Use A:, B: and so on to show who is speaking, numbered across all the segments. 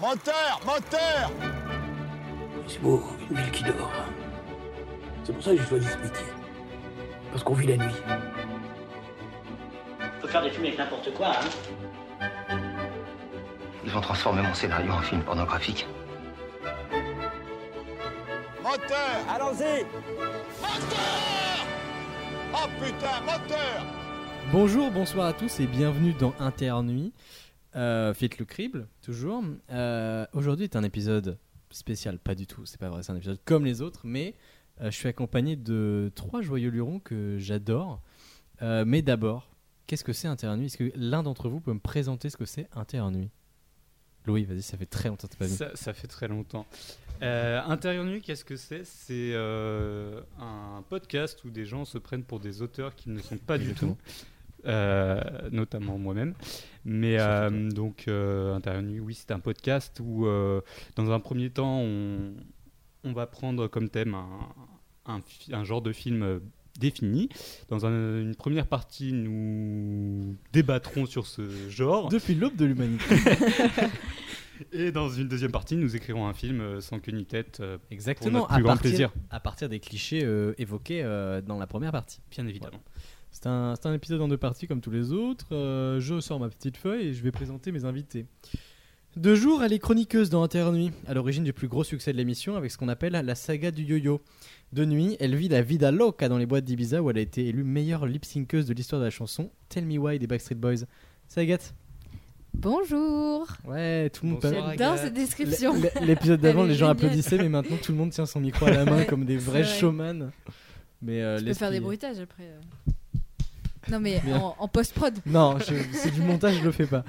A: Moteur Moteur
B: C'est beau, une ville qui dort. C'est pour ça que j'ai choisi ce métier. Parce qu'on vit la nuit.
C: On peut faire des films avec n'importe quoi, hein.
D: Ils vont transformer mon scénario en film pornographique.
A: Moteur
B: Allons-y
A: Moteur Oh putain, moteur
E: Bonjour, bonsoir à tous et bienvenue dans Internuit. Euh, faites le crible, toujours. Euh, Aujourd'hui est un épisode spécial, pas du tout, c'est pas vrai, c'est un épisode comme les autres, mais euh, je suis accompagné de trois joyeux lurons que j'adore. Euh, mais d'abord, qu'est-ce que c'est Internuit Est-ce que l'un d'entre vous peut me présenter ce que c'est Internuit Louis, vas-y, ça fait très longtemps que t'as pas vu.
F: Ça, ça fait très longtemps. Euh, Intérieur Nuit, qu'est-ce que c'est C'est euh, un podcast où des gens se prennent pour des auteurs qui ne sont pas du
E: Exactement.
F: tout, euh, notamment moi-même. Mais euh, donc, euh, Intérieur Nuit, oui, c'est un podcast où, euh, dans un premier temps, on, on va prendre comme thème un, un fi- un genre de film euh, défini. Dans un- une première partie, nous débattrons sur ce genre.
E: Depuis l'aube de l'humanité.
F: Et dans une deuxième partie, nous écrirons un film euh, sans queue ni tête, euh,
E: Exactement,
F: notre plus
E: à
F: grand
E: partir,
F: plaisir.
E: à partir des clichés euh, évoqués euh, dans la première partie.
F: bien évidemment.
E: C'est un, c'est un épisode en deux parties comme tous les autres. Euh, je sors ma petite feuille et je vais présenter mes invités. De jour, elle est chroniqueuse dans Internuit, à l'origine du plus gros succès de l'émission avec ce qu'on appelle la saga du yo-yo. De nuit, elle vit la vida loca dans les boîtes d'Ibiza où elle a été élue meilleure lip-synceuse de l'histoire de la chanson Tell Me Why des Backstreet Boys. Ça Agathe
G: Bonjour
E: Ouais, tout le monde
F: Bonsoir,
G: J'adore cette description.
E: L- l- L'épisode d'avant,
G: Elle est
E: les gens
G: géniale.
E: applaudissaient, mais maintenant tout le monde tient son micro à la main
G: Ouais,
E: comme des
G: c'est
E: vrais
G: vrai.
E: showman. Mais euh,
G: Je peux
E: l'esprit-
G: faire des bruitages après. euh. Non mais
E: Bien.
G: en, en post-prod.
E: Non, je- c'est du montage, je le fais pas.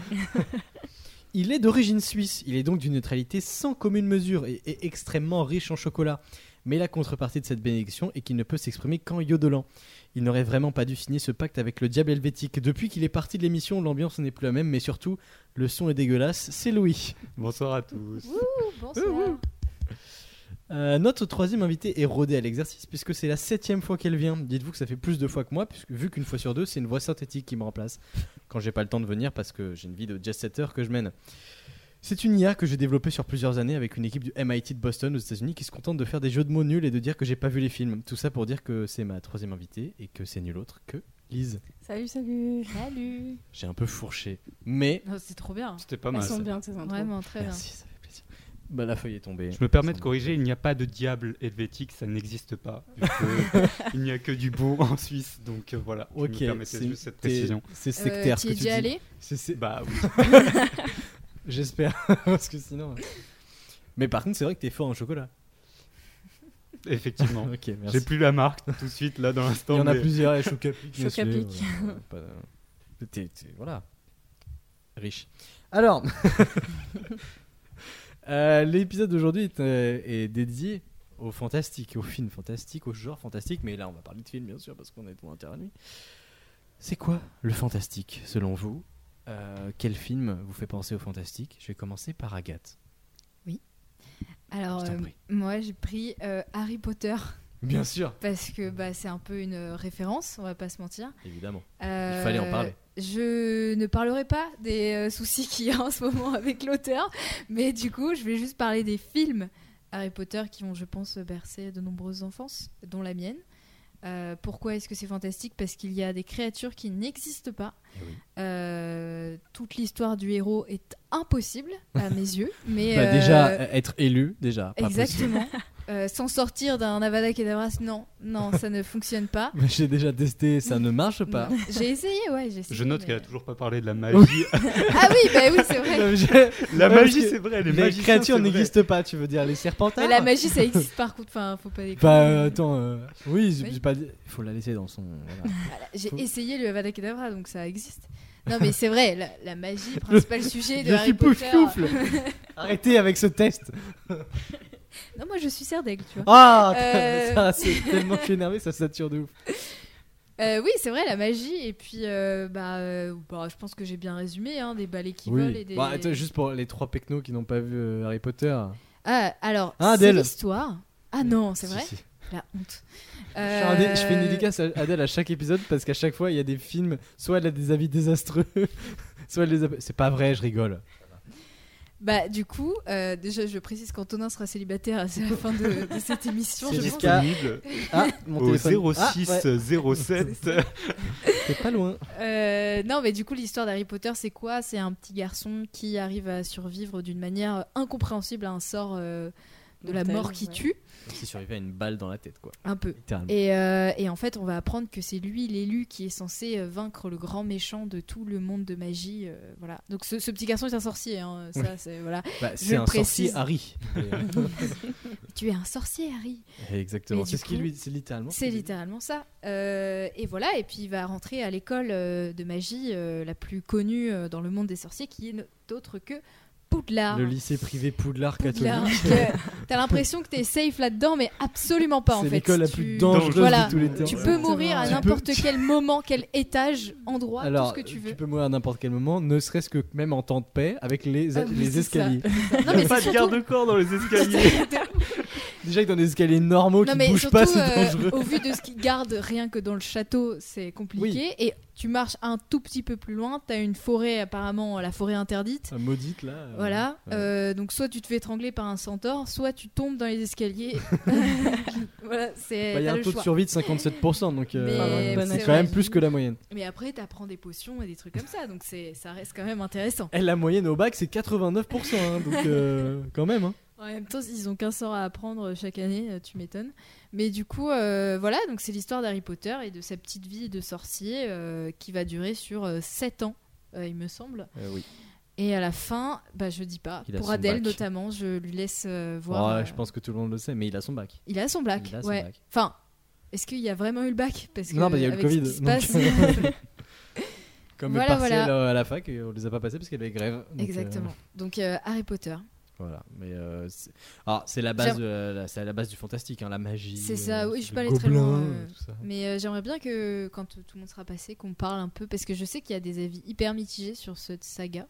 E: Il est d'origine suisse, il est donc d'une neutralité sans commune mesure et, et extrêmement riche en chocolat. Mais la contrepartie de cette bénédiction est qu'il ne peut s'exprimer qu'en yodelant. Il n'aurait vraiment pas dû signer ce pacte avec le diable helvétique. Depuis qu'il est parti de l'émission, l'ambiance n'est plus la même, mais surtout, le son est dégueulasse. C'est Louis.
F: Bonsoir à tous.
E: Oh,
G: bonsoir.
E: Euh, notre troisième invité est rodé à l'exercice puisque c'est la septième fois qu'elle vient. Dites-vous que ça fait plus de fois que moi, puisque vu qu'une fois sur deux, c'est une voix synthétique qui me remplace quand j'ai pas le temps de venir parce que j'ai une vie de jet setter que je mène. C'est une IA que j'ai développée sur plusieurs années avec une équipe du MIT de Boston aux États-Unis qui se contente de faire des jeux de mots nuls et de dire que j'ai pas vu les films. Tout ça pour dire que c'est ma troisième invitée et que c'est nul autre que Lise.
H: Salut, salut.
G: Salut.
E: J'ai un peu fourché, mais
G: Non, c'est trop bien.
F: C'était pas
H: Elles
F: mal.
H: sont
F: ça.
H: bien tes intros.
G: Vraiment très
E: merci, ça fait plaisir. Bah la feuille est tombée.
F: Je me permets de corriger, il n'y a pas de diable helvétique, ça n'existe pas. vu que il n'y a que du beau en Suisse, donc euh, voilà. je
E: Ok,
F: me permettais
E: c'est
F: juste cette
E: t'es-
F: précision.
E: C'est sectaire
G: bien. Euh,
E: ce
G: tu
E: que
G: es
E: tu
G: déjà
E: dis.
G: allé
E: C'est- c'est-
F: Bah oui,
E: J'espère, parce que sinon. euh. Mais par contre, c'est vrai que t'es fort en chocolat.
F: effectivement.
E: Ok, merci.
F: J'ai plus la marque tout de suite là dans
E: Il y
F: l'instant.
E: en a
F: mais-
E: plusieurs, et Chocapic, Nestlé,
H: Chocapic.
E: voilà, pas de- T'es- t'es- Voilà. Riche. Alors, euh, l'épisode d'aujourd'hui est, euh, est dédié au fantastique, au film fantastique, au genre fantastique, mais là on va parler de film bien sûr parce qu'on est dans Internuit. C'est quoi le fantastique selon vous Euh, Quel film vous fait penser au fantastique Je vais commencer par Agathe.
G: Alors
E: Je t'en
G: euh,
E: prie.
G: moi j'ai pris euh, Harry Potter
E: Bien sûr,
G: parce que bah c'est un peu une euh, référence, on va pas se mentir.
E: évidemment.
G: Euh,
E: fallait en parler.
G: Je ne parlerai pas des euh, soucis qu'il y a en ce moment avec l'auteur, mais du coup, je vais juste parler des films Harry Potter qui ont, je pense, bercé de nombreuses enfances, dont la mienne. Euh, pourquoi est-ce que c'est fantastique Parce qu'il y a des créatures qui n'existent pas.
E: Eh oui.
G: Euh, toute l'histoire du héros est impossible à mes yeux, mais
E: Bah,
G: euh,
E: déjà, euh, être élu, déjà. pas possible.
G: exactement. Euh, sans sortir d'un Avada Kedavra, non, non, ça ne fonctionne pas.
E: Mais J'ai déjà testé, ça ne marche pas.
G: Non. J'ai essayé, ouais, j'ai essayé.
F: Je note
G: mais-
F: qu'elle a toujours pas parlé de la magie.
G: Ah oui, bah oui, c'est vrai.
E: Non, mais
F: la
E: Ouais, parce
F: magie,
E: que
F: c'est vrai, les,
E: Les
F: magiciens,
E: créatures
F: c'est vrai.
E: n'existent pas, tu veux dire les serpentards
G: Mais la magie, ça existe par contre. Enfin, faut pas déconner.
E: Bah euh, attends, euh, oui, j'ai
G: Oui.
E: j'ai pas dit- il faut la laisser dans son. voilà.
G: Voilà, Bah, J'ai
E: faut-
G: essayé le Avada Kedavra, donc ça existe. Non, mais c'est vrai, la, la magie, principal sujet de
E: je
G: Harry
E: suis
G: Potter.
E: poufle Arrêtez avec ce test.
G: Non, moi, je suis Serdaigle, tu vois.
E: Ah,
G: Euh.
E: ça, c'est tellement je suis énervé, ça sature de ouf.
G: Euh, oui, c'est vrai, la magie. Et puis, euh, bah, euh, bah, je pense que j'ai bien résumé, hein, des balais qui volent et des.
E: Bon, Bah, attends, juste pour les trois pecnos qui n'ont pas vu euh, Harry Potter.
G: Ah, alors,
E: Ah,
G: c'est
E: Adèle.
G: l'histoire. Ah non, c'est
E: Si,
G: vrai.
E: si.
G: La honte.
E: Je fais un dé- Je fais une
G: Euh,
E: dédicace à Adèle à chaque épisode parce qu'à chaque fois il y a des films, soit elle a des avis désastreux, soit elle les a... C'est pas vrai, je rigole.
G: Bah, du coup, euh, déjà, je précise qu'Antonin sera célibataire à la fin de, de cette émission.
E: C'est
G: je pense.
E: jusqu'à-
F: Disponible
E: Ah, mon
F: au
E: téléphone. Ah,
F: 06
E: ouais,
F: 07.
E: t'es pas loin.
G: Euh, non, mais du coup, l'histoire d'Harry Potter, c'est quoi C'est un petit garçon qui arrive à survivre d'une manière incompréhensible à un sort euh, de la
H: Mortel,
G: mort qui
H: ouais.
G: tue,
E: C'est survécu à une balle dans la tête, quoi.
G: un peu.
E: Littéralement.
G: Et, euh, et en fait, on va apprendre que c'est lui l'élu qui est censé euh, vaincre le grand méchant de tout le monde de magie. euh, voilà. Donc ce, ce petit garçon est un sorcier. hein, ça,
E: Oui.
G: c'est voilà.
E: Bah, c'est
G: le
E: un
G: précise.
E: sorcier Harry.
G: Tu es un sorcier, Harry.
E: Exactement.
G: Mais
E: C'est
G: du
E: ce qu'il
G: coup,
E: lui, c'est littéralement. ce
G: C'est
E: qu'il lui-
G: littéralement ça. Euh, et voilà, et puis il va rentrer à l'école euh, de magie euh, la plus connue euh, dans le monde des sorciers, qui est d'autre que Poudlard.
E: Le lycée privé Poudlard catholique.
G: Poudlard, que T'as l'impression que t'es safe là-dedans, mais absolument pas en fait.
E: C'est l'école la
G: Tu-
E: plus dangereuse
G: Voilà.
E: de tous les temps.
G: Tu peux mourir à
E: Tu peux-
G: n'importe
E: tu-
G: quel moment, quel étage, endroit,
E: Alors,
G: tout ce que tu veux.
E: peux mourir à n'importe quel moment, ne serait-ce que même en temps de paix avec les,
G: Ah oui,
E: les
G: c'est
E: escaliers.
G: Non mais
F: Pas
G: c'est
F: de
G: surtout...
F: garde-corps dans les escaliers.
E: Déjà que dans des escaliers normaux
G: Non
E: qui
G: mais
E: bougent
G: surtout,
E: pas, c'est
G: euh,
E: dangereux.
G: au vu de ce qu'ils gardent rien que dans le château, c'est compliqué. Et tu marches un tout petit peu plus loin, t'as une forêt apparemment, la forêt interdite.
E: Ah, Maudite là. euh,
G: Voilà,
E: ouais.
G: euh, donc soit tu te fais étrangler par un centaure, soit tu tombes dans les escaliers. voilà, c'est
E: Bah, Il y
G: t'as
E: a un
G: le
E: taux de
G: choix.
E: survie de 57%, donc euh,
G: Mais
H: Avoir une bonne
E: c'est quand
H: attaque.
E: même plus que la moyenne.
G: Mais après, t'apprends des potions et des trucs comme ça, donc c'est ça reste quand même intéressant.
E: Eh, la moyenne au bac, c'est 89%, hein, donc euh, quand même. Hein.
G: En même temps, ils ont qu'un sort à apprendre chaque année, euh, tu m'étonnes. Mais du coup, euh, voilà, donc c'est l'histoire d'Harry Potter et de sa petite vie de sorcier euh, qui va durer sur 7 ans, euh, il me semble.
E: oui.
G: Et à la fin, bah je dis pas.
E: Il a
G: Pour
E: son
G: Adèle
E: bac.
G: notamment, je lui laisse euh, voir. euh,
E: Je pense que tout le monde le sait, mais il a son bac.
G: Il a son black.
E: Il a son
G: ouais.
E: bac.
G: Enfin, est-ce qu'il y a vraiment eu le bac Parce que
E: Non, bah, il y a eu le
G: avec ce
E: Covid,
G: qui se
E: donc- euh,
G: passe-
E: Comme
G: Voilà,
E: le partiel
G: voilà.
E: euh, à la fac, et on les a pas passés parce qu'il y avait grève. donc, euh,
G: Exactement. Donc euh, Harry Potter,
E: voilà. Mais euh, c'est... alors, c'est la base,
G: J'aime-
E: de la- c'est à la base du fantastique, hein, la magie.
G: C'est ça, oui, je suis
E: le
G: pas allée très
E: gobelin,
G: loin, euh,
E: tout ça.
G: mais euh, j'aimerais bien que quand euh, tout le monde sera passé, qu'on parle un peu parce que je sais qu'il y a des avis hyper mitigés sur cette saga.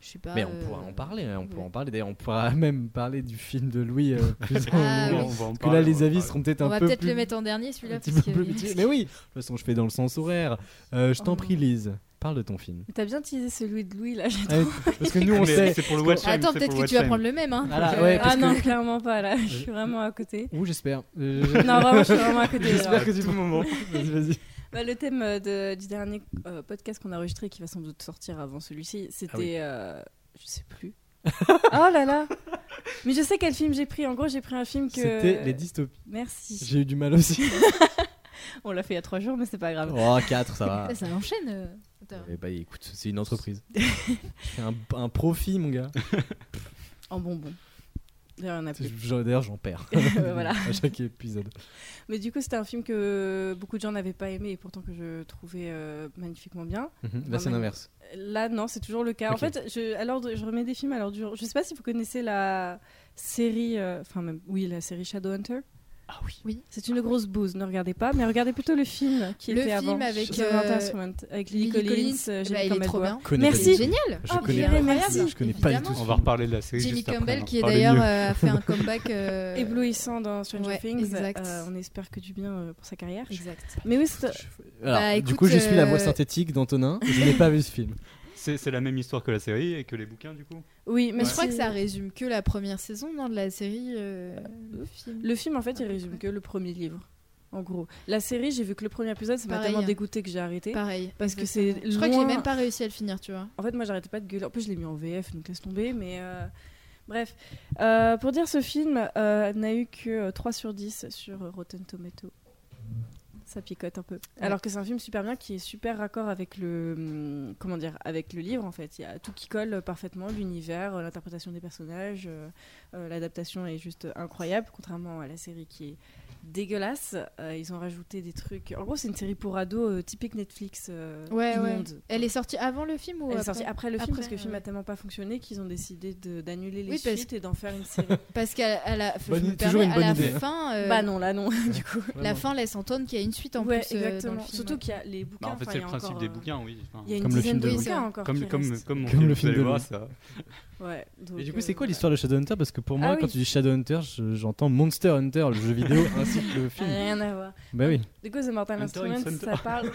G: Je sais pas.
E: Mais
G: euh,
E: on pourra en parler, hein, on pourra
G: ouais.
E: en parler. D'ailleurs, on pourra même parler du film de Louis. euh, plus en
G: Ah,
E: longueur.
G: oui.
F: va en
E: Parce que là,
F: parler,
E: les
F: va en
E: avis
F: parler.
E: seront peut-être
G: On
E: un
G: va
E: peu
G: peut-être
E: plus.
G: le mettre en dernier celui-là.
E: un petit
G: parce
E: peu
G: que-
E: plus petit. Mais oui, de toute façon, je fais dans le sens horaire. Euh, je t'en prie, Lise, parle de ton film.
H: T'as bien teasé celui de Louis là. j'ai-
E: Ah, Parce que nous, on
F: Mais
E: sait.
F: C'est pour le watch time,
G: Attends,
F: c'est
G: peut-être
F: pour
G: que
F: le
G: tu vas
F: watch time.
G: prendre le même. Hein.
E: Voilà,
H: Euh,
E: ouais, parce
H: ah non,
E: que.
H: clairement pas là. Je suis vraiment à côté.
E: Ouh, j'espère. Euh,
H: Non, vraiment, je suis vraiment à côté. alors.
E: J'espère que tu. moment. Vas-y, vas-y.
H: Bah, le thème euh, de- du dernier euh, podcast qu'on a enregistré, qui va sans doute sortir avant celui-ci, c'était.
E: Ah oui.
H: euh, je sais plus. oh là là Mais je sais quel film j'ai pris. En gros, j'ai pris un film que.
E: C'était les dystopies.
H: Merci.
E: J'ai eu du mal aussi.
H: On l'a fait il y a trois jours, mais c'est pas grave.
E: Oh, 4, ça va.
G: Ça, ça enchaîne. euh, Potter.
E: Eh bah écoute, c'est une entreprise. c'est un, un profit, mon gars.
H: En bonbon. D'ailleurs, il y en a plus.
E: Je- D'ailleurs, j'en perds.
H: Ah, Voilà.
E: À chaque épisode.
H: Mais du coup, c'était un film que beaucoup de gens n'avaient pas aimé et pourtant que je trouvais euh, magnifiquement bien.
E: Mhm. Là,
H: Non,
E: c'est
H: mais-
E: l'inverse.
H: Là, non, c'est toujours le cas. En
E: Ok.
H: fait, je, alors je remets des films à l'heure du jour. Je sais pas si vous connaissez la série, euh, enfin même, oui, la série Shadowhunter.
E: Ah oui.
H: C'est une grosse bouse, ne regardez pas, mais regardez plutôt le film qui
G: Le
H: était
G: film
H: avant.
G: avec,
H: The
G: euh,
H: Blunt Instrument, avec Lily
G: Lily
H: Collins,
G: Collins, bah,
H: euh,
G: il
H: Jennifer
G: est trop
H: Melbourg.
G: bien.
E: Connais
H: Merci.
E: pas
G: C'est
E: du tout.
G: génial. Ah,
E: Je
H: Oh,
E: connais
H: purée,
E: pas.
H: merci.
E: Je connais pas du tout.
G: Évidemment.
E: ce
F: On va
E: film.
F: reparler de la série
G: Jamie
F: juste après,
G: Campbell
F: on en
G: qui
F: parlait
G: d'ailleurs
F: mieux.
G: euh, a fait un comeback euh,
H: Éblouissant dans Stranger
G: ouais,
H: Things.
G: exact.
H: Euh, on espère que du bien euh, pour sa carrière.
G: Exact.
H: Mais oui, c'est-
E: Alors,
G: Bah,
E: du
G: écoute,
E: coup, je suis la voix
G: euh,
E: synthétique d'Antonin. Je n'ai pas vu ce film.
F: C'est c'est la même histoire que la série et que les bouquins, du coup
H: oui, mais
G: Mais je crois
H: c'est-
G: que ça résume que la première saison non, de la série. euh, le film.
H: Le film, en fait, il résume que le premier livre. En gros, la série, j'ai vu que le premier épisode, ça m'a
G: Pareil,
H: tellement
G: hein.
H: dégoûté que j'ai arrêté.
G: Pareil.
H: Parce que
G: exactement.
H: c'est
G: Je crois que j'ai
H: loin-
G: même pas réussi à le finir, tu vois.
H: En fait, moi, j'arrêtais pas de gueuler. En plus, je l'ai mis en VF, donc laisse tomber. Mais euh, bref, Euh, pour dire, ce film euh, n'a eu que euh, 3 sur 10 sur euh, Rotten Tomato. Ça picote un peu. Alors que c'est un film super bien qui est super raccord avec le hum, comment dire avec le livre en fait. Il y a tout qui colle parfaitement l'univers, euh, l'interprétation des personnages, euh, euh, l'adaptation est juste incroyable contrairement à la série qui est dégueulasse. Euh, ils ont rajouté des trucs. En gros, c'est une série pour ados euh, typique Netflix euh,
G: Ouais, ouais.
H: immonde.
G: Elle est sortie avant le film ou
H: Elle est
G: après
H: sortie après le film
G: Après,
H: parce que le film
G: ouais.
H: a tellement pas fonctionné qu'ils ont décidé de- d'annuler les
G: Oui, parce- Euh,
H: suites et d'en faire une série.
G: Parce qu'à à la, je
E: Bonne- toujours
G: me permets,
E: une
G: à
E: bonne
G: la
E: idée. hein.
G: fin, euh,
H: bah non, là non, du coup.
G: la fin laisse entendre qu'il y a une suite en
H: ouais,
G: plus. euh, dans le
H: exactement.
G: film.
H: Surtout qu'il y a les bouquins.
F: Bah, En fait,
H: enfin,
F: c'est
H: il y
F: le
H: a
F: principe
H: encore,
F: des
H: euh,
F: bouquins, oui. Enfin,
H: Il y a une
E: Comme le
H: dizaine
E: film
H: de
E: de
H: bouquins
G: Louis.
H: encore.
F: Comme,
H: qui
F: comme,
H: restent.
F: comme mon
E: Comme le
F: film, vous
E: film
F: allez
E: de
F: voir,
E: Louis.
F: ça.
H: Ouais, donc,
E: Et du coup, c'est
H: euh,
E: quoi l'histoire de Shadowhunter Parce que pour moi,
H: Ah
E: quand
H: oui.
E: tu dis Shadowhunter, je- j'entends Monster Hunter, le jeu vidéo, ainsi que le
H: voilà.
E: film.
H: Rien à voir.
E: bah oui.
H: Du coup, The Mortal
F: Hunter
H: Instrument,
F: x Hunter.
H: ça parle.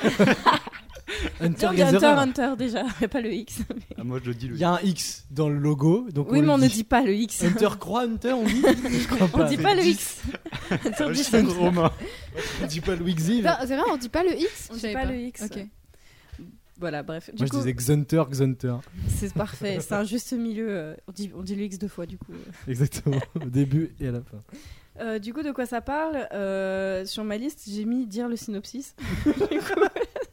E: Hunter
H: Tiens, il y a Hunter,
E: Gatherer.
H: Hunter déjà, mais pas le X.
F: Ah, moi, je dis le.
E: Il y a un X dans le logo, donc
H: oui,
E: on
H: mais
E: le
H: on ne dit pas le X.
E: Hunter croix, Hunter, on dit Je crois
H: On
E: pas.
H: dit pas le X. Hunter
F: Ah, je
H: dit
F: suis
H: Hunter.
F: Romain.
E: On dit pas Louis Xiv.
G: Putain, C'est vrai, on dit pas le X
H: On
G: Je
H: dit
G: savais
H: pas le X.
G: Ok.
H: Voilà, bref. Du
E: Moi, je
H: coup,
E: disais Xunter, Xunter.
H: c'est parfait. C'est un juste milieu. euh, On dit, on dit le X deux fois, du coup.
E: Exactement, au début et à la fin.
H: Euh, du coup, de quoi ça parle Euh, Sur ma liste, j'ai mis dire le synopsis. du coup,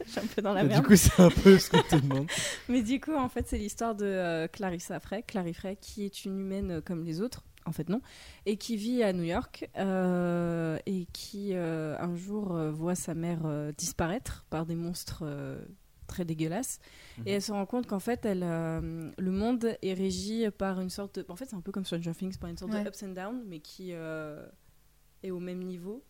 H: je suis un peu dans la
E: Et
H: merde.
E: du coup, c'est un peu ce qu'on te demande.
H: Mais du coup, en fait, c'est l'histoire de euh, Clarissa Frey. Clarissa Frey, qui est une humaine euh, comme les autres, en fait non, et qui vit à New York euh, et qui euh, un jour euh, voit sa mère euh, disparaître par des monstres euh, très dégueulasses.
E: Mhm.
H: Et elle se rend compte qu'en fait, elle, euh, le monde est régi par une sorte de... En fait, c'est un peu comme Stranger Things, par une sorte
G: Ouais.
H: de ups and down, mais qui euh, est au même niveau.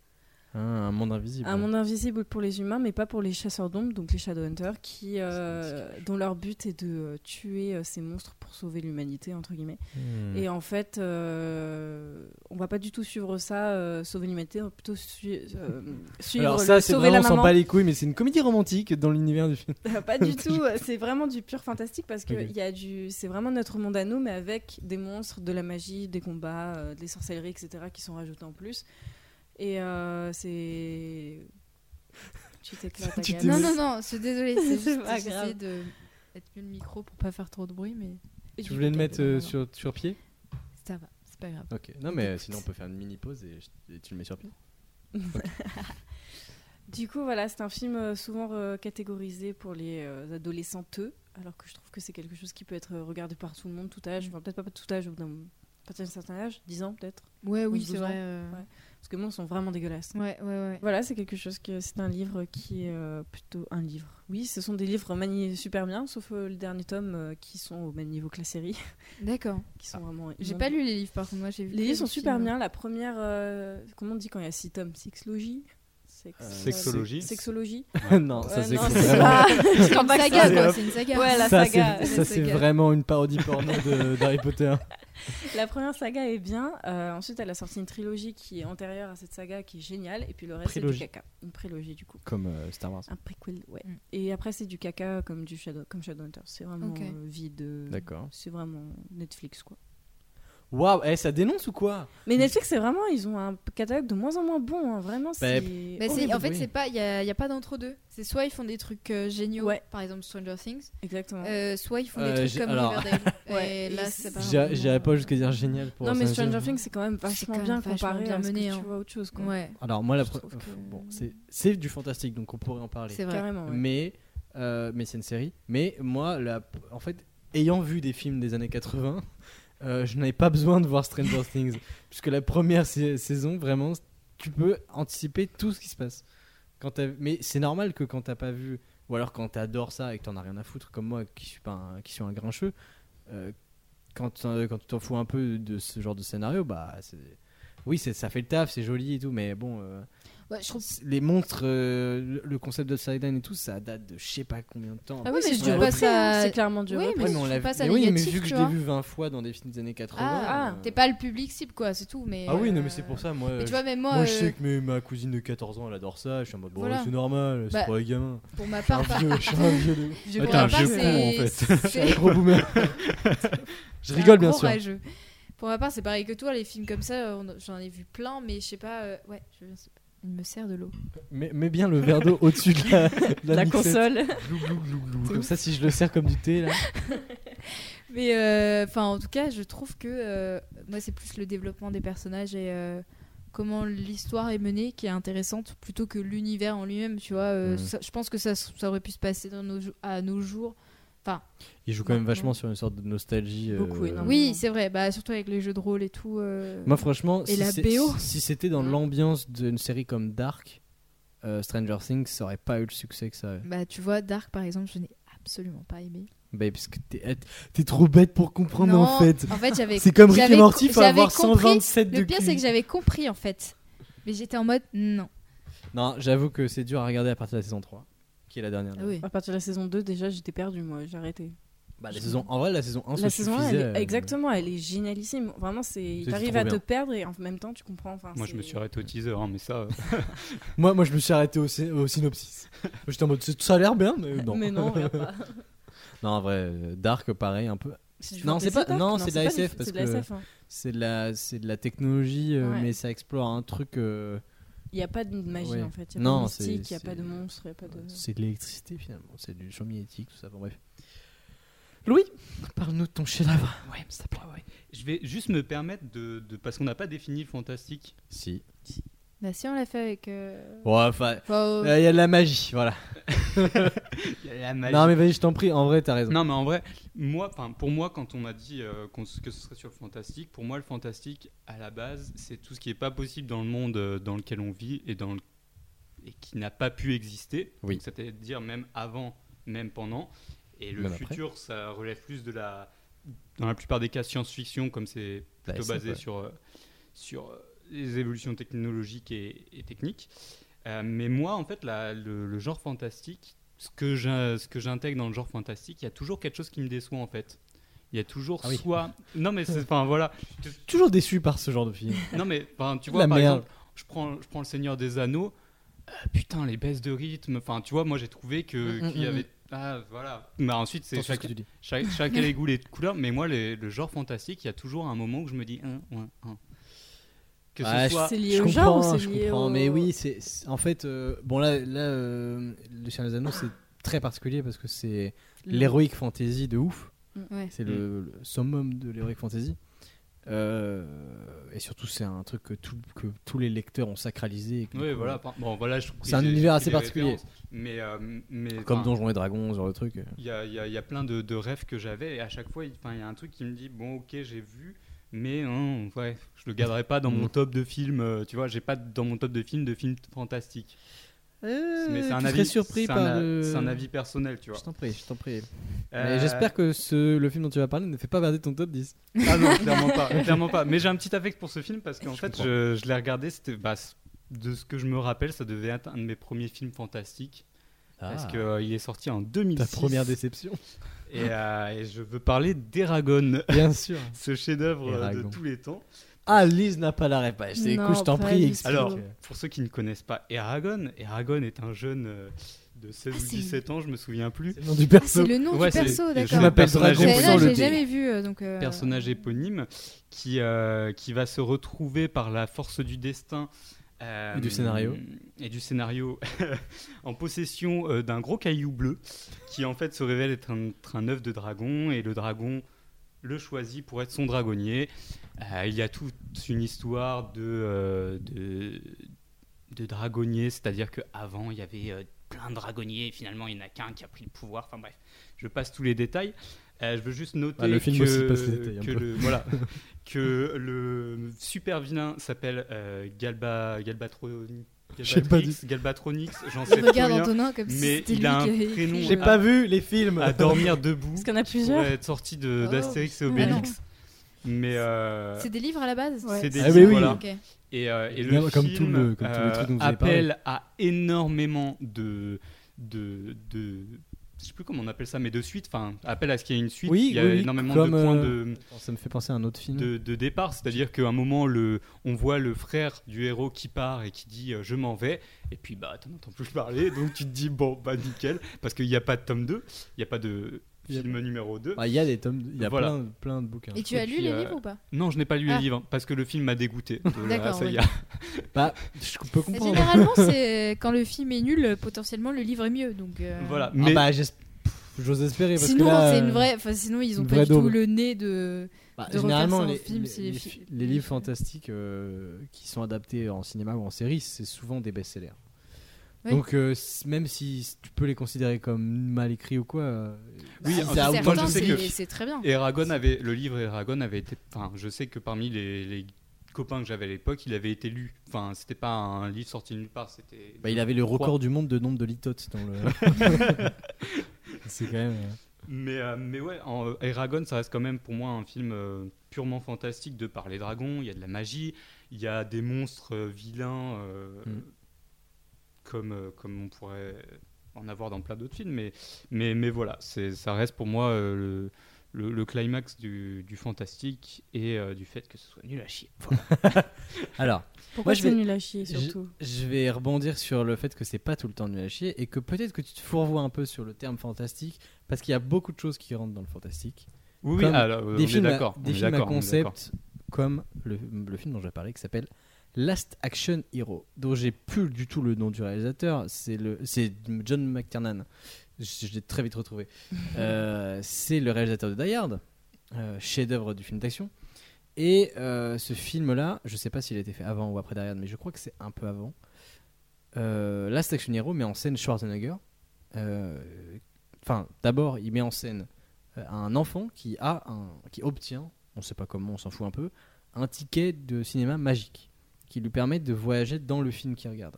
E: Ah, un monde invisible.
H: Un monde invisible pour les humains, mais pas pour les chasseurs d'ombre, donc les Shadowhunters, qui, euh, dont leur but est de euh, tuer euh, ces monstres pour sauver l'humanité, entre guillemets.
E: Hmm. Mm.
H: Et en fait, euh, on va pas du tout suivre ça, euh, sauver l'humanité, on va plutôt su- euh, suivre
E: Alors
H: le-
E: ça, c'est
H: sauver
E: vraiment,
H: la
E: on s'en
H: maman.
E: bat les couilles, mais c'est une comédie romantique dans l'univers du film.
H: pas du tout, euh, c'est vraiment du pur fantastique parce que
E: Ok.
H: il y a du, c'est vraiment notre monde à nous, mais avec des monstres, de la magie, des combats, euh, des sorcelleries, etc., qui sont rajoutés en plus. Et euh, c'est. Tu t'éclates,
E: Tu
H: Agathe.
E: t'es-
G: Non, non, non, je suis désolée. C'est
H: C'est
G: juste
H: pas
G: j'ai
H: grave.
G: essayé de mettre mieux le micro pour pas faire trop de bruit, mais
E: Tu voulais le mettre euh, sur, sur pied
G: ça va, c'est pas grave.
E: Ok. Non, mais euh, sinon, on peut faire une mini pause et, je- et tu le mets sur pied.
H: Du coup, voilà, c'est un film euh, souvent euh, catégorisé pour les euh, adolescenteux, alors que je trouve que c'est quelque chose qui peut être euh, regardé par tout le monde, tout âge, enfin peut-être pas par tout âge, au bout d'un- à partir d'un certain âge, 10 ans peut-être,
G: Ouais, oui,
H: Ou
G: c'est
H: 12 ans.
G: vrai. euh,
H: Ouais. parce que les monstres sont vraiment dégueulasses.
G: Ouais, ouais, ouais.
H: Voilà, c'est quelque chose que c'est un livre qui est euh, plutôt un livre. Oui, ce sont des livres maniés super bien, sauf euh, le dernier tome euh, qui sont au même niveau que la série,
G: D'accord.
H: qui sont vraiment.
G: Ah, J'ai
H: immondes.
G: pas lu les livres par contre, moi j'ai vu. que
H: Les livres sont super
G: films.
H: bien. La première, euh, comment on dit quand il y a 6 tomes, sexlogie. Sex-
E: Euh,
F: Sexologie.
H: Sexologie.
E: non, ça,
H: Ouais,
E: c'est
H: non,
E: que
H: c'est
E: vraiment...
H: pas-
G: C'est une
H: Comme
G: saga,
H: ça.
G: quoi, c'est une saga.
H: Ouais, la
E: ça,
H: saga,
E: c'est-
H: la
E: ça, c'est
G: saga.
E: vraiment une parodie porno de- d'Harry Potter.
H: La première saga est bien. euh, ensuite, elle a sorti une trilogie qui est antérieure à cette saga, qui est géniale. Et puis le reste, c'est du
E: Prélogie.
H: caca. Une prélogie, du coup.
E: Comme euh, Star Wars.
H: Un préquel, ouais.
G: Mm.
H: Et après, c'est du caca comme du Shadow, comme Shadowhunter. C'est vraiment
G: Ok.
H: euh, vide. euh,
E: D'accord.
H: C'est vraiment Netflix, quoi.
E: Waouh, eh, ça dénonce ou quoi
H: Mais Netflix, c'est vraiment, ils ont un catalogue de moins en moins bon. hein, Vraiment, c'est. Oh,
G: Bah, c'est-
H: horrible.
G: en fait,
E: oui.
G: c'est pas, il y a, y a pas d'entre deux. C'est soit ils font des trucs euh, géniaux,
H: Ouais.
G: par exemple Stranger Things,
H: Exactement.
G: euh, soit ils font
E: Euh,
G: des trucs
E: j'ai-
G: comme
E: alors-
G: Riverdale.
H: Ouais.
G: Et là, c'est pas.
H: J'ai-
E: J'a-
G: vraiment,
E: J'irais pas
G: euh,
E: jusqu'à dire génial pour. hein.
H: non, mais
E: Stranger
H: Stranger
E: Things.
H: Things, c'est quand même vachement
G: quand même
H: bien
G: vachement
H: comparé
G: bien
H: à ce que
G: mené,
H: tu
G: hein.
H: vois autre chose, quoi.
G: Ouais.
E: Alors moi, la
H: Je
E: pro-
H: trouve que-
E: bon, c'est- c'est du fantastique, donc on pourrait en parler.
G: C'est vrai.
H: Carrément, ouais.
E: Mais euh, mais c'est une série. Mais moi, la... en fait, ayant vu des films des années 80, euh, je n'avais pas besoin de voir Stranger Things, puisque la première sa- saison, vraiment, tu peux anticiper tout ce qui se passe. Quand t'as- mais c'est normal que quand t'as pas vu, ou alors quand t'adores ça et que t'en as rien à foutre, comme moi, qui suis pas, un, qui suis un grincheux, euh, quand euh, quand tu t'en fous un peu de ce genre de scénario, bah c'est- oui, c'est- ça fait le taf, c'est joli et tout, mais bon. euh,
G: Ouais, je trouve.
E: c'est- Les montres, euh, le- le concept de Down et tout, ça date de je sais pas combien de temps.
H: Ah
G: Ouais,
H: oui,
G: mais
H: c'est
G: je
H: du
G: trouve
H: repris,
G: pas ça-
H: hein, c'est clairement du
G: Oui,
H: repris.
G: mais
E: Ouais,
G: je
E: mais on
G: trouve
E: l'a
G: pas
E: vu-
G: ça
E: mais oui, mais
G: négatif,
E: vu
G: tu
E: que je l'ai
G: vois.
E: vu 20 fois dans des films des années 80.
G: Ah,
E: euh,
G: T'es pas le public cible, quoi, c'est tout. Mais
E: ah oui, non,
G: euh,
E: mais c'est pour ça, moi.
G: Mais
E: euh,
G: tu vois, même moi,
E: moi, je
G: euh,
E: sais que mes- ma cousine de 14 ans, elle adore ça. Je suis en mode, bon,
G: Voilà.
E: c'est normal, c'est
G: Bah,
E: pour les gamins.
G: pour ma
E: Je suis
G: part,
E: un
G: pas.
E: vieux, je suis un vieux de ouf.
G: Je
F: Ouais,
G: vois
F: t'es un
G: pas,
F: vieux
G: c'est-
F: con, en
E: Un
G: c'est-
E: gros boomer. je
G: c'est un
E: rigole, bien
G: gros
E: sûr.
G: rageux. Pour ma part, c'est pareil que toi, les films comme ça, euh, on- j'en ai vu plein, mais je sais pas. euh, Ouais, je- il me sert de l'eau.
E: Mets, mets bien le verre d'eau au-dessus de la, de la
H: La
E: mixette.
H: console.
E: Glou, glou, glou, glou. Comme ça, si je le sers comme du thé, là.
G: Mais euh, enfin, en tout cas, je trouve que euh, moi, c'est plus le développement des personnages et euh, comment l'histoire est menée qui est intéressante plutôt que l'univers en lui-même. Tu vois, euh,
E: Mhm.
G: ça- je pense que ça, ça aurait pu se passer dans nos, jou- à nos jours.
E: Il joue quand même vachement sur une sorte de nostalgie. euh,
H: Beaucoup, énormément.
G: Oui,
H: Mhm.
G: c'est vrai. Bah, surtout avec les jeux de rôle et tout. euh,
E: Moi, franchement,
G: Et
E: si,
G: la Mmh.
E: c'est-
G: BO.
E: si- si c'était dans l'ambiance d'une série comme Dark, euh, Stranger Things, ça aurait pas eu le succès que ça a eu.
G: Bah, tu vois, Dark, par exemple, je n'ai absolument pas aimé.
E: Bah, parce que t'es t'es trop bête pour comprendre en fait.
G: En fait, j'avais.
E: C'est comme Rick et
G: j'avais
E: Morty,
G: co-
E: faut
G: j'avais
E: avoir
G: compris.
E: 127 de
G: Le pire,
E: cul.
G: c'est que j'avais compris en fait. Mais j'étais en mode non.
E: Non, j'avoue que c'est dur à regarder à partir de la saison 3, qui est la dernière.
G: Ah oui.
H: À partir de la saison 2, déjà, j'étais perdue, moi, j'ai arrêté.
E: Bah, la saison, en vrai, la saison 1
H: La saison 1, elle est-
E: suffisait, euh,
H: exactement, elle est génialissime. Vraiment, c'est
E: C'est
H: t'arrives
E: trop
H: à te
E: bien.
H: perdre et en même temps, tu comprends. Enfin,
F: Moi, je
H: c'est-
F: me suis arrêté au teaser, hein, mais ça, euh,
E: Moi, moi, je me suis arrêté au, sy- au synopsis. J'étais en mode, c'est- ça a l'air bien, mais non.
H: Mais non, regarde pas.
E: Non, en vrai, euh, Dark, pareil, un peu.
H: C'est du
E: Non, c'est
H: fantasy
E: pas-
H: dark.
E: non, c'est de la
H: pas du-
E: SF, parce
H: C'est de la
E: que-
H: SF. hein.
E: C'est de la, c'est de la technologie, euh,
H: Ouais.
E: mais ça explore un truc. euh,
H: Il n'y a pas de magie
E: Ouais.
H: en fait. Il n'y a
E: Non,
H: pas de mystique, il
E: c'est-
H: n'y a pas
E: c'est-
H: de monstre, il n'y a pas de.
E: Euh, C'est de l'électricité finalement, c'est du champ magnétique, tout ça. Bon, bref. Louis, parle-nous de ton chef-d'œuvre. Ouais, s'il te plaît, ouais.
F: je vais juste me permettre de. de- parce qu'on n'a pas défini le fantastique.
E: Si.
G: Bah si, on l'a fait avec... euh,
E: Ouais, enfin.
G: enfin, euh,
E: Il y a de la magie, voilà.
F: La
E: Non, mais vas-y, je t'en prie, en vrai, t'as raison.
F: Non, mais en vrai, moi, 'fin, pour moi, quand on m'a dit euh, qu'on- que ce serait sur le fantastique, pour moi, le fantastique, à la base, c'est tout ce qui n'est pas possible dans le monde euh, dans lequel on vit et, dans le- et qui n'a pas pu exister.
E: Oui.
F: Donc, Ça peut dire même avant, même pendant. Et le
E: Même après.
F: futur, ça relève plus de la. Dans la plupart des cas, science-fiction, comme c'est
E: Bah,
F: plutôt
E: c'est
F: basé
E: vrai.
F: sur, euh, sur euh, les évolutions technologiques et, et techniques. Euh, mais moi, en fait, la- le, le genre fantastique, ce que j'in- ce que j'intègre dans le genre fantastique, il y a toujours quelque chose qui me déçoit, en fait. Il y a toujours
E: Ah oui.
F: soit. Non, mais c'est- enfin, voilà.
E: Toujours déçu par ce genre de film.
F: Non, mais enfin, tu vois,
E: La
F: par
E: merde.
F: exemple, je prends, je prends le Seigneur des Anneaux. euh, putain, les baisses de rythme. Enfin, tu vois, moi, j'ai trouvé que-
E: Mm, mm,
F: qu'il y
E: mm.
F: avait. Ah, voilà. Mais ensuite, c'est
E: Attention à ce
F: chaque,
E: que tu dis.
F: Cha- chacun les goûts, les couleurs, mais moi, les- le genre fantastique, il y a toujours un moment où je me dis un, un, un. Que ce
E: Ouais,
F: soit.
H: C'est lié
E: Je
H: au genre ou
E: comprends,
H: c'est
E: je
H: lié
E: comprends,
H: au-
E: mais oui, c'est c'est- en fait euh, bon là, là, euh, le Seigneur des Anneaux c'est très particulier parce que c'est l'héroïque fantasy de ouf.
G: ouais.
E: C'est le,
F: Mm.
E: le summum de l'heroic fantasy. Euh, et surtout, c'est un truc que, tout- que tous les lecteurs ont sacralisé. et que,
F: Oui,
E: du coup,
F: voilà. par- Bon, voilà, je trouve que
E: C'est un
F: j'ai-
E: univers
F: j'ai
E: assez
F: des
E: particulier.
F: références, Mais, euh, mais
E: Comme
F: enfin,
E: Donjons et Dragons, ce genre de truc. euh,
F: il y a, il y a- il y a plein de, de rêves que j'avais, et à chaque fois, il enfin, il y a un truc qui me dit bon, ok, j'ai vu, mais hein, ouais, je le garderai pas dans mon
E: Mm.
F: top de films. euh, tu vois, j'ai pas dans mon top de films de films fantastiques. mais c'est
E: Euh,
F: un
E: tu
F: avis.
E: surpris
F: c'est
E: par
F: un, a-
E: le-
F: c'est un avis personnel, tu vois.
E: Je t'en prie, je t'en prie.
F: Euh,
E: Mais J'espère que ce, le film dont tu vas parler ne fait pas baser ton top 10.
F: Ah non, clairement pas. clairement pas. Mais j'ai un petit affect pour ce film parce qu'en
E: Je
F: fait,
E: comprends.
F: je, je l'ai regardé. C'était bah, c- de ce que je me rappelle, ça devait être un de mes premiers films fantastiques parce que euh, il est sorti en 2006.
E: Ah. Ta première déception.
F: Et, euh, et je veux parler d'Eragon,
E: Bien sûr.
F: ce chef-d'œuvre euh, de
E: Eragon.
F: tous les temps.
E: Ah, Lise n'a pas la réponse.
G: Non,
E: Écoute, je t'en
G: pas
E: prie,
G: du
E: explique.
F: Alors, pour ceux qui ne connaissent pas Eragon, Eragon est un jeune euh, de 16
G: Ah,
F: ou
G: c'est-
F: 17 ans, je me souviens plus.
E: C'est le nom du
G: Ah,
E: perso.
G: c'est le nom
F: Ouais,
G: du
F: c'est-
G: perso,
F: je
G: d'accord.
E: Je m'appelle
F: Personnage
E: Dragon
G: Celle-là,
E: sans
G: je
E: le
G: l'ai
E: D.
G: jamais vu, euh, donc... euh,
F: personnage éponyme qui, euh, qui va se retrouver par la force du destin euh,
E: Et du scénario.
F: et du scénario en possession euh, d'un gros caillou bleu qui en fait se révèle être un, être un œuf de dragon et le dragon le choisit pour être son dragonnier. Euh, il y a toute une histoire de, euh, de, de dragonnier, c'est-à-dire qu'avant il y avait euh, plein de dragonniers et finalement il n'y en a qu'un qui a pris le pouvoir. Enfin bref, je passe tous les détails. Euh, je veux juste noter
E: Ah, le film
F: que,
E: aussi passe les détails, hein, un
F: que,
E: peu.
F: le, voilà, que le super vilain s'appelle euh, Galba, Galbatroni-
E: Je sais pas
F: Galbatrix, Galbatronix, j'en sais
G: Il
F: pas
G: regarde
F: rien.
G: Antonin comme si
F: mais
G: c'était
F: il
G: lui
F: a un
G: qui avait écrit
F: prénom-
G: le-
E: J'ai pas vu les films.
F: À dormir debout.
H: Parce qu'il y en a
F: qui
H: plusieurs.
F: pourrait être sorti de-
G: Oh.
F: d'Astérix et
G: Ah,
F: Obélix.
G: non.
F: Mais euh,
G: C'est des livres à la base
H: Ouais.
F: c'est des
E: Ah, mais
F: livres,
E: oui.
F: voilà.
G: Ok.
F: Et, euh, et
E: Bien,
F: le
E: comme
F: film
E: tout le- comme tous les
F: euh,
E: trucs dont vous avez parlé.
F: appelle à énormément de, de, de- je sais plus comment on appelle ça, mais de suite. Enfin, appelle à ce qu'il y ait une suite.
E: Oui,
F: il y a
E: oui, oui,
F: énormément
E: comme,
F: de points
E: euh, mm.
F: de
E: Ça me fait penser à un autre film.
F: de, de départ, c'est-à-dire qu'à un moment, le, on voit le frère du héros qui part et qui dit euh, je m'en vais, et puis bah t'en entends plus parler, donc tu te dis bon bah nickel, parce qu'il n'y a pas de tome 2, il n'y a pas de
E: Il y a-
F: film numéro 2.
E: Ah, Il y a des tomes, il y a
F: Voilà.
E: plein, plein de bouquins.
G: Et tu as
F: Et
G: lu
F: puis,
G: les
F: euh,
G: livres ou pas
F: Non, je n'ai pas lu
G: Ah.
F: les livres, parce que le film m'a dégoûté. De la
G: D'accord,
F: saga.
E: Bah, je peux comprendre.
G: Généralement, c'est euh, quand le film est nul, potentiellement le livre est mieux. Donc euh,
F: Voilà,
E: Ah
F: mais
E: bah, j'esp- pff, j'ose espérer parce
G: Sinon,
E: que là,
G: c'est une
E: euh,
G: vraie. Enfin, sinon, ils ont
E: une
G: pas
E: vraie
G: du tout
E: daube.
G: le nez de.
E: bah,
G: de
E: généralement
G: refaire ça en
E: les,
G: film,
E: les-
G: c'est les
E: les
G: fi-
E: fi- les livres fantastiques euh, qui sont adaptés en cinéma ou en série, c'est souvent des best-sellers.
G: Oui.
E: Donc euh, c- même si tu peux les considérer comme mal écrits ou quoi, euh,
F: Oui,
E: si
F: en
E: ça
F: fait,
E: a
F: moi,
E: autant
F: je
E: de
G: Certains,
F: sais
G: Ah, c'est
E: séries-
F: que-
G: c'est très bien.
F: Eragon avait, le livre Eragon avait été, enfin je sais que parmi les, les copains que j'avais à l'époque, il avait été lu. Enfin, c'était pas un livre sorti de nulle part, c'était...
E: Bah, il avait le record
F: Trois.
E: du monde de nombre de litotes dans le. c'est quand même. euh,
F: Mais, euh, mais ouais, en, euh, Eragon, ça reste quand même pour moi un film euh, purement fantastique de par les dragons. Il y a de la magie, il y a des monstres euh, vilains euh,
E: Mm.
F: comme, euh, comme on pourrait en avoir dans plein d'autres films, mais, mais, mais voilà, c'est- ça reste pour moi euh, le, le- le climax du, du fantastique et euh, du fait que ce soit nul à chier. Voilà.
E: Alors,
H: Pourquoi
E: Moi, je
H: c'est
E: vais-
H: nul à chier, surtout
E: je vais rebondir sur le fait que c'est pas tout le temps nul à chier et que peut-être que tu te fourvoies un peu sur le terme fantastique parce qu'il y a beaucoup de choses qui rentrent dans le fantastique.
F: Oui, oui,
E: Comme
F: ah, là, euh, on
E: des
F: est
E: films, à,
F: d'accord.
E: des
F: on est
E: films à
F: d'accord, on est d'accord.
E: concept comme le, le film dont j'ai parlé qui s'appelle Last Action Hero, dont j'ai plus du tout le nom du réalisateur, c'est le c'est John McTiernan. Je, je l'ai très vite retrouvé. Euh, c'est le réalisateur de Die Hard, euh, chef-d'œuvre du film d'action. Et euh, ce film-là, je sais pas s'il a été fait avant ou après Die Hard, mais je crois que c'est un peu avant. Euh, Last Action Hero met en scène Schwarzenegger. Euh, Enfin, d'abord, il met en scène euh, un enfant qui a un, qui obtient, on sait pas comment, on s'en fout un peu, un ticket de cinéma magique qui lui permet de voyager dans le film qu'il regarde.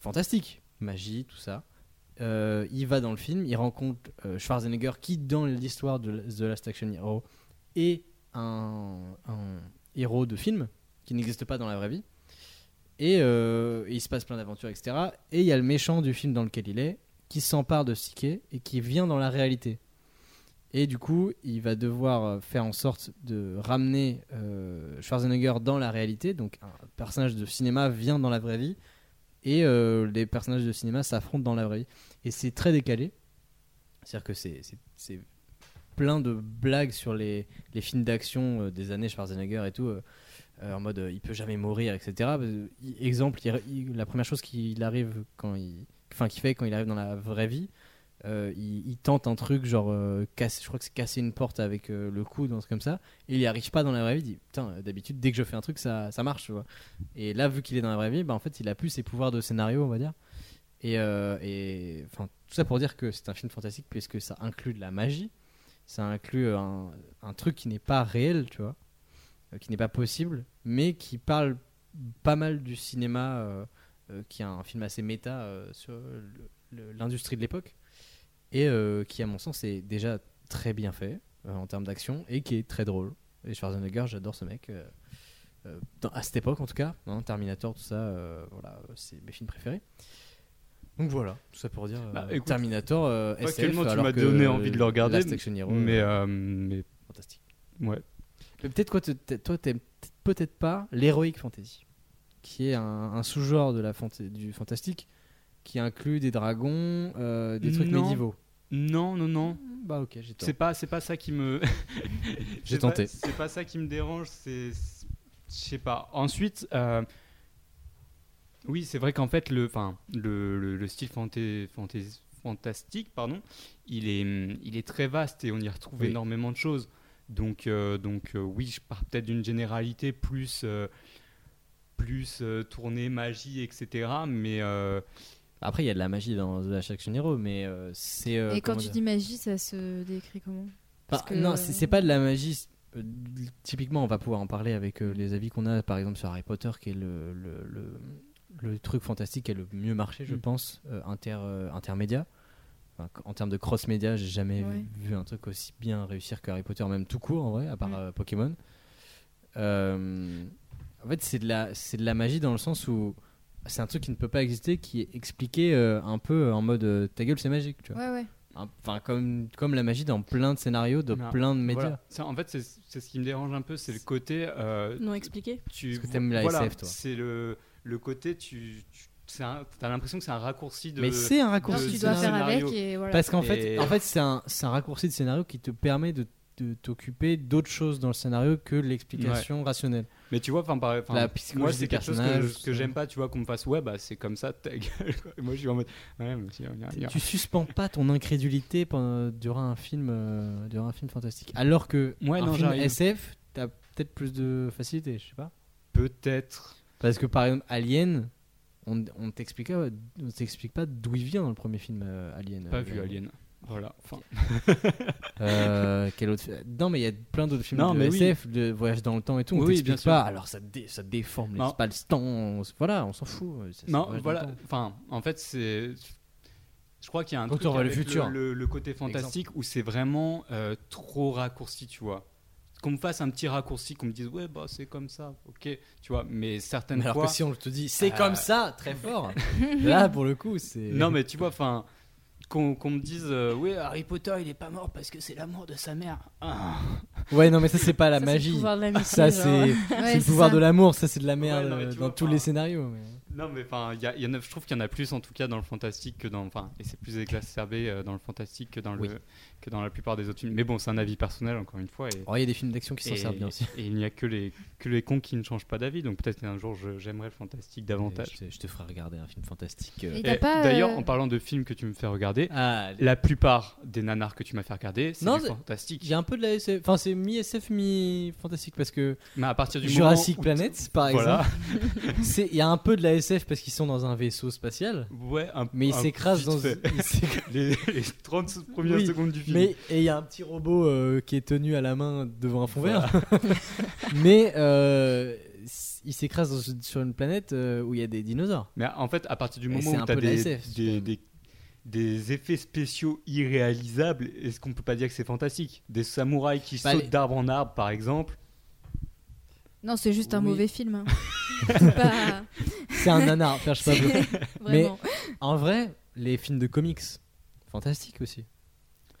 E: Fantastique, magie, tout ça. Euh, il va dans le film, il rencontre euh, Schwarzenegger qui, dans l'histoire de The Last Action Hero, est un, un héros de film qui n'existe pas dans la vraie vie. Et euh, il se passe plein d'aventures, etc. Et il y a le méchant du film dans lequel il est qui s'empare de ce ticket et qui vient dans la réalité. Et du coup, il va devoir euh, faire en sorte de ramener euh, Schwarzenegger dans la réalité. Donc, un personnage de cinéma vient dans la vraie vie et euh, les personnages de cinéma s'affrontent dans la vraie vie. Et c'est très décalé. C'est-à-dire que c'est- c'est c'est plein de blagues sur les, les films d'action euh, des années Schwarzenegger et tout. euh, euh, en mode, euh, il peut jamais mourir, etc. Parce que, il- exemple, il- il- la première chose qu'il arrive quand il, enfin, qu'il fait quand il arrive dans la vraie vie, euh, il, il tente un truc genre euh, casse- je crois que c'est casser une porte avec euh, le coude ou un truc comme ça et il n'y arrive pas dans la vraie vie il dit putain euh, d'habitude dès que je fais un truc ça, ça marche tu vois et là vu qu'il est dans la vraie vie bah, en fait il a plus ses pouvoirs de scénario on va dire et euh, et- enfin tout ça pour dire que c'est un film fantastique puisque ça inclut de la magie ça inclut euh, un, un truc qui n'est pas réel tu vois euh, qui n'est pas possible mais qui parle pas mal du cinéma euh, euh, qui est un film assez méta euh, sur le- le- l'industrie de l'époque et euh, qui à mon sens est déjà très bien fait euh, en termes d'action et qui est très drôle. Et Schwarzenegger, j'adore ce mec. euh, euh, dans- à cette époque en tout cas, hein, Terminator, tout ça, euh, voilà, euh, c'est mes films préférés. Donc voilà, tout ça pour dire euh,
F: Bah, écoute,
E: Terminator, euh, SF,
F: actuellement, tu
E: alors
F: m'as
E: que
F: donné envie de le regarder,
E: Last Action Hero,
F: Mais,
E: euh,
F: euh, mais
E: fantastique.
F: ouais.
E: Mais peut-être quoi, t'es- toi t'aimes peut-être- peut-être pas l'héroïque fantasy, qui est un, un sous-genre de la fanta- du fantastique qui inclut des dragons, euh, des trucs
F: Non.
E: médiévaux.
F: Non, non, non.
E: Bah ok, j'ai tort.
F: C'est pas, c'est pas ça qui me.
E: J'ai
F: C'est pas-
E: tenté.
F: C'est pas ça qui me dérange. C'est, c'est- je sais pas. Ensuite, euh, oui, c'est vrai qu'en fait le, enfin, le, le- le style fanta- fanta- fantastique, pardon, il est, hum, il est très vaste et on y retrouve
E: Oui.
F: énormément de choses. Donc, euh, donc euh, oui, je pars peut-être d'une généralité plus, euh, plus euh, tournée magie, etc. Mais euh,
E: Après, il y a de la magie dans The Last Action Hero, mais euh, c'est. euh,
G: Et quand
E: comment
G: tu
E: dire
G: dis magie, ça se décrit comment
E: Enfin,
G: parce que-
E: Bah, Ah,
G: euh,
E: Non, c'est c'est pas de la magie. c'est- euh, Typiquement, on va pouvoir en parler avec euh, les avis qu'on a, par exemple, sur Harry Potter, qui est le, le, le, le truc fantastique qui a le mieux marché, je
F: Mm.
E: pense, euh, inter, euh, intermédia. Enfin, qu- en termes de cross-média, j'ai jamais
G: Ouais.
E: vu un truc aussi bien réussir que Harry Potter, même tout court, en vrai, à part
G: Ouais.
E: euh, Pokémon. Euh, en fait, c'est de, la, c'est de la magie dans le sens où c'est un truc qui ne peut pas exister, qui est expliqué euh, un peu en mode euh, ta gueule, c'est magique. Tu vois.
G: Ouais, ouais.
E: Hein, Enfin, comme, comme la magie dans plein de scénarios, de
F: Non,
E: plein de médias.
F: voilà. Ça, en fait, c'est, c'est ce qui me dérange un peu, c'est le côté euh,
H: Non expliqué
F: tu
E: Parce que t'aimes la
F: voilà,
E: SF, toi.
F: c'est le, le côté tu, tu c'est un- t'as l'impression que c'est un raccourci de
E: Mais c'est un
G: Non,
E: raccourci.
F: de-
G: tu
E: de
G: dois
E: scénario.
G: faire avec
F: scénario.
G: et voilà.
E: Parce qu'en
F: Et-
E: fait, en fait c'est un, c'est un raccourci de scénario qui te permet de, de t'occuper d'autres choses dans le scénario que l'explication rationnelle.
F: mais tu vois enfin par enfin,
E: La psychologie
F: moi c'est
E: des
F: quelque chose
E: personnages, euh.
F: que, que
E: ça.
F: j'aime pas tu vois qu'on me fasse ouais bah c'est comme ça ta gueule quoi. Et moi je suis en mode ouais mais si, on y arrive.
E: Tu suspends pas ton incrédulité pendant, durant, un film, euh, durant un film fantastique. Alors que
F: Ouais,
E: un
F: non,
E: film
F: j'arrive.
E: SF, t'as peut-être plus de facilité, je sais pas.
F: peut-être
E: Parce que par exemple, Alien, on, on t'explique euh, on t'explique pas d'où il vient dans le premier film euh, Alien.
F: pas
E: Euh,
F: vu Alien voilà enfin
E: Euh, quel autre... Non, mais il y a plein d'autres films
F: Non,
E: de
F: mais oui.
E: SF, de voyage dans le temps et tout. On
F: Oui, oui,
E: t'explique
F: bien sûr.
E: pas. Alors ça, dé- ça déforme
F: Non.
E: l'espace, le temps. on s- Voilà, on s'en fout. euh, ça- ça
F: non
E: voyage dans
F: voilà
E: le temps.
F: enfin en fait c'est je crois qu'il y a un
E: Quand
F: truc
E: on voit le
F: avec
E: futur.
F: le, le côté fantastique où c'est vraiment euh, trop raccourci tu vois qu'on me fasse un petit raccourci, qu'on me dise ouais bah c'est comme ça, ok, tu vois. Mais certaines
E: Mais alors
F: fois,
E: que si on te dit c'est
F: Euh,
E: comme ça, très fort, là pour le coup c'est.
F: non mais tu vois, enfin qu'on qu'on me dise euh, ouais Harry Potter il est pas mort parce que c'est l'amour de sa mère. Ah.
E: Ouais, non mais ça c'est pas la
H: Ça, c'est le
E: magie.
H: pouvoir de l'amitié,
E: Ça
H: genre.
E: c'est c'est le pouvoir de l'amour, ça c'est de la merde
F: non, mais
E: euh,
F: tu
E: dans
F: vois,
E: tous
F: enfin,
E: les scénarios. mais-
F: Non, mais enfin, il y a- il y en a- je trouve qu'il y en a plus en tout cas dans le fantastique que dans, enfin, et c'est plus exacerbé euh, dans le fantastique que dans
E: Oui.
F: le que dans la plupart des autres films. Mais bon, c'est un avis personnel encore une fois. Et,
E: Oh, il y a des films d'action qui s'en
F: et-
E: servent bien aussi.
F: et il n'y a que les que les cons qui ne changent pas d'avis. Donc peut-être qu'un jour je- j'aimerais le fantastique davantage.
E: Je, te- je te ferai regarder un film fantastique.
G: Et
E: euh.
G: t'as
F: Et
G: pas,
F: D'ailleurs,
G: euh,
F: en parlant de films que tu me fais regarder,
E: Ah,
F: la plupart des nanars que tu m'as fait regarder, c'est
E: Non,
F: du
E: c'est-
F: fantastique.
E: il y a un peu de la SF, enfin c'est mi SF mi fantastique parce que
F: Mais à partir du
E: Jurassic
F: moment où-
E: Planet par
F: Voilà.
E: exemple, c'est il y a un peu de la SF parce qu'ils sont dans un vaisseau spatial,
F: Ouais, un-
E: mais ils
F: un
E: s'écrasent
F: Ah, vite
E: dans
F: fait.
E: ils s'écrasent-
F: les, les 30 premières
E: Oui,
F: secondes du film.
E: Mais et il y a un petit robot euh, qui est tenu à la main devant un fond vert. mais euh, s- il s'écrase dans une- sur une planète euh, où il y a des dinosaures.
F: Mais en fait, à partir du
E: Et
F: moment
E: c'est un
F: où tu as
E: peu de la
F: des,
E: SF, quand
F: des,
E: même.
F: des- des effets spéciaux irréalisables, est-ce qu'on peut pas dire que c'est fantastique Des samouraïs qui
E: Bah, les-
F: sautent d'arbre en arbre, par exemple.
G: Non, c'est juste un
E: Oui.
G: mauvais film. hein. C'est pas-
E: C'est un nanar, enfin, je sais pas,
G: c'est-
E: je-
G: Vraiment.
E: En vrai, les films de comics, fantastique aussi.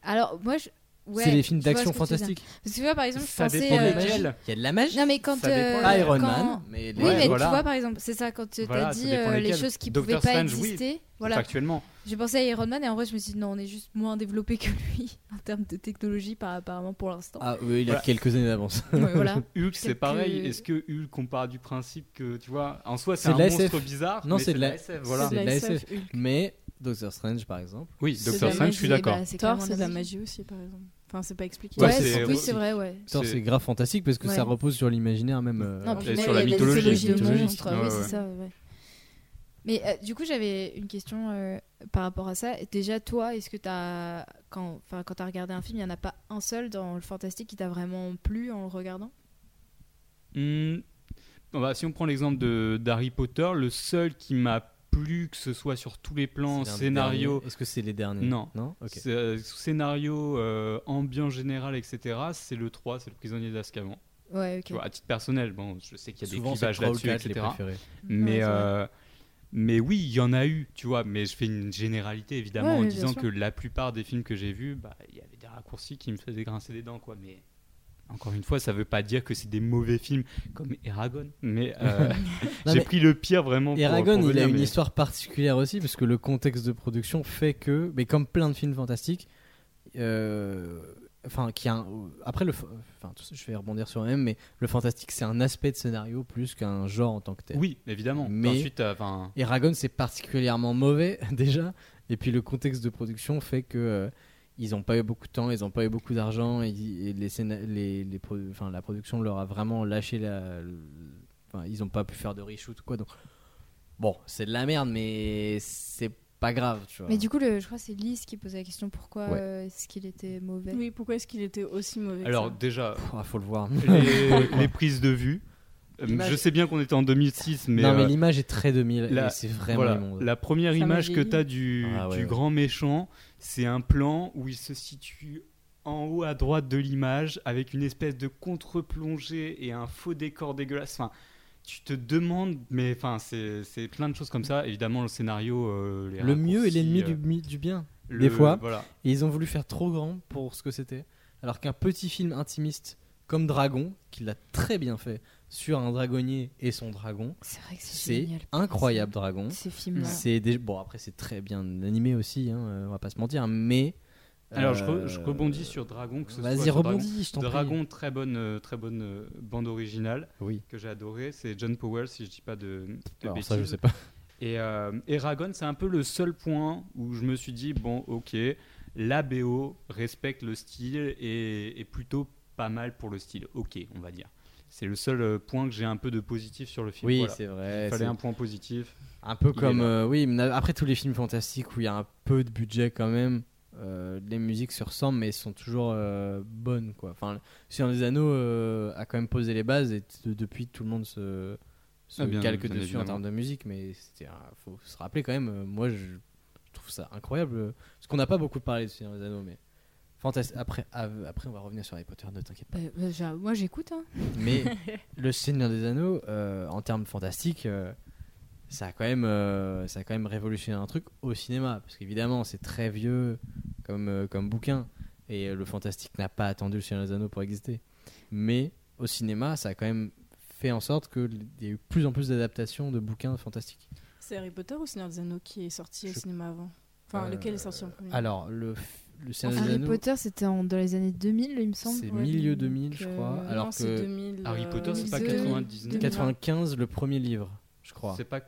G: Alors, moi, je. Ouais,
E: c'est les films
G: je vois
E: d'action
G: ce que tu veux dire.
E: fantastique.
G: Parce que tu vois, par exemple, je
F: Ça
G: pensais.
F: dépend
G: euh,
F: des lesquels.
E: Il y a de la magie.
G: Non, mais quand.
F: Ça dépend
G: euh,
F: des-
E: Iron
G: quand-
E: Man, mais les-
G: Oui, mais
F: voilà.
G: tu vois, par exemple, c'est ça, quand tu
F: Voilà,
G: as
F: ça
G: dit
F: dépend
G: euh, les
F: lesquels.
G: choses qui
F: Doctor
G: pouvaient pas
F: Strange, oui.
G: exister. Voilà.
F: Factuellement.
G: J'ai pensé à Iron Man et en vrai, je me suis dit, non, on est juste moins développé que lui en termes de technologie, par, apparemment, pour l'instant.
E: Ah oui, il y a
F: Voilà.
E: quelques années d'avance.
G: Ouais, voilà.
F: Hulk, c'est
G: Quelques-
F: pareil. Est-ce que Hulk, on part du principe que, tu vois, en soi,
E: C'est
F: c'est un
E: de la SF.
F: monstre bizarre
E: Non,
F: mais
E: c'est de la-
F: SF. Voilà.
E: c'est de la SF.
H: Hulk.
E: Mais Doctor Strange par exemple.
F: Oui,
G: C'est de
F: Doctor
G: la
F: Strange, je suis
G: magie,
F: d'accord.
G: bah, c'est
H: Thor,
G: clairement
H: c'est de la
G: magie.
H: magie aussi, par exemple. Enfin, c'est pas expliqué.
G: Ouais,
F: Ouais, c'est-
G: c'est- oui, c'est vrai, ouais.
E: Doctor
F: C'est-
E: c'est grave fantastique parce que
G: Ouais.
E: ça repose sur l'imaginaire même. euh,
G: Non, puis
F: Et
G: même,
F: sur
G: il y
F: la
G: a des
F: mythologie,
G: mythologies de
E: mythologie.
G: monstres,
F: Ouais,
G: oui,
F: ouais.
G: c'est ça, ouais, ouais. Mais euh, du coup, j'avais une question euh, par rapport à ça. Déjà, toi, est-ce que t'as, quand, enfin, quand t'as regardé un film, il n'y en a pas un seul dans le fantastique qui t'a vraiment plu en le regardant
F: Hmm, bon, bah, si on prend l'exemple de- d'Harry Potter, le seul qui m'a plu, que ce soit sur tous les plans,
E: c'est l'un des
F: scénario,
E: derniers. Est-ce que c'est les derniers
F: Non.
E: Non. Ok.
F: C'est, euh, sous scénario, euh, ambiance générale, etc., c'est le 3, c'est le prisonnier d'Azkaban.
G: Ouais,
F: Tu
G: ok.
F: vois, à titre personnel, bon, je sais qu'il y a
E: Souvent
F: des
E: c'est
F: clivages
E: trois ou
F: là-dessus,
E: quatre les
F: etc.
E: préférés.
G: Ouais,
F: Mais,
G: c'est vrai.
F: euh, mais oui, il y en a eu, tu vois, mais je fais une généralité, évidemment,
G: Ouais,
F: en
G: mais bien
F: disant
G: sûr.
F: que la plupart des films que j'ai vus, bah, il y avait des raccourcis qui me faisaient grincer des dents, quoi, mais... Encore une fois, ça veut pas dire que c'est des mauvais films comme Eragon, mais euh,
E: Non,
F: j'ai
E: mais-
F: pris le pire vraiment. pour-
E: Eragon,
F: pour
E: il a
F: venir,
E: une
F: mais-
E: histoire particulière aussi, parce que le contexte de production fait que, mais comme plein de films fantastiques, euh, enfin, qui a un- après le, fa- enfin, tout ça, je vais rebondir sur même, mais le fantastique, c'est un aspect de scénario plus qu'un genre en tant que tel.
F: Oui, évidemment.
E: Mais-
F: Ensuite, euh, enfin,
E: Eragon, c'est particulièrement mauvais déjà, et puis le contexte de production fait que. euh, ils n'ont pas eu beaucoup de temps, ils n'ont pas eu beaucoup d'argent, et, et les scéna- les, les produ- enfin, la production leur a vraiment lâché la. le- Enfin, ils n'ont pas pu faire de reshoot ou quoi. Donc, bon, c'est de la merde, mais c'est pas grave, tu vois.
G: Mais du coup, le, je crois que c'est Lise qui posait la question pourquoi
E: bah. Ouais.
G: euh, est-ce qu'il était mauvais
H: Oui, pourquoi est-ce qu'il était aussi mauvais que
F: alors
H: ça
F: déjà,
E: Pff, ah, faut le voir.
F: les, les prises de vue. Euh,
E: L'image-
F: Je sais bien qu'on était en 2006, mais,
E: non, mais
F: euh,
E: l'image est très 2000
F: la-
E: et c'est vraiment
F: voilà,
E: immonde.
F: la première
H: Ça m'a
F: image que
H: vieilli.
F: tu as du,
E: Ah ouais,
F: du
E: ouais.
F: grand méchant, c'est un plan où il se situe en haut à droite de l'image avec une espèce de contre-plongée et un faux décor dégueulasse. Enfin, tu te demandes, mais enfin, c'est c'est plein de choses comme ça. Évidemment, le scénario, euh, les
E: Le mieux est
F: raccourcis,
E: l'ennemi
F: euh,
E: du, mi- du bien.
F: le-
E: des fois.
F: Voilà.
E: Et ils ont voulu faire trop grand pour ce que c'était. Alors qu'un petit film intimiste comme Dragon, qui l'a très bien fait sur un dragonnier et son dragon,
G: C'est vrai que c'est
E: c'est
G: génial.
E: incroyable Dragon.
G: Ces films-là.
E: C'est des- bon après c'est très bien animé aussi, hein, euh, on va pas se mentir, mais
F: Alors, je, re-
E: euh,
F: je rebondis sur Dragon. que ce soit
E: Vas-y
F: sur Dragon.
E: rebondis, je t'en prie.
F: Dragon, très bonne, euh, très bonne euh, bande originale.
E: Oui.
F: que j'ai adoré, c'est John Powell, si je dis pas de, de
E: Alors
F: bêtises.
E: ça je sais pas.
F: Et euh, Eragon, c'est un peu le seul point où je me suis dit, bon, ok, la BO respecte le style et est plutôt pas mal pour le style. Ok, on va dire. C'est le seul euh, point que j'ai un peu de positif sur le film.
E: Oui
F: Voilà.
E: c'est
F: Il
E: vrai.
F: fallait
E: c'est-
F: un point positif.
E: Un peu
F: Il est
E: comme
F: là.
E: euh, oui mais après tous les films fantastiques où il y a un peu de budget quand même, euh, les musiques se ressemblent mais elles sont toujours euh, bonnes quoi. Enfin Seigneur des Anneaux euh, a quand même posé les bases et t- depuis tout le monde se, se
F: Ah, bien-
E: calque
F: bien
E: dessus
F: évidemment.
E: en termes de musique mais c'était un- faut se rappeler quand même euh, moi je, je trouve ça incroyable euh, parce qu'on n'a pas beaucoup parlé de Seigneur des Anneaux mais Fantastique. Après, av- après, on va revenir sur Harry Potter, ne t'inquiète pas.
G: Euh, bah, j'a- moi j'écoute. Hein.
E: Mais le Seigneur des Anneaux, euh, en termes fantastiques, euh, ça, a quand même, euh, ça a quand même révolutionné un truc au cinéma. Parce qu'évidemment, c'est très vieux comme, euh, comme bouquin. Et euh, le fantastique n'a pas attendu le Seigneur des Anneaux pour exister. Mais au cinéma, ça a quand même fait en sorte qu'il y a eu de plus en plus d'adaptations de bouquins fantastiques.
H: C'est Harry Potter ou Seigneur des Anneaux qui est sorti au
E: Je-
H: cinéma avant Enfin,
E: Euh,
H: lequel est sorti en premier
E: Alors, le, f- le Seigneur des
G: Harry
E: Anneaux,
G: Potter, c'était en- dans les années 2000, il me semble.
E: c'est
H: ouais,
E: milieu
H: donc,
E: 2000, je crois.
G: euh,
E: Alors
H: Non, c'est
E: que
H: 2000,
F: Harry
H: euh,
F: Potter, c'est pas
G: The-
F: 99.
E: 95, le premier livre, je crois.
F: C'est pas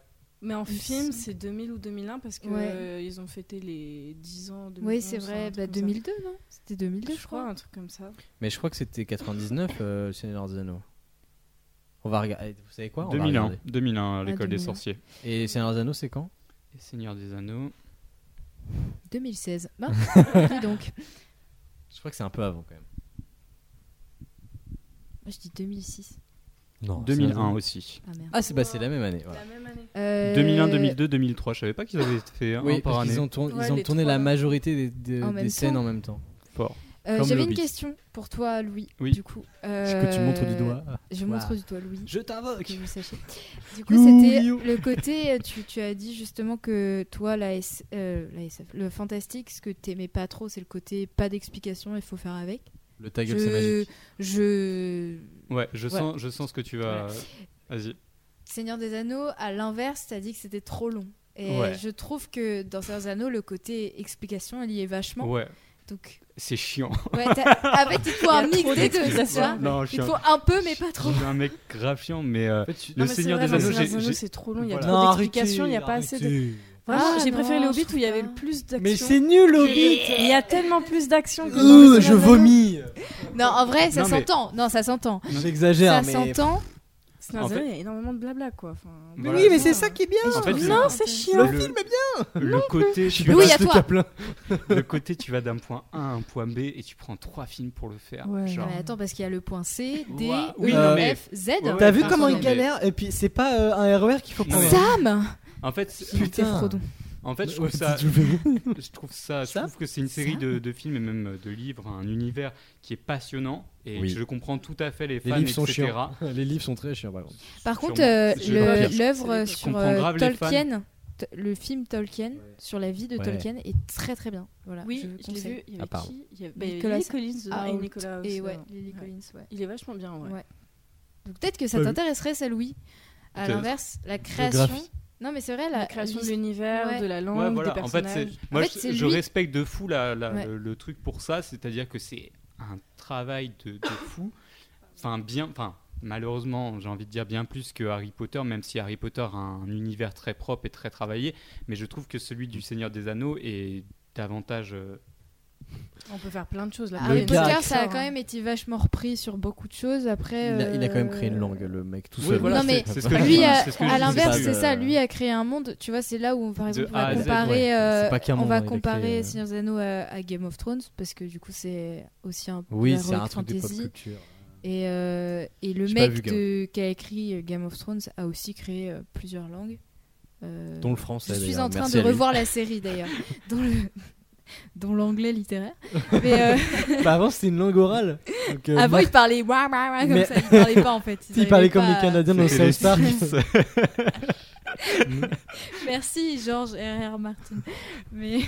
H: Mais en
G: Il me
H: film,
G: semble.
H: c'est 2000 ou 2001 parce que
G: Ouais.
H: euh, ils ont fêté les 10 ans.
G: Oui,
H: 2011,
G: c'est
H: un
G: vrai,
H: truc
G: bah,
H: comme ça.
G: 2002, non C'était 2002,
H: Je crois, un truc comme ça.
E: Mais je crois que c'était 99, euh, le Seigneur des Anneaux. On va regarder. Vous savez quoi On va
F: 2001,
E: regarder.
F: 2001 à l'école des
G: 2001.
F: sorciers.
E: Et Seigneur des Anneaux, c'est quand
F: Et Seigneur des Anneaux.
G: 2016. Non, Bah, dis donc.
E: Je crois que c'est un peu avant quand même.
G: Moi, je dis 2006.
E: Non.
F: 2001 aussi.
G: Ah merde.
E: Ah, c'est bah, c'est la même année. voilà.
H: La même année.
G: Euh,
F: 2001, 2002, 2003. Je savais pas qu'ils avaient fait un
E: Oui,
F: par
E: parce
F: année.
E: qu'ils ont tourné,
H: Ouais,
E: ils ont
H: les
E: tourné
H: trois,
E: la
H: là.
E: majorité des, de-
G: En
E: des
G: même
E: scènes
G: temps.
E: en même temps.
F: Fort.
G: euh,
E: comme
G: J'avais
E: le
G: une
E: Hobbit.
G: question pour toi, Louis.
F: Oui.
G: Du coup, euh, Je
E: Toi.
G: montre du doigt, Louis.
E: Je
G: que
E: t'invoque
G: vous sachiez. Du coup,
E: Louis.
G: c'était le côté, euh, tu, tu as dit justement que toi, la, S- euh, la SF, le fantastique, ce que t'aimais pas trop, c'est le côté pas d'explication, il faut faire avec.
E: Le ta gueule, c'est
G: Je,
E: magique.
G: je...
F: Ouais, je
G: Ouais.
F: sens, je sens ce que tu vas. Vas-y.
G: Seigneur des Anneaux, à l'inverse, t'as dit que c'était trop long. Et
F: Ouais.
G: je trouve que dans Seigneur des Anneaux, le côté explication, il y est vachement.
F: Ouais,
G: Donc,
F: c'est chiant.
G: ouais, t'as- en fait, il te faut un mix
H: trop
G: des deux, tu vois.
F: Non, je
G: Il
F: suis
G: te
F: un-
G: faut un peu, mais pas
F: je
G: trop.
F: suis un mec grave chiant, mais euh,
H: Non,
F: le
H: mais c'est
F: Seigneur
H: vrai,
F: des
H: dans
F: Anneaux,
H: Seigneur
F: j'ai- j'ai-
H: c'est trop long, il y a
F: Voilà.
H: trop d'explications, il n'y a pas assez de. Vraiment,
G: Ah,
H: j'ai préféré
G: non,
H: le
G: je
H: Hobbit où il y
G: trouve
H: avait
G: pas.
H: le plus
E: Mais
H: d'actions.
E: c'est nul, le Hobbit
H: Il y a tellement plus d'actions que. dans
E: Euh, Je
H: le Seigneur des Anneaux.
E: vomis
G: Non, en vrai, ça
F: Non, mais-
G: s'entend. Non, ça s'entend.
E: J'exagère,
G: ça
E: mais.
G: s'entend.
H: Seigneur
F: En
H: des
F: fait-
H: Anneaux, il y a énormément de blabla quoi. Enfin,
F: Mais oui, mais
H: c'est ça
E: qui est bien
F: en fait,
H: Non, c'est chiant.
F: le film est bien. Le côté, tu
G: Mais
F: vas-
G: oui, à toi.
F: le côté, tu vas d'un point A à un point B et tu prends trois films pour le faire.
H: Ouais.
F: genre.
G: Ouais, attends, parce qu'il y a le point C, D,
F: Ouah.
G: E,
F: Oui,
E: non,
F: mais-
G: F, Z.
E: T'as
F: Ouais,
E: vu
H: Ah,
F: ouais,
E: comment
F: ouais,
E: il
F: mais-
E: galère Et puis, c'est pas euh, un RER qu'il faut
F: Non,
E: prendre.
F: mais-
G: Sam
F: En fait, c'est-
G: T'es Frodon.
F: en fait, je trouve ça, je trouve ça, je
E: Ça
F: trouve que c'est une série de, de films et même euh, de livres, un univers qui est passionnant et
E: Oui.
F: je comprends tout à fait les
E: Les
F: fans,
E: livres sont
F: etc.
E: chiants. Les livres sont très chiants, par contre.
G: Par contre,
F: Sûrement.
G: euh,
F: Je-
G: le-
F: je-
G: l'œuvre
F: je
G: sur
F: comprends
G: euh,
F: grave les fans.
G: Tolkien, t- le film Tolkien, sur la vie de
E: Ouais.
G: Tolkien, est très très bien. Voilà,
H: Oui,
G: je
H: je l'ai
G: conseille.
H: vu. Il y
E: Ah,
H: avait
E: pardon.
H: qui Il y avait bah, il y avait
G: Nicolas
H: Lily Collins dedans et
G: Out
H: Nicolas Hoult
G: Et ouais,
H: dedans.
G: Lily
H: Ouais.
G: Collins, ouais.
H: Il est vachement bien, ouais.
G: Ouais. Donc peut-être que ça
E: Pas vu.
G: t'intéresserait, ça, Louis. À
F: Peut-être.
G: l'inverse, la création.
E: graphisme.
G: Non, mais c'est vrai,
H: La
G: la
H: création de
G: l'his-
H: l'univers,
G: Ouais.
H: de la langue,
F: Ouais, voilà.
H: des
F: En fait,
H: personnages.
F: c'est, moi,
G: fait,
F: je-
G: c'est
F: je,
G: lui.
F: respecte de fou la, la-
G: Ouais.
F: le, le truc pour ça, c'est-à-dire que c'est un travail de, de fou. Enfin, bien, enfin, malheureusement, j'ai envie de dire bien plus que Harry Potter, même si Harry Potter a un univers très propre et très travaillé, mais je trouve que celui du Seigneur des Anneaux est davantage. euh,
H: On peut faire plein de choses là.
G: Harry
E: Le
G: Potter,
E: gag.
G: ça a quand même été vachement repris sur beaucoup de choses. Après,
E: hein. Il a, il a quand même
G: euh,
E: créé une hein, langue, le mec, tout
F: Oui,
E: seul.
F: voilà,
G: Non, mais
F: c'est- c'est ce que je
G: Lui, euh,
F: dis,
G: à,
F: c'est ce que je
G: à
F: dis,
G: l'inverse,
E: pas
G: c'est
E: de-
G: ça. Lui a créé un monde. Tu vois, c'est là où, par exemple,
F: De
G: on va
F: A à Ah, Z,
G: comparer,
E: ouais.
G: euh,
E: C'est pas qu'un
G: on
E: monde, il
G: va
E: a créé,
G: comparer
E: euh,
G: Seigneur des Anneaux à, à Game of Thrones parce que du coup, c'est aussi un peu
E: Oui,
G: la
E: c'est un
G: relique
E: truc de pop
G: euh, fantasy.
E: culture.
G: Et, euh, et le
E: J'ai pas
G: mec
E: vu Game
G: de- qui a écrit euh, Game of Thrones a aussi créé euh, plusieurs langues. Euh,
E: Dont le français.
G: je suis
E: d'ailleurs.
G: en train
E: Merci
G: de
E: à lui.
G: revoir la série d'ailleurs, dont le- dont l'anglais littéraire. Mais euh,
E: Bah, avant, c'était une langue orale. Donc, euh,
G: avant,
E: moi,
G: ils parlaient ouah, ouah, ouah, comme
E: Mais-
G: ça, ils parlaient pas en fait.
E: il
G: arrivaient
E: parlait comme
G: pas
E: les
G: à-
E: Canadiens dans
F: C'était les
E: South Park.
F: Smiths.
G: Merci Georges R.R. Martin. Mais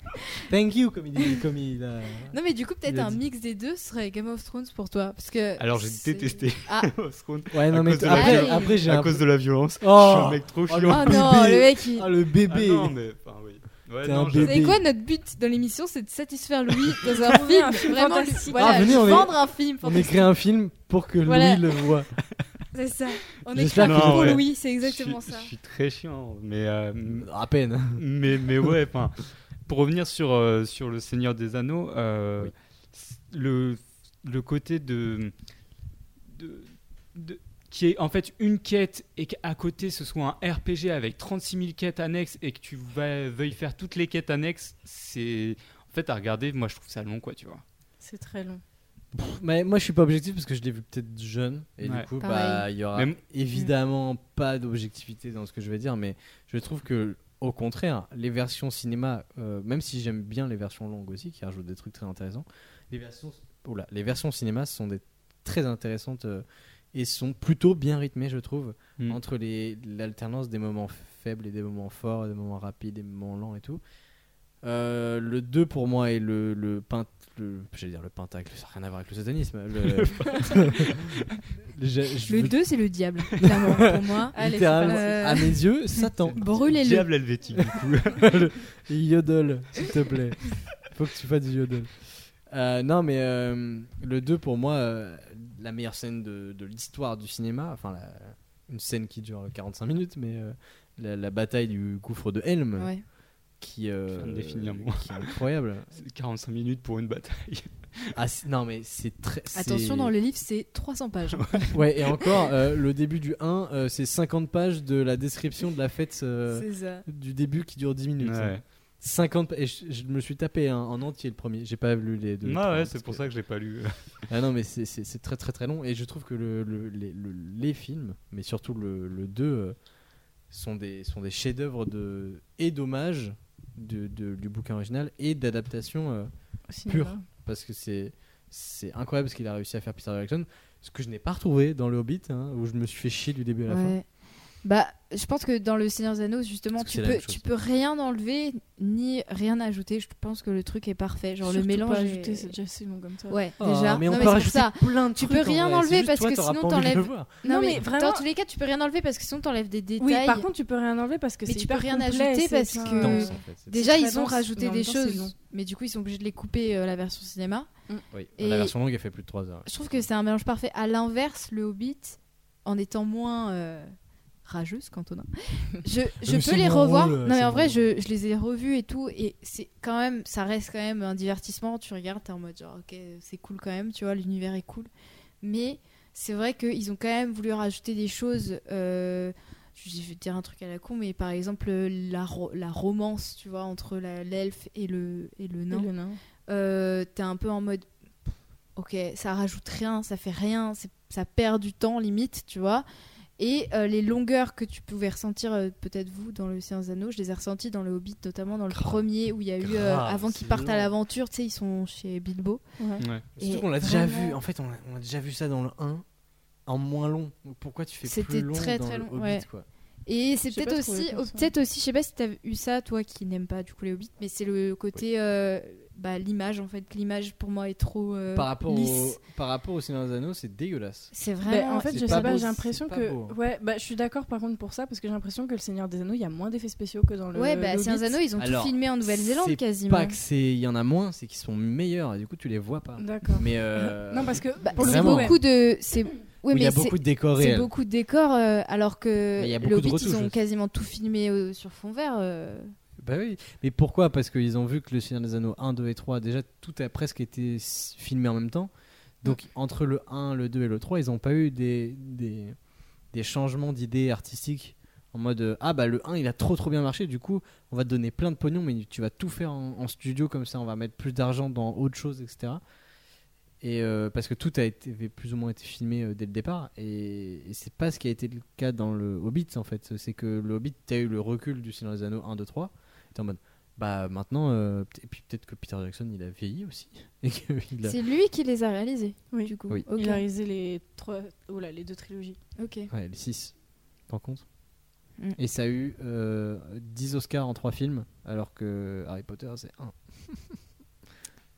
E: Thank you, comme il, dit- comme il euh, a.
G: Non mais du coup peut-être
E: Il a
G: un
E: dit.
G: mix des deux serait Game of Thrones pour toi parce que
F: Alors, j'ai
G: c'est-
F: détesté
G: Ah.
F: Game of Thrones
E: Ouais, non,
F: À
E: mais
F: cause
E: t-
F: de la
E: après,
G: violence.
E: après j'ai
F: à
E: un-
F: cause de la violence. Je suis
E: Oh
F: un mec trop
E: Oh,
F: chiant.
E: le
G: Oh non,
E: bébé.
G: le mec il...
E: Ah, le bébé
F: Ah non, mais enfin, oui. Ouais,
E: T'es
F: non,
E: un
F: je-
G: Vous
E: bébé.
G: savez quoi notre but dans l'émission c'est de satisfaire Louis dans un film, vraiment lui-
H: fantastique.
G: voilà,
E: Ah, venez,
G: lui
E: on est-
G: vendre un film
E: On écrit un film pour que
G: Voilà.
E: Louis le voie.
G: c'est ça on écrit
E: J'espère
G: un
F: que-
G: film pour
F: Non,
G: Louis c'est exactement
F: je suis,
G: ça
F: Je suis très chiant, mais euh,
E: À peine.
F: mais mais ouais. Enfin, pour revenir sur euh, sur le Seigneur des Anneaux, euh,
E: Oui.
F: c- le le côté de, de, de- qui est en fait une quête et qu'à côté ce soit un RPG avec 36 000 quêtes annexes et que tu vas, veuilles faire toutes les quêtes annexes, c'est en fait à regarder. Moi, je trouve ça long, quoi, tu vois.
H: C'est très long.
E: Mais moi, je suis pas objectif parce que je l'ai vu peut-être jeune. Et
F: Ouais.
E: du coup,
G: Pareil.
E: bah, il y aura
F: Mais m-
E: évidemment pas d'objectivité dans ce que je vais dire. Mais je trouve que Au contraire, les versions cinéma, euh, même si j'aime bien les versions longues aussi, qui rajoutent des trucs très intéressants, les versions, oula, les versions cinéma sont des, très intéressantes euh, et sont plutôt bien rythmées, je trouve,
F: Mm.
E: entre les- l'alternance des moments faibles et des moments forts, des moments rapides, des moments lents et tout. Euh, le 2 pour moi est le, le, pint, le j'allais dire le pentacle, ça n'a rien à voir avec le satanisme. Le, Je- je
G: Le
E: veux-
G: 2, c'est le diable, clairement, pour moi.
H: Allez, c'est pas
E: littéralement,
H: mal.
G: Euh,
E: à mes yeux, Satan.
G: Brûlez-le.
F: Diable helvétique, du coup.
E: Le- Yodel, s'il te plaît. Faut que tu fasses du yodel. Euh, non, mais euh, le 2, pour moi, euh, la meilleure scène de, de l'histoire du cinéma, enfin, la- une scène qui dure 45 minutes, mais euh, la, la bataille du gouffre de Helm,
G: Ouais.
E: qui, euh,
F: Fin de définir, moi.
E: qui est incroyable.
F: C'est 45 minutes pour une bataille.
E: Ah, c'est- non, mais c'est très.
G: Attention,
E: c'est-
G: dans le livre, c'est 300 pages.
E: Ouais, et encore, euh, le début du 1, euh, c'est 50 pages de la description de la fête euh,
H: C'est ça.
E: du début qui dure 10 minutes. hein.
F: Ouais,
E: 50 et je, je me suis tapé un, en entier le premier j'ai pas lu les deux
F: Ah ouais, c'est pour ça que je l'ai pas lu.
E: ah non mais c'est- c'est c'est très très très long et je trouve que le, le- les, le- les films mais surtout le, le 2 euh, sont des sont des chefs d'œuvre de et d'hommage de- de- du bouquin original et d'adaptation euh, Pur. parce que c'est c'est incroyable ce qu'il a réussi à faire Peter Jackson ce que je n'ai pas retrouvé dans le Hobbit hein, où je me suis fait chier du début à la fin
G: Ouais. Bah, je pense que dans le Seigneur des Anneaux, justement,
E: Parce que
G: tu
E: c'est la
G: peux,
E: même chose.
G: tu peux rien enlever ni rien ajouter. Je pense que le truc est parfait. Genre le mélange. est-
H: ajouté, c'est déjà assez long comme ça.
G: Ouais,
E: Oh,
G: déjà.
E: mais on peut
G: non, mais c'est pour
E: rajouter
G: ça.
E: plein de
G: Tu
E: trucs,
G: peux
E: en
G: rien
E: vrai, c'est
G: enlever
E: juste
G: parce
E: toi,
G: que
E: t'auras
G: sinon,
E: pas envie de le
G: t'enlèves-
E: voir.
G: Non,
H: Non,
G: mais,
H: mais vraiment-
G: dans tous les cas, tu peux rien enlever parce que sinon t'enlèves des détails.
H: Oui, par contre, tu peux rien enlever parce que
G: Mais
H: c'est
G: tu peux
H: hyper
G: rien
H: complet,
G: ajouter
H: c'est
G: parce
H: pas-
G: que-
E: Dense, en fait. C'est-
G: Déjà,
H: très
G: ils ont
H: dense, mais
G: rajouté
H: en
G: des
H: même temps, c'est long.
G: choses, mais du coup, ils sont obligés de les couper euh, la version cinéma.
E: Oui,
G: Et-
E: la version longue, elle fait plus de 3 heures.
G: Je trouve que c'est un mélange parfait. À l'inverse, le Hobbit, en étant moins euh, rageuse, Cantona, je, je
E: Ah, mais
G: peux
E: c'est
G: les
E: mon
G: revoir.
E: rôle,
G: non, mais
E: c'est
G: en
E: mon
G: vrai,
E: rôle.
G: je, je les ai revus et tout, et c'est quand même, ça reste quand même un divertissement. Tu regardes, t'es en mode genre, ok, c'est cool quand même, tu vois, l'univers est cool. Mais c'est vrai qu'ils ont quand même voulu rajouter des choses. euh, je vais dire un truc à la con, mais par exemple, la, ro- la romance, tu vois, entre la- l'elfe et le, et le
H: Et
G: nain
H: le nain.
G: euh, t'es un peu en mode ok ça rajoute rien ça fait rien c'est- ça perd du temps limite tu vois et euh, les longueurs que tu pouvais ressentir euh, peut-être vous dans le Seigneur des Anneaux je les ai ressenties dans le Hobbit notamment dans le
E: Grave.
G: premier où il y a eu euh,
E: Grave,
G: avant
E: c'est
G: qu'ils partent
E: long.
G: à l'aventure tu sais ils sont chez Bilbo
F: Ouais.
G: Et
E: Surtout qu'on l'a déjà
G: vraiment-
E: vu, en fait, on a, on a déjà vu ça dans le 1 en moins long. Donc pourquoi tu fais
G: C'était
E: plus long
G: très,
E: dans
G: très
E: le
G: long,
E: Hobbit,
G: ouais.
E: quoi
G: et c'est
H: J'ai
G: peut-être
H: pas trouvé
G: aussi
H: comme
G: oh,
H: ça.
G: peut-être aussi je sais pas si t'as eu ça toi qui n'aimes pas du coup les Hobbits mais c'est le côté euh, bah, l'image en fait que l'image pour moi est trop euh,
E: Par rapport
G: lisse.
E: au par rapport au Seigneur des Anneaux, c'est dégueulasse.
G: c'est
H: Bah,
G: vraiment euh,
H: en fait,
E: c'est
H: je
E: pas
H: sais
E: beau,
H: pas, j'ai
E: c'est
H: l'impression
E: pas
H: que.
E: beau.
H: Ouais, bah, je suis d'accord par contre pour ça, parce que j'ai l'impression que le Seigneur des Anneaux, il y a moins d'effets spéciaux que dans le.
G: ouais bah
H: le
G: Seigneur des
H: Hobbit.
G: Anneaux ils ont
E: Alors,
G: tout filmé en Nouvelle-Zélande
E: c'est
G: quasiment
E: Pas que c'est il y en a moins, c'est qu'ils sont meilleurs et du coup tu les vois pas.
H: D'accord.
E: Mais euh,
H: Non, parce que.
G: Bah,
H: pour le
G: c'est
E: Vraiment.
H: coup,
G: beaucoup de c'est
E: où
G: ouais
E: il y
G: mais
E: a
G: c'est
E: beaucoup de hein. décors
G: c'est
E: réels.
G: beaucoup de décors euh, alors que
E: Mais il y a beaucoup
G: le
E: de
G: Hobbit ils
E: retouches
G: ont
E: aussi.
G: quasiment tout filmé euh, sur fond vert euh.
E: Bah oui. Mais pourquoi Parce qu'ils ont vu que le Seigneur des Anneaux 1, 2 et 3 déjà tout a presque été s- filmé en même temps. Donc entre le 1, le 2 et le 3, ils n'ont pas eu des des, des changements d'idées artistiques en mode euh, ah bah le 1 il a trop trop bien marché du coup on va te donner plein de pognon mais tu vas tout faire en, en studio comme ça on va mettre plus d'argent dans autre chose etc et euh, parce que tout a été avait plus ou moins été filmé euh, dès le départ et, et c'est pas ce qui a été le cas dans le Hobbit en fait c'est que le Hobbit t'as eu le recul du Seigneur des Anneaux 1 2 3 t'es en mode bah maintenant euh, peut- et puis peut-être que Peter Jackson il a vieilli aussi et que il a-
G: c'est lui qui les a réalisés
H: Oui.
G: du coup
E: Oui.
G: Ok.
H: Il a réalisé les, trois... oh là, les deux trilogies.
G: ok
E: Ouais, les 6. T'en comptes
G: Mm.
E: Et ça a eu euh, 10 Oscars en 3 films, alors que Harry Potter, c'est 1.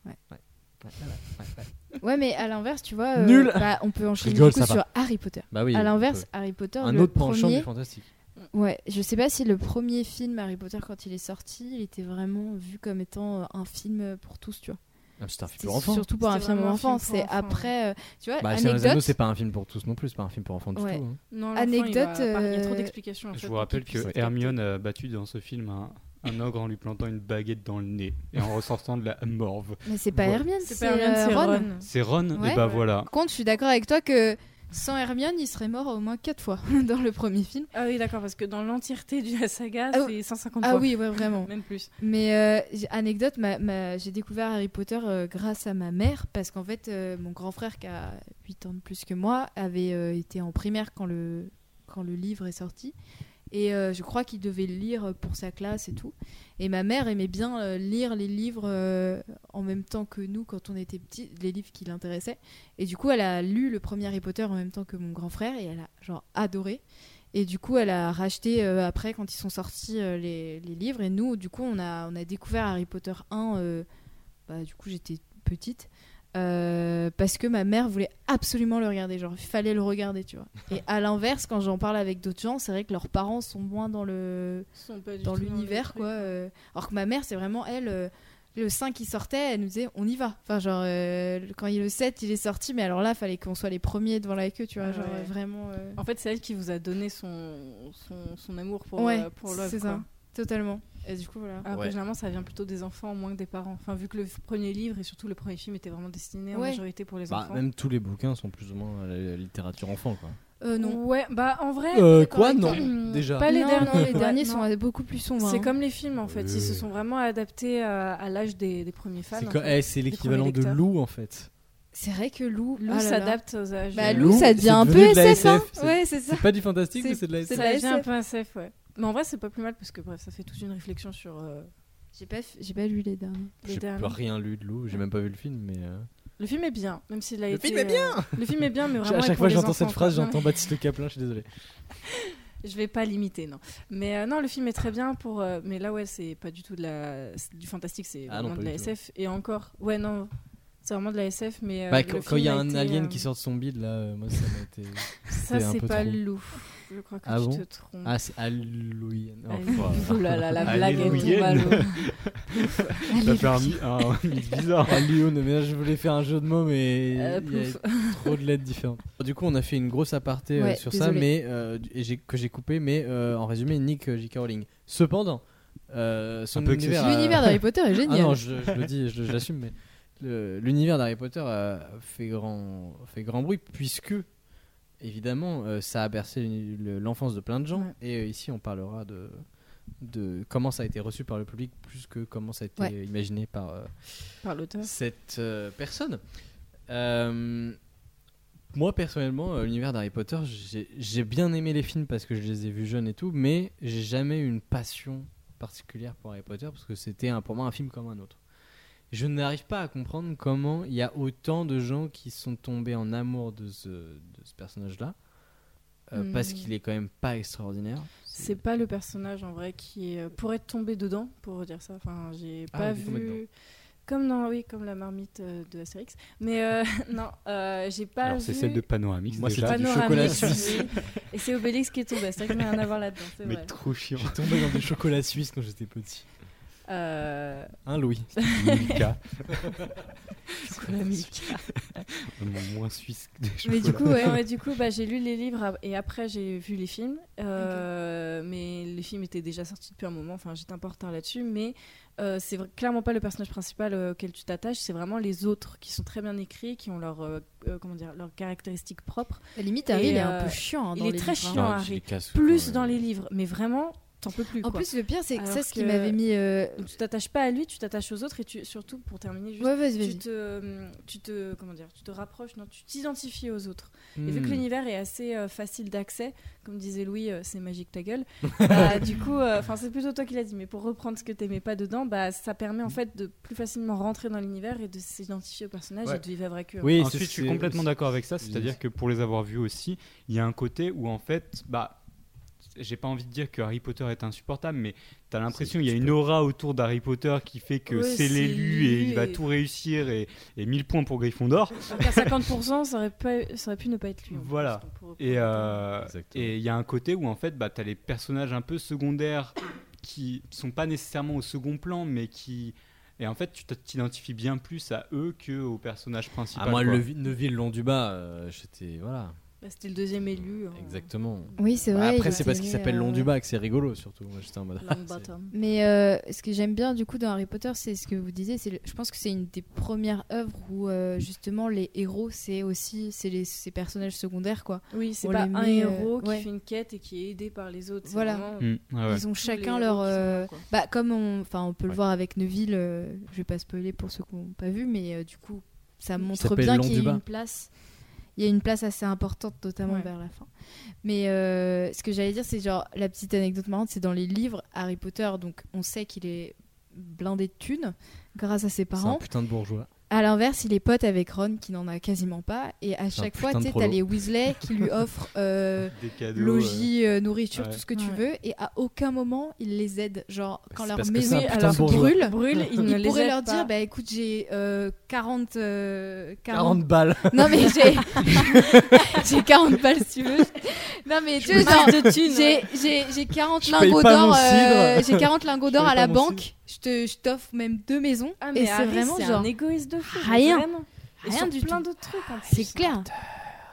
G: Ouais.
E: Ouais. Ouais, ouais, ouais, ouais.
G: ouais mais à l'inverse tu vois euh,
E: Nul.
G: bah, on peut enchaîner
E: rigole,
G: du coup
E: ça va.
G: sur Harry Potter
E: Bah oui.
G: à
E: on
G: l'inverse
E: peut.
G: Harry Potter
E: Un
G: le
E: autre penchant
G: premier
E: du fantastique.
G: Ouais, je sais pas si le premier film Harry Potter quand il est sorti, il était vraiment vu comme étant euh, un film pour tous, tu vois.
E: Ah, c'est un film
G: C'était
E: pour enfants.
G: Surtout pour un
H: C'était
G: film pour
H: vraiment un
G: enfants,
H: film pour
G: c'est
H: enfants,
G: après euh, tu vois,
E: Bah, Seigneur des Anneaux,
G: anecdote.
E: c'est pas un film pour tous non plus, c'est pas un film pour enfants du
G: Ouais.
E: tout. hein.
H: Non, l'enfant,
G: Anecdote,
H: Il, va pas- il y a trop
G: euh,
H: d'explications. en fait,
F: Je vous
H: pour qu'il
F: rappelle
H: puisse
F: que
H: capter.
F: Hermione a battu dans ce film un, un ogre en lui plantant une baguette dans le nez et en ressortant de la morve.
G: Mais c'est pas
F: Ouais.
G: Hermione,
H: C'est
G: c'est
H: pas Hermione,
G: euh,
H: c'est
G: Ron.
H: Ron.
F: C'est Ron,
G: Ouais.
F: et bah
H: Ouais.
F: voilà.
G: Par contre, je suis d'accord avec toi que sans Hermione, il serait mort au moins 4 fois dans le premier film.
H: Ah oui, d'accord, parce que dans l'entièreté de la saga,
G: Ah oui.
H: c'est 150
G: Ah
H: fois.
G: oui, ouais, vraiment.
H: Même plus.
G: Mais euh, j'ai- anecdote, ma- ma- j'ai découvert Harry Potter euh, grâce à ma mère, parce qu'en fait, euh, mon grand frère, qui a 8 ans de plus que moi, avait euh, été en primaire quand le, quand le livre est sorti. Et euh, je crois qu'il devait le lire pour sa classe et tout. Et ma mère aimait bien euh, lire les livres euh, en même temps que nous quand on était petits, les livres qui l'intéressaient. Et du coup, elle a lu le premier Harry Potter en même temps que mon grand frère et elle a genre adoré. Et du coup, elle a racheté euh, après quand ils sont sortis euh, les, les livres. Et nous, du coup, on a, on a découvert Harry Potter 1. euh, bah, du coup, j'étais petite. euh, parce que ma mère voulait absolument le regarder. Genre, il fallait le regarder, tu vois. Et à l'inverse, quand j'en parle avec d'autres gens, c'est vrai que leurs parents sont moins dans le dans l'univers quoi euh, alors que ma mère c'est vraiment elle euh, le 5 qui sortait elle nous disait on y va enfin genre euh, le- quand il le 7 il est sorti mais alors là fallait qu'on soit les premiers devant la queue tu vois
H: Ah
G: genre
H: ouais.
G: euh, vraiment euh,
H: En fait, c'est elle qui vous a donné son, son, son amour pour,
G: ouais
H: euh, pour l'œuvre.
G: c'est
H: quoi.
G: ça totalement et du coup voilà
H: Alors
E: Ouais.
H: que généralement, ça vient plutôt des enfants moins que des parents. Enfin, vu que le premier livre et surtout le premier film était vraiment destiné en
G: Ouais.
H: majorité pour les
E: Bah,
H: enfants.
E: même tous les bouquins sont plus ou moins à la la littérature enfant, quoi.
G: Euh, non
H: Ouais, bah en vrai.
E: Euh,
H: c'est
E: quoi,
H: correct.
E: non, déjà.
H: hmm, Pas les
G: Non,
H: derniers.
G: non, les
H: ouais,
G: derniers
H: non.
G: sont euh, beaucoup plus sombres
H: C'est
G: hein.
H: comme les films en fait, ils se
E: Euh.
H: sont vraiment adaptés euh, à, à l'âge des, des premiers fans.
E: C'est
H: en
E: quoi-
H: fait.
E: eh, c'est l'équivalent de
H: lecteurs.
E: loup, en fait.
G: c'est vrai que Lou
H: Lou
G: ah là là.
H: s'adapte aux âges.
G: bah
E: Et
G: Lou,
E: Lou,
G: ça
E: c'est
G: devient un peu
E: devenu de la
G: SF, hein.
E: SF, c'est-
G: ouais c'est ça
E: C'est pas du fantastique,
G: C'est-
E: mais c'est de la
G: c'est
E: SF.
G: de la
H: ça devient Bah, un
G: SF.
H: peu un SF, ouais. Mais en vrai, c'est pas plus mal parce que bref, ça fait toute une réflexion sur euh,
G: j'ai pas f- j'ai pas lu les derniers
H: les
E: J'ai
H: derniers.
E: pas rien lu de loup, j'ai même pas vu le film, mais. euh,
H: Le film est bien, même s'il a
E: Le
H: été.
E: film est
H: bien. le film est bien, mais vraiment.
E: À
H: est
E: chaque
H: pour
E: fois que
H: les
E: j'entends
H: enfants,
E: cette phrase,
H: quoi. Non,
E: j'entends Baptiste Le Caplin, je suis désolé.
H: mais Je vais pas l'imiter, non. Mais euh, non, le film est très bien pour. euh, mais là, ouais, c'est pas du tout de la c'est du fantastique, c'est
E: Ah non,
H: vraiment
E: pas
H: de la
E: du tout.
H: SF. Et encore, ouais, non, c'est vraiment de la SF, mais. euh,
E: Bah,
H: le
E: quand quand
H: film
E: il y a
H: a
E: un
H: été,
E: alien
H: euh,
E: qui sort de son bide, là, euh, moi, ça m'a été.
H: Ça,
E: c'est un
H: c'est
E: peu
H: pas
E: trop.
H: le loup. Je crois que
E: Ah
H: tu
E: bon
H: te trompes.
E: Ah, c'est Halloween. Oh,
H: Allez.
E: voilà.
H: Ouh là là, la blague est
E: Alléluia.
H: tombe à l'eau.
F: Ça fait un, mi- un mix bizarre.
E: Alioun, oh, mais là, je voulais faire un jeu de mots, mais
H: Euh,
E: il y
H: plouf.
E: a trop de lettres différentes. Du coup, on a fait une grosse aparté euh,
G: Ouais,
E: sur ça,
G: désolé.
E: mais euh, et j'ai- que j'ai coupé, mais euh, en résumé, Nick euh, J.K. Rowling. Cependant, euh, son
F: Un peu
E: univers. a-
G: l'univers d'Harry Potter est
E: Ah
G: génial
E: non, je, je le dis, je je l'assume, mais le- l'univers d'Harry Potter a fait grand, fait grand bruit puisque, évidemment, euh, ça a bercé l'uni- le- l'enfance de plein de gens.
H: Ouais.
E: Et euh, ici, on parlera de, de comment ça a été reçu par le public plus que comment ça a été
G: Ouais.
E: imaginé par euh,
H: Par l'auteur.
E: cette euh, personne. Euh, moi, personnellement, euh, l'univers d'Harry Potter, j'ai j'ai bien aimé les films parce que je les ai vus jeunes et tout, mais j'ai jamais eu une passion particulière pour Harry Potter parce que c'était un- pour moi un film comme un autre. Je n'arrive pas à comprendre comment il y a autant de gens qui sont tombés en amour de ce, de ce personnage-là. euh,
H: Hmm.
E: Parce qu'il est quand même pas extraordinaire.
H: C'est pas le personnage en vrai qui est... euh, pourrait tomber dedans, pour dire ça. Enfin, j'ai
E: Ah,
H: pas
E: il est tombé dedans.
H: vu. Comme non, oui, comme la marmite euh, de Astérix. Mais euh, non, euh, j'ai pas
F: Alors,
H: vu.
F: c'est celle de Panoramix.
E: Moi,
F: déjà.
E: c'était du
H: Panoramique,
E: chocolat suisse.
H: oui. Et c'est Obélix qui est tombé. C'est vrai qu'il n'y a rien à voir là-dedans. C'est
F: Mais
H: vrai.
F: trop chiant.
E: J'ai tombé dans du chocolat suisse quand j'étais petit.
H: Euh,
E: Hein, Louis
F: Mika,
H: Konamik. euh,
F: mon moins suisse des chocolats.
G: mais du coup
H: Ouais,
G: ouais
H: ouais, du coup, bah, j'ai lu les livres ap- et après j'ai vu les films. Euh, Mais les films étaient déjà sortis depuis un moment. Enfin, j'étais un peu en retard là-dessus. Mais euh, c'est vra- clairement pas le personnage principal euh, auquel tu t'attaches. C'est vraiment les autres qui sont très bien écrits, qui ont leurs euh, euh, comment dire, leurs caractéristiques propres.
G: limite Harry
H: Et,
G: il est un
H: euh,
G: peu chiant hein,
H: il
G: dans
H: est
G: les
H: très
G: livres, hein.
H: chiant. Harry. Plus dans les livres, mais vraiment, t'en peux plus.
G: En
H: quoi.
G: plus, le pire, c'est que
H: Alors
G: ça, ce qui
H: que-
G: m'avait mis. euh,
H: Donc, tu t'attaches pas à lui, tu t'attaches aux autres et tu surtout pour terminer juste.
G: Ouais, vas-y,
H: Tu
G: vas-y.
H: te, euh, tu te, comment dire, tu te rapproches, non, tu t'identifies aux autres. Et
E: Hmm.
H: vu que l'univers est assez euh, facile d'accès, comme disait Louis, euh, c'est magique ta gueule. bah, du coup, enfin c'est plutôt toi qui l'as dit, mais pour reprendre ce que t'aimais pas dedans, bah ça permet en fait de plus facilement rentrer dans l'univers et de s'identifier au personnage
F: Ouais.
H: et de vivre avec eux.
E: Oui,
F: Ensuite, je suis complètement d'accord avec ça,
E: c'est-
F: c'est-à-dire que pour les avoir vus aussi, il y a un côté où en fait, bah, j'ai pas envie de dire que Harry Potter est insupportable, mais t'as l'impression qu'il y a
E: tu
F: une
E: peux.
F: aura autour d'Harry Potter qui fait que
H: Ouais,
F: c'est
H: c'est
F: l'élu et
H: lui
F: il va
H: et-
F: tout réussir et, et 1000 points pour Gryffondor.
H: Donc, à 50%, ça aurait, pas- ça aurait pu ne pas être lui. en plus,
F: Voilà.
H: donc, pour-
F: Et euh,
E: Exactement.
F: et il y a un côté où en fait, bah, t'as les personnages un peu secondaires qui sont pas nécessairement au second plan, mais qui. Et en fait, tu t'identifies bien plus à eux que aux personnages principaux.
E: Ah, moi,
F: quoi.
E: Levi- Neville long du bas, euh, j'étais. Voilà.
H: Bah, c'était le deuxième élu. hein, en-
E: Exactement.
G: Oh. Oui, c'est
E: Bah,
G: vrai.
E: après,
G: il
E: c'est
G: était
E: parce qu'il
G: né,
E: s'appelle
G: euh,
E: long du
G: ouais.
E: bas que c'est rigolo, surtout. Moi, j'étais en mode. ah, c'est-
H: Longbottom.
G: Mais euh, ce que j'aime bien, du coup, dans Harry Potter, c'est ce que vous disiez. c'est le- Je pense que c'est une des premières œuvres où, euh, justement, les héros, c'est aussi c'est les- ces personnages secondaires, quoi.
H: Oui, c'est
G: On
H: pas
G: les
H: un
G: met, euh,
H: héros qui
G: ouais.
H: fait une quête et qui est aidé par les autres. c'est
G: Voilà.
H: vraiment
F: Mm,
E: Ah,
F: ouais, ouais.
G: Ils ont
H: tous les
G: chacun leur.
H: héros qui sont là,
G: euh,
H: quoi.
G: Bah, comme on, enfin, on peut le
F: Ouais.
G: voir avec Neville, euh, je vais pas spoiler pour ceux qui n'ont pas vu, mais euh, du coup, ça
H: Il
G: montre
E: s'appelle
G: bien
E: Long
G: qu'il y a
E: Dumas.
G: une place. il y a une place assez importante, notamment
H: Ouais.
G: vers la fin. Mais euh, ce que j'allais dire, c'est genre la petite anecdote marrante, c'est dans les livres Harry Potter, donc on sait qu'il est blindé de thunes grâce à ses
E: C'est un
G: parents.
E: putain de bourgeois.
G: À l'inverse, il est pote avec Ron qui n'en a quasiment pas, et à chaque fois,
E: putain de
G: tu sais, t'as
E: prolo.
G: les Weasley qui lui offrent euh,
F: Des cadeaux. euh,
G: logis, euh, nourriture,
F: Ouais.
G: tout ce que tu
H: Ouais.
G: veux, et à aucun moment il les aide. Genre quand
E: c'est
G: leur
E: parce que c'est
G: maison
E: un putain de
G: alors
E: bourgeois.
G: brûle,
H: Brûle, il ne
G: il
H: les
G: pourrait
H: aide
G: leur
H: pas.
G: dire bah écoute j'ai euh, 40, euh, 40
E: 40 balles.
G: non mais j'ai j'ai 40 balles si tu veux non mais tu vois, genre, j'ai j'ai j'ai 40
E: Je paye
G: lingots
E: pas mon
G: d'or euh,
E: cidre.
G: j'ai 40 lingots
E: Je
G: d'or
E: paye
G: à la
E: pas mon
G: banque je te je t'offre même deux maisons
H: Ah, mais
G: et c'est
H: Harry,
G: vraiment
H: c'est
G: genre
H: un égoïste de fou.
G: rien.
H: vraiment. Et
G: Rien
H: sur
G: du
H: plein
G: tout.
H: d'autres trucs. en plus.
G: c'est clair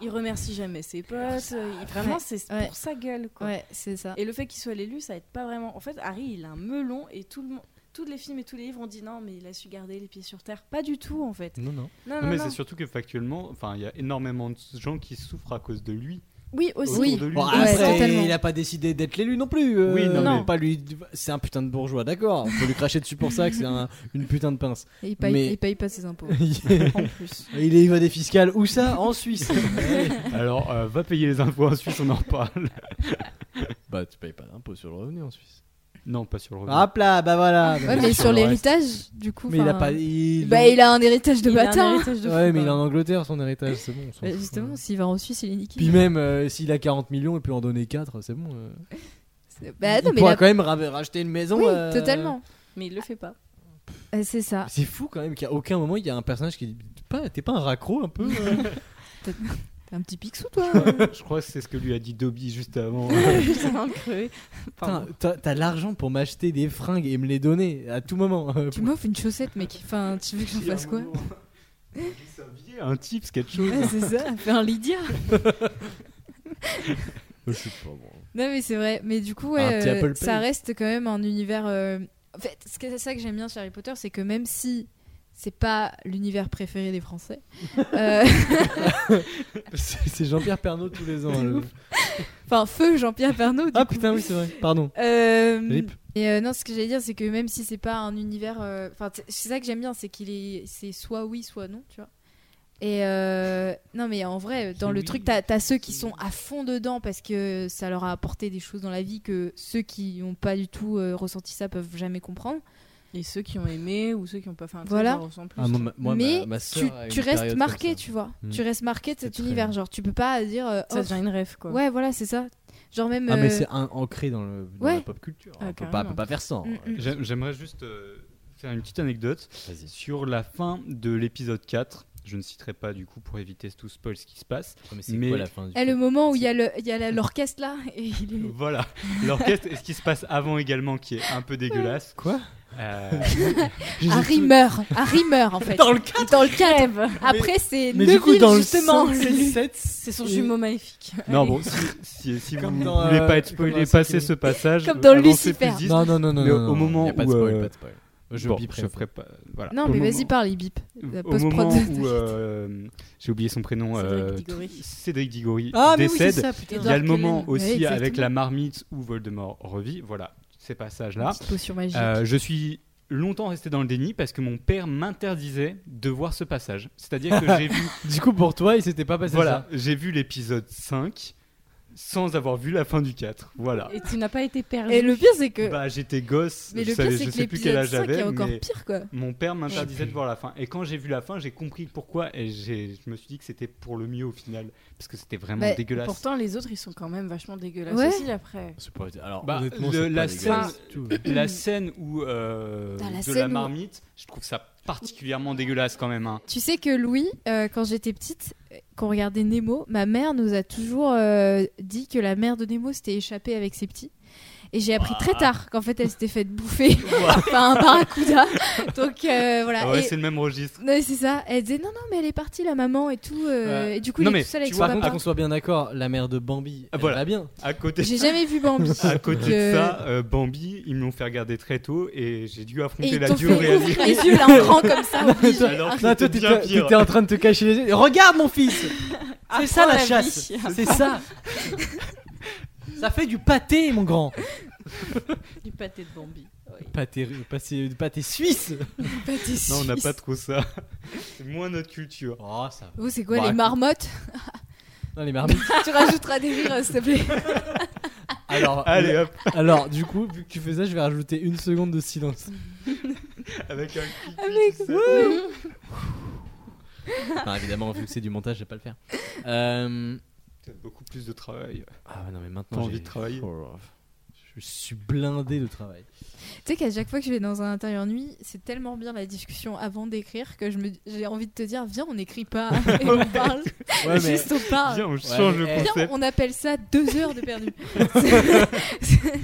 H: Il remercie jamais ses potes. euh, il- Vraiment,
G: Ouais.
H: c'est
G: Ouais.
H: pour sa gueule. Quoi.
G: ouais c'est ça
H: Et le fait qu'il soit l'élu, ça aide pas vraiment. En fait, Harry, il a un melon et tout le monde. Tous les films et tous les livres ont dit non, mais il a su garder les pieds sur terre. Pas du tout, en fait.
E: Non, non.
H: Non,
F: euh. Non,
H: non,
F: mais
H: non.
F: c'est surtout que factuellement, enfin, il y a énormément de gens qui souffrent à cause de lui.
H: Oui, aussi.
F: autour
G: Oui.
F: de lui.
E: Bon,
G: Ouais,
E: après,
G: totalement.
E: il a pas décidé d'être l'élu non plus. euh,
F: Oui, non,
E: on
F: mais-
E: peut pas lui. C'est un putain de bourgeois, d'accord. On peut lui cracher dessus pour ça, que c'est un- une putain de pince.
G: et il paye
E: Mais-
G: il paye pas ses impôts
E: il
H: En plus.
E: est évadé fiscal. Où ça En Suisse.
F: Alors, euh, va payer les impôts en Suisse, on en parle.
E: bah, tu payes pas d'impôt sur le revenu en Suisse.
F: Non, pas sur le revenu.
E: Hop là, bah voilà.
G: ouais mais
F: sur
G: sur
F: le
G: l'héritage du coup
E: Mais il a
G: enfin,
E: pas. Il...
G: bah il a un héritage de
H: Il a un
G: bâtard hein.
H: héritage de
E: Ouais,
H: fou,
E: mais il est
H: quoi.
E: en Angleterre, son héritage, c'est bon. on s'en
G: Bah,
E: fout. hein.
G: justement s'il va en Suisse il est niqué
E: Puis même euh, s'il a 40 millions et peut en donner 4, c'est bon. euh.
G: bah non
E: il
G: mais il
E: pourra
G: a-
E: quand même ra- racheter une maison.
G: oui
E: euh,
G: totalement
H: Mais il le fait pas.
G: Euh, c'est ça
E: C'est fou quand même qu'à aucun moment il y a un personnage qui dit T'es pas- T'es pas un raccro un peu euh
G: T'as un petit pixou toi
F: Je crois que c'est ce que lui a dit Dobby juste avant.
H: C'est un creux.
E: Putain,
H: Pardon.
E: t'as t'as l'argent pour m'acheter des fringues et me les donner à tout moment. hein.
G: Tu m'offres une chaussette, mec. Enfin, tu veux que j'en fasse quoi
F: Un tips, quelque chose.
G: Ouais, c'est ça. Fais un Lydia.
E: Je sais pas, bon.
G: Non, mais c'est vrai. Mais du coup, ouais,
E: Un petit
G: euh,
E: Apple Pay.
G: ça reste quand même un univers. euh, En fait, ce que- c'est ça que j'aime bien chez Harry Potter, c'est que même si c'est pas l'univers préféré des Français, euh,
E: C'est c'est Jean-Pierre Pernaud tous les ans. hein, le-
G: enfin, feu Jean-Pierre Pernaut. du
E: Ah
G: coup.
E: putain, oui, c'est vrai. Pardon.
G: Euh,
E: Rip.
G: Et euh, non, ce que j'allais dire, c'est que même si c'est pas un univers, euh, enfin, c'est- c'est ça que j'aime bien, c'est qu'il est, c'est soit oui, soit non, tu vois. Et euh, non, mais en vrai, dans
F: C'est
G: le
F: oui,
G: truc, t'as as ceux qui
F: c'est
G: sont à fond dedans parce que ça leur a apporté des choses dans la vie que ceux qui n'ont pas du tout euh, ressenti ça peuvent jamais comprendre.
H: Et ceux qui ont aimé ou ceux qui ont pas fait un
G: Voilà.
H: truc, ça ressemble plus.
E: Ah, moi, ma- moi, ma-
G: mais
E: ma
G: tu,
E: sœur a une
G: tu
E: période
G: restes
E: comme
G: marqué,
E: ça.
G: tu vois.
E: Mm.
G: Tu restes marqué de
E: C'est
G: cet
E: très-
G: univers. Genre, tu peux pas dire. euh,
H: Ça
G: oh,
H: devient une rêve, quoi.
G: ouais, voilà, c'est ça. Genre, même.
E: Ah, mais
G: euh,
E: c'est un- ancré dans, le, dans
G: Ouais.
E: la pop culture. hein.
H: Ah,
E: on, peut pas, on peut
H: carrément.
E: pas faire hein. sans.
G: Mm, mm.
F: J'aime- J'aimerais juste euh, faire une petite anecdote
E: Vas-y.
F: sur la fin de l'épisode 4. Je ne citerai pas du coup pour éviter tout spoil ce qui se passe.
E: Mais c'est
F: Mais-
E: quoi la fin du
G: eh, le moment où il y a le- il y a la- l'orchestre là, et il est-
F: Voilà, l'orchestre et ce qui se passe avant également qui est un peu dégueulasse.
E: Quoi
F: Euh,
G: Harry meurt. Harry meurt en fait. Dans le 4 Dans le rêve. Après c'est
E: Mais du coup,
G: Neville
E: dans le
G: justement.
E: 5 et le 7, c'est
H: Son jumeau maléfique.
F: non, bon, si, si- si vous
E: Comme
F: ne
E: dans,
F: voulez
E: euh,
F: pas être
E: comme dans
F: spoilé,
E: Secret
F: passez
E: Invasion.
F: ce passage.
G: Comme dans
F: avancez plus
G: Lucifer.
F: vite.
E: Non, non, non, non.
F: Mais au
E: non, non,
F: moment
E: y a pas de
F: où,
E: spoil,
F: euh,
E: pas de spoil. Je
F: Bon,
E: biperai,
F: je
E: en fait.
F: ferai pas- euh, voilà.
G: Non
F: Au
G: mais
F: moment-
G: vas-y parle, il bip. La
F: Au
G: post-prod.
F: moment où euh, j'ai oublié son prénom, euh, Cédric Diggory
E: Ah, mais oui, c'est
F: décède,
E: ça, putain.
F: Il y a le
G: Edward
F: moment
G: Cullen. Ouais,
F: aussi
G: exactement.
F: avec la marmite où Voldemort revit. Voilà, ces passages-là.
G: Petite potion magique.
F: Euh, je suis longtemps resté dans le déni parce que mon père m'interdisait de voir ce passage. C'est-à-dire que j'ai vu,
E: Du coup, pour toi, il s'était pas passé
F: voilà, j'ai vu l'épisode 5 sans avoir vu la fin du 4. Voilà.
H: Et tu n'as pas été perdu.
G: Et le pire c'est que
F: Bah, j'étais gosse,
G: mais
F: je,
G: le
F: savais-
G: pire c'est
F: je
G: que
F: sais plus quel
G: l'épisode
F: âge
G: 5 est
F: j'avais,
G: encore
F: mais
G: pire quoi.
F: mon père m'interdisait
E: plus.
F: de voir la fin. Et quand j'ai vu la fin, j'ai compris pourquoi et j'ai- je me suis dit que c'était pour le mieux au final parce que c'était vraiment
G: Bah,
F: dégueulasse.
H: Pourtant, les autres, ils sont quand même vachement dégueulasses
G: Ouais.
H: aussi après.
E: C'est pas... Alors,
F: Bah,
E: honnêtement,
F: le-
E: c'est pas
F: la
E: dégueulasse
F: scène-
E: du tout.
F: La scène où euh,
G: Ah, la
F: de
G: scène
F: la
G: où-
F: marmite, je trouve ça particulièrement dégueulasse quand même. hein.
G: Tu sais que Louis, euh, quand j'étais petite, euh, quand on regardait Nemo, ma mère nous a toujours euh, dit que la mère de Nemo s'était échappée avec ses petits. Et j'ai appris très tard qu'en fait elle s'était faite bouffer par un barracuda. Donc euh, voilà.
F: Ah ouais,
G: Et-
F: c'est le même registre.
G: Non, mais c'est ça. Elle disait non, non, mais elle est partie, la maman et tout. euh,
F: Ouais.
G: Et du coup,
F: Non,
G: il est
F: mais
G: tout seul avec
F: tu
G: son
F: vois,
E: Par contre,
G: papa.
E: qu'on soit bien d'accord, la mère de Bambi, elle
F: Voilà.
E: va bien.
F: À côté,
G: J'ai jamais vu Bambi.
F: à côté
G: que-
F: de ça, euh, Bambi, ils me l'ont fait regarder très tôt et j'ai dû
G: Et
F: affronter
G: ils
F: la
G: t'ont
F: dieu
G: fait
F: réalité.
G: ouvrir les yeux, là, en grand comme ça. obligé.
F: Alors que
E: Non, toi,
F: c'était bien
E: t'étais
F: pire.
E: t'étais en train de te cacher les yeux. Regarde, mon fils C'est ça la
H: Ah, la
E: chasse
H: vie.
E: C'est ça Ça fait du pâté, mon grand
H: Du pâté de Bambi.
E: Pâté, pâté, pâté suisse
G: Pas des
F: Non, on n'a
G: Suisses.
F: pas trop ça. C'est moins notre culture.
E: Oh, ça va.
G: Vous, c'est quoi
E: Bah,
G: les marmottes
E: Non,
F: Ah,
E: les marmites.
G: tu rajouteras des rires, euh, s'il te plaît.
E: Alors,
F: Allez hop,
E: alors, du coup, vu que tu fais ça, je vais rajouter une seconde de silence.
F: avec un
G: Avec
E: Non, évidemment, vu que c'est du montage, je vais pas le faire. Euh,
F: T'as beaucoup plus de travail.
E: Ah, ouais, non, mais
F: T'as
E: maintenant.
F: envie
E: j'ai-
F: de travailler.
E: Oh, je suis blindé de travail.
G: Tu sais qu'à chaque fois que je vais dans un intérieur nuit, c'est tellement bien la discussion avant d'écrire que je me- j'ai envie de te dire viens, on n'écrit pas et on parle.
E: Ouais, mais.
G: Juste on parle.
F: Viens, on
E: mais, eh,
F: change le
G: Ah. Viens,
F: concept.
G: on appelle ça deux heures de perdu. C'est- c'est-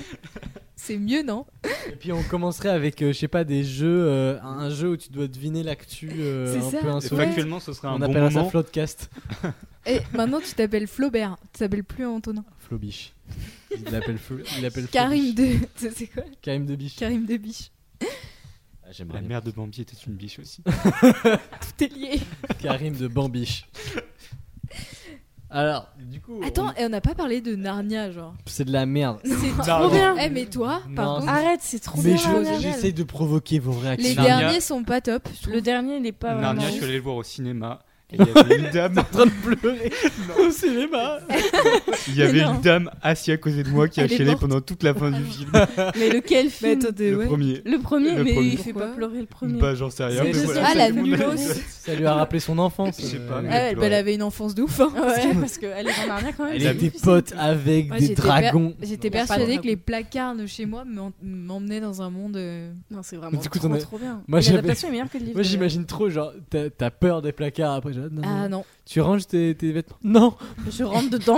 G: c'est mieux, non
E: Et puis on commencerait avec, euh, je sais pas, des jeux, euh, un jeu où tu dois deviner l'actu euh,
G: C'est
E: un
G: ça.
E: peu
F: Et
E: insolite.
F: factuellement, ce serait un
E: On
F: bon
E: appellera ça
F: moment.
E: Floodcast.
G: Et maintenant, Eh, tu t'appelles Flaubert. Tu t'appelles plus Antonin.
E: Flobiche. Il l'appelle Flo- il l'appelle
G: Karim
E: Flobiche.
G: de. ça, C'est quoi
E: Karim de Biche.
G: Karim de Biche.
E: Ah, J'aimerais
F: La
E: bien.
F: mère de Bambi était une biche aussi.
G: Tout est lié.
E: Karim de Bambiche. Alors, du coup, on-
G: Attends, et on n'a pas parlé de Narnia, genre.
E: c'est de la merde.
G: C'est
H: Trop
G: trop
H: bien.
G: Eh, mais toi,
E: Non,
G: par contre,
H: Arrête, c'est trop
E: Mais
H: bien.
G: je-
H: Narnia.
E: je- j'essaie de provoquer vos réactions.
G: les
F: Narnia.
G: derniers sont pas top. je trouve.
H: Le dernier, il est pas vraiment.
F: Narnia, je suis allé le voir au cinéma. Et il y avait une dame,
E: en train de pleurer au cinéma.
F: il y avait
G: non.
F: une dame assise à côté de moi qui a
G: Elle est
F: chialé
G: morte.
F: pendant toute la fin du film.
H: Mais lequel
G: Mais
H: film
G: attendez,
F: le
G: ouais.
F: premier.
H: Le premier,
F: Le
H: mais
F: premier.
H: il fait pas
G: Pourquoi
H: pleurer le premier.
F: Bah, j'en sais rien.
E: C'est
F: mais
E: le
F: voilà.
E: deuxième.
G: Ah, la nulos.
E: Ça lui a rappelé son enfance.
F: Je sais
E: euh,
F: pas, mais-
G: Ah, elle, bah, elle avait une enfance de ouf. hein.
H: Ouais, parce qu'elle est en Narnia quand même.
E: Elle
H: c'est
E: était
H: difficile.
E: pote avec
G: Moi,
E: des
G: j'étais
E: dragons.
G: per- J'étais
H: Non, y a pas de
G: persuadée
H: dragon.
G: que les placards de chez moi m'en- m'emmenaient dans un monde. euh,
H: Non, c'est vraiment
E: Du coup,
H: trop,
E: t'en as-
H: trop bien.
E: Moi, j'avais-
H: L'adaptation est meilleure que le livre.
E: Moi
H: d'ailleurs.
E: j'imagine trop, genre, t'as t'as peur des placards après. genre, non,
G: Ah
E: non.
G: non.
E: Tu ranges tes, tes vêtements Non
H: Je rentre dedans.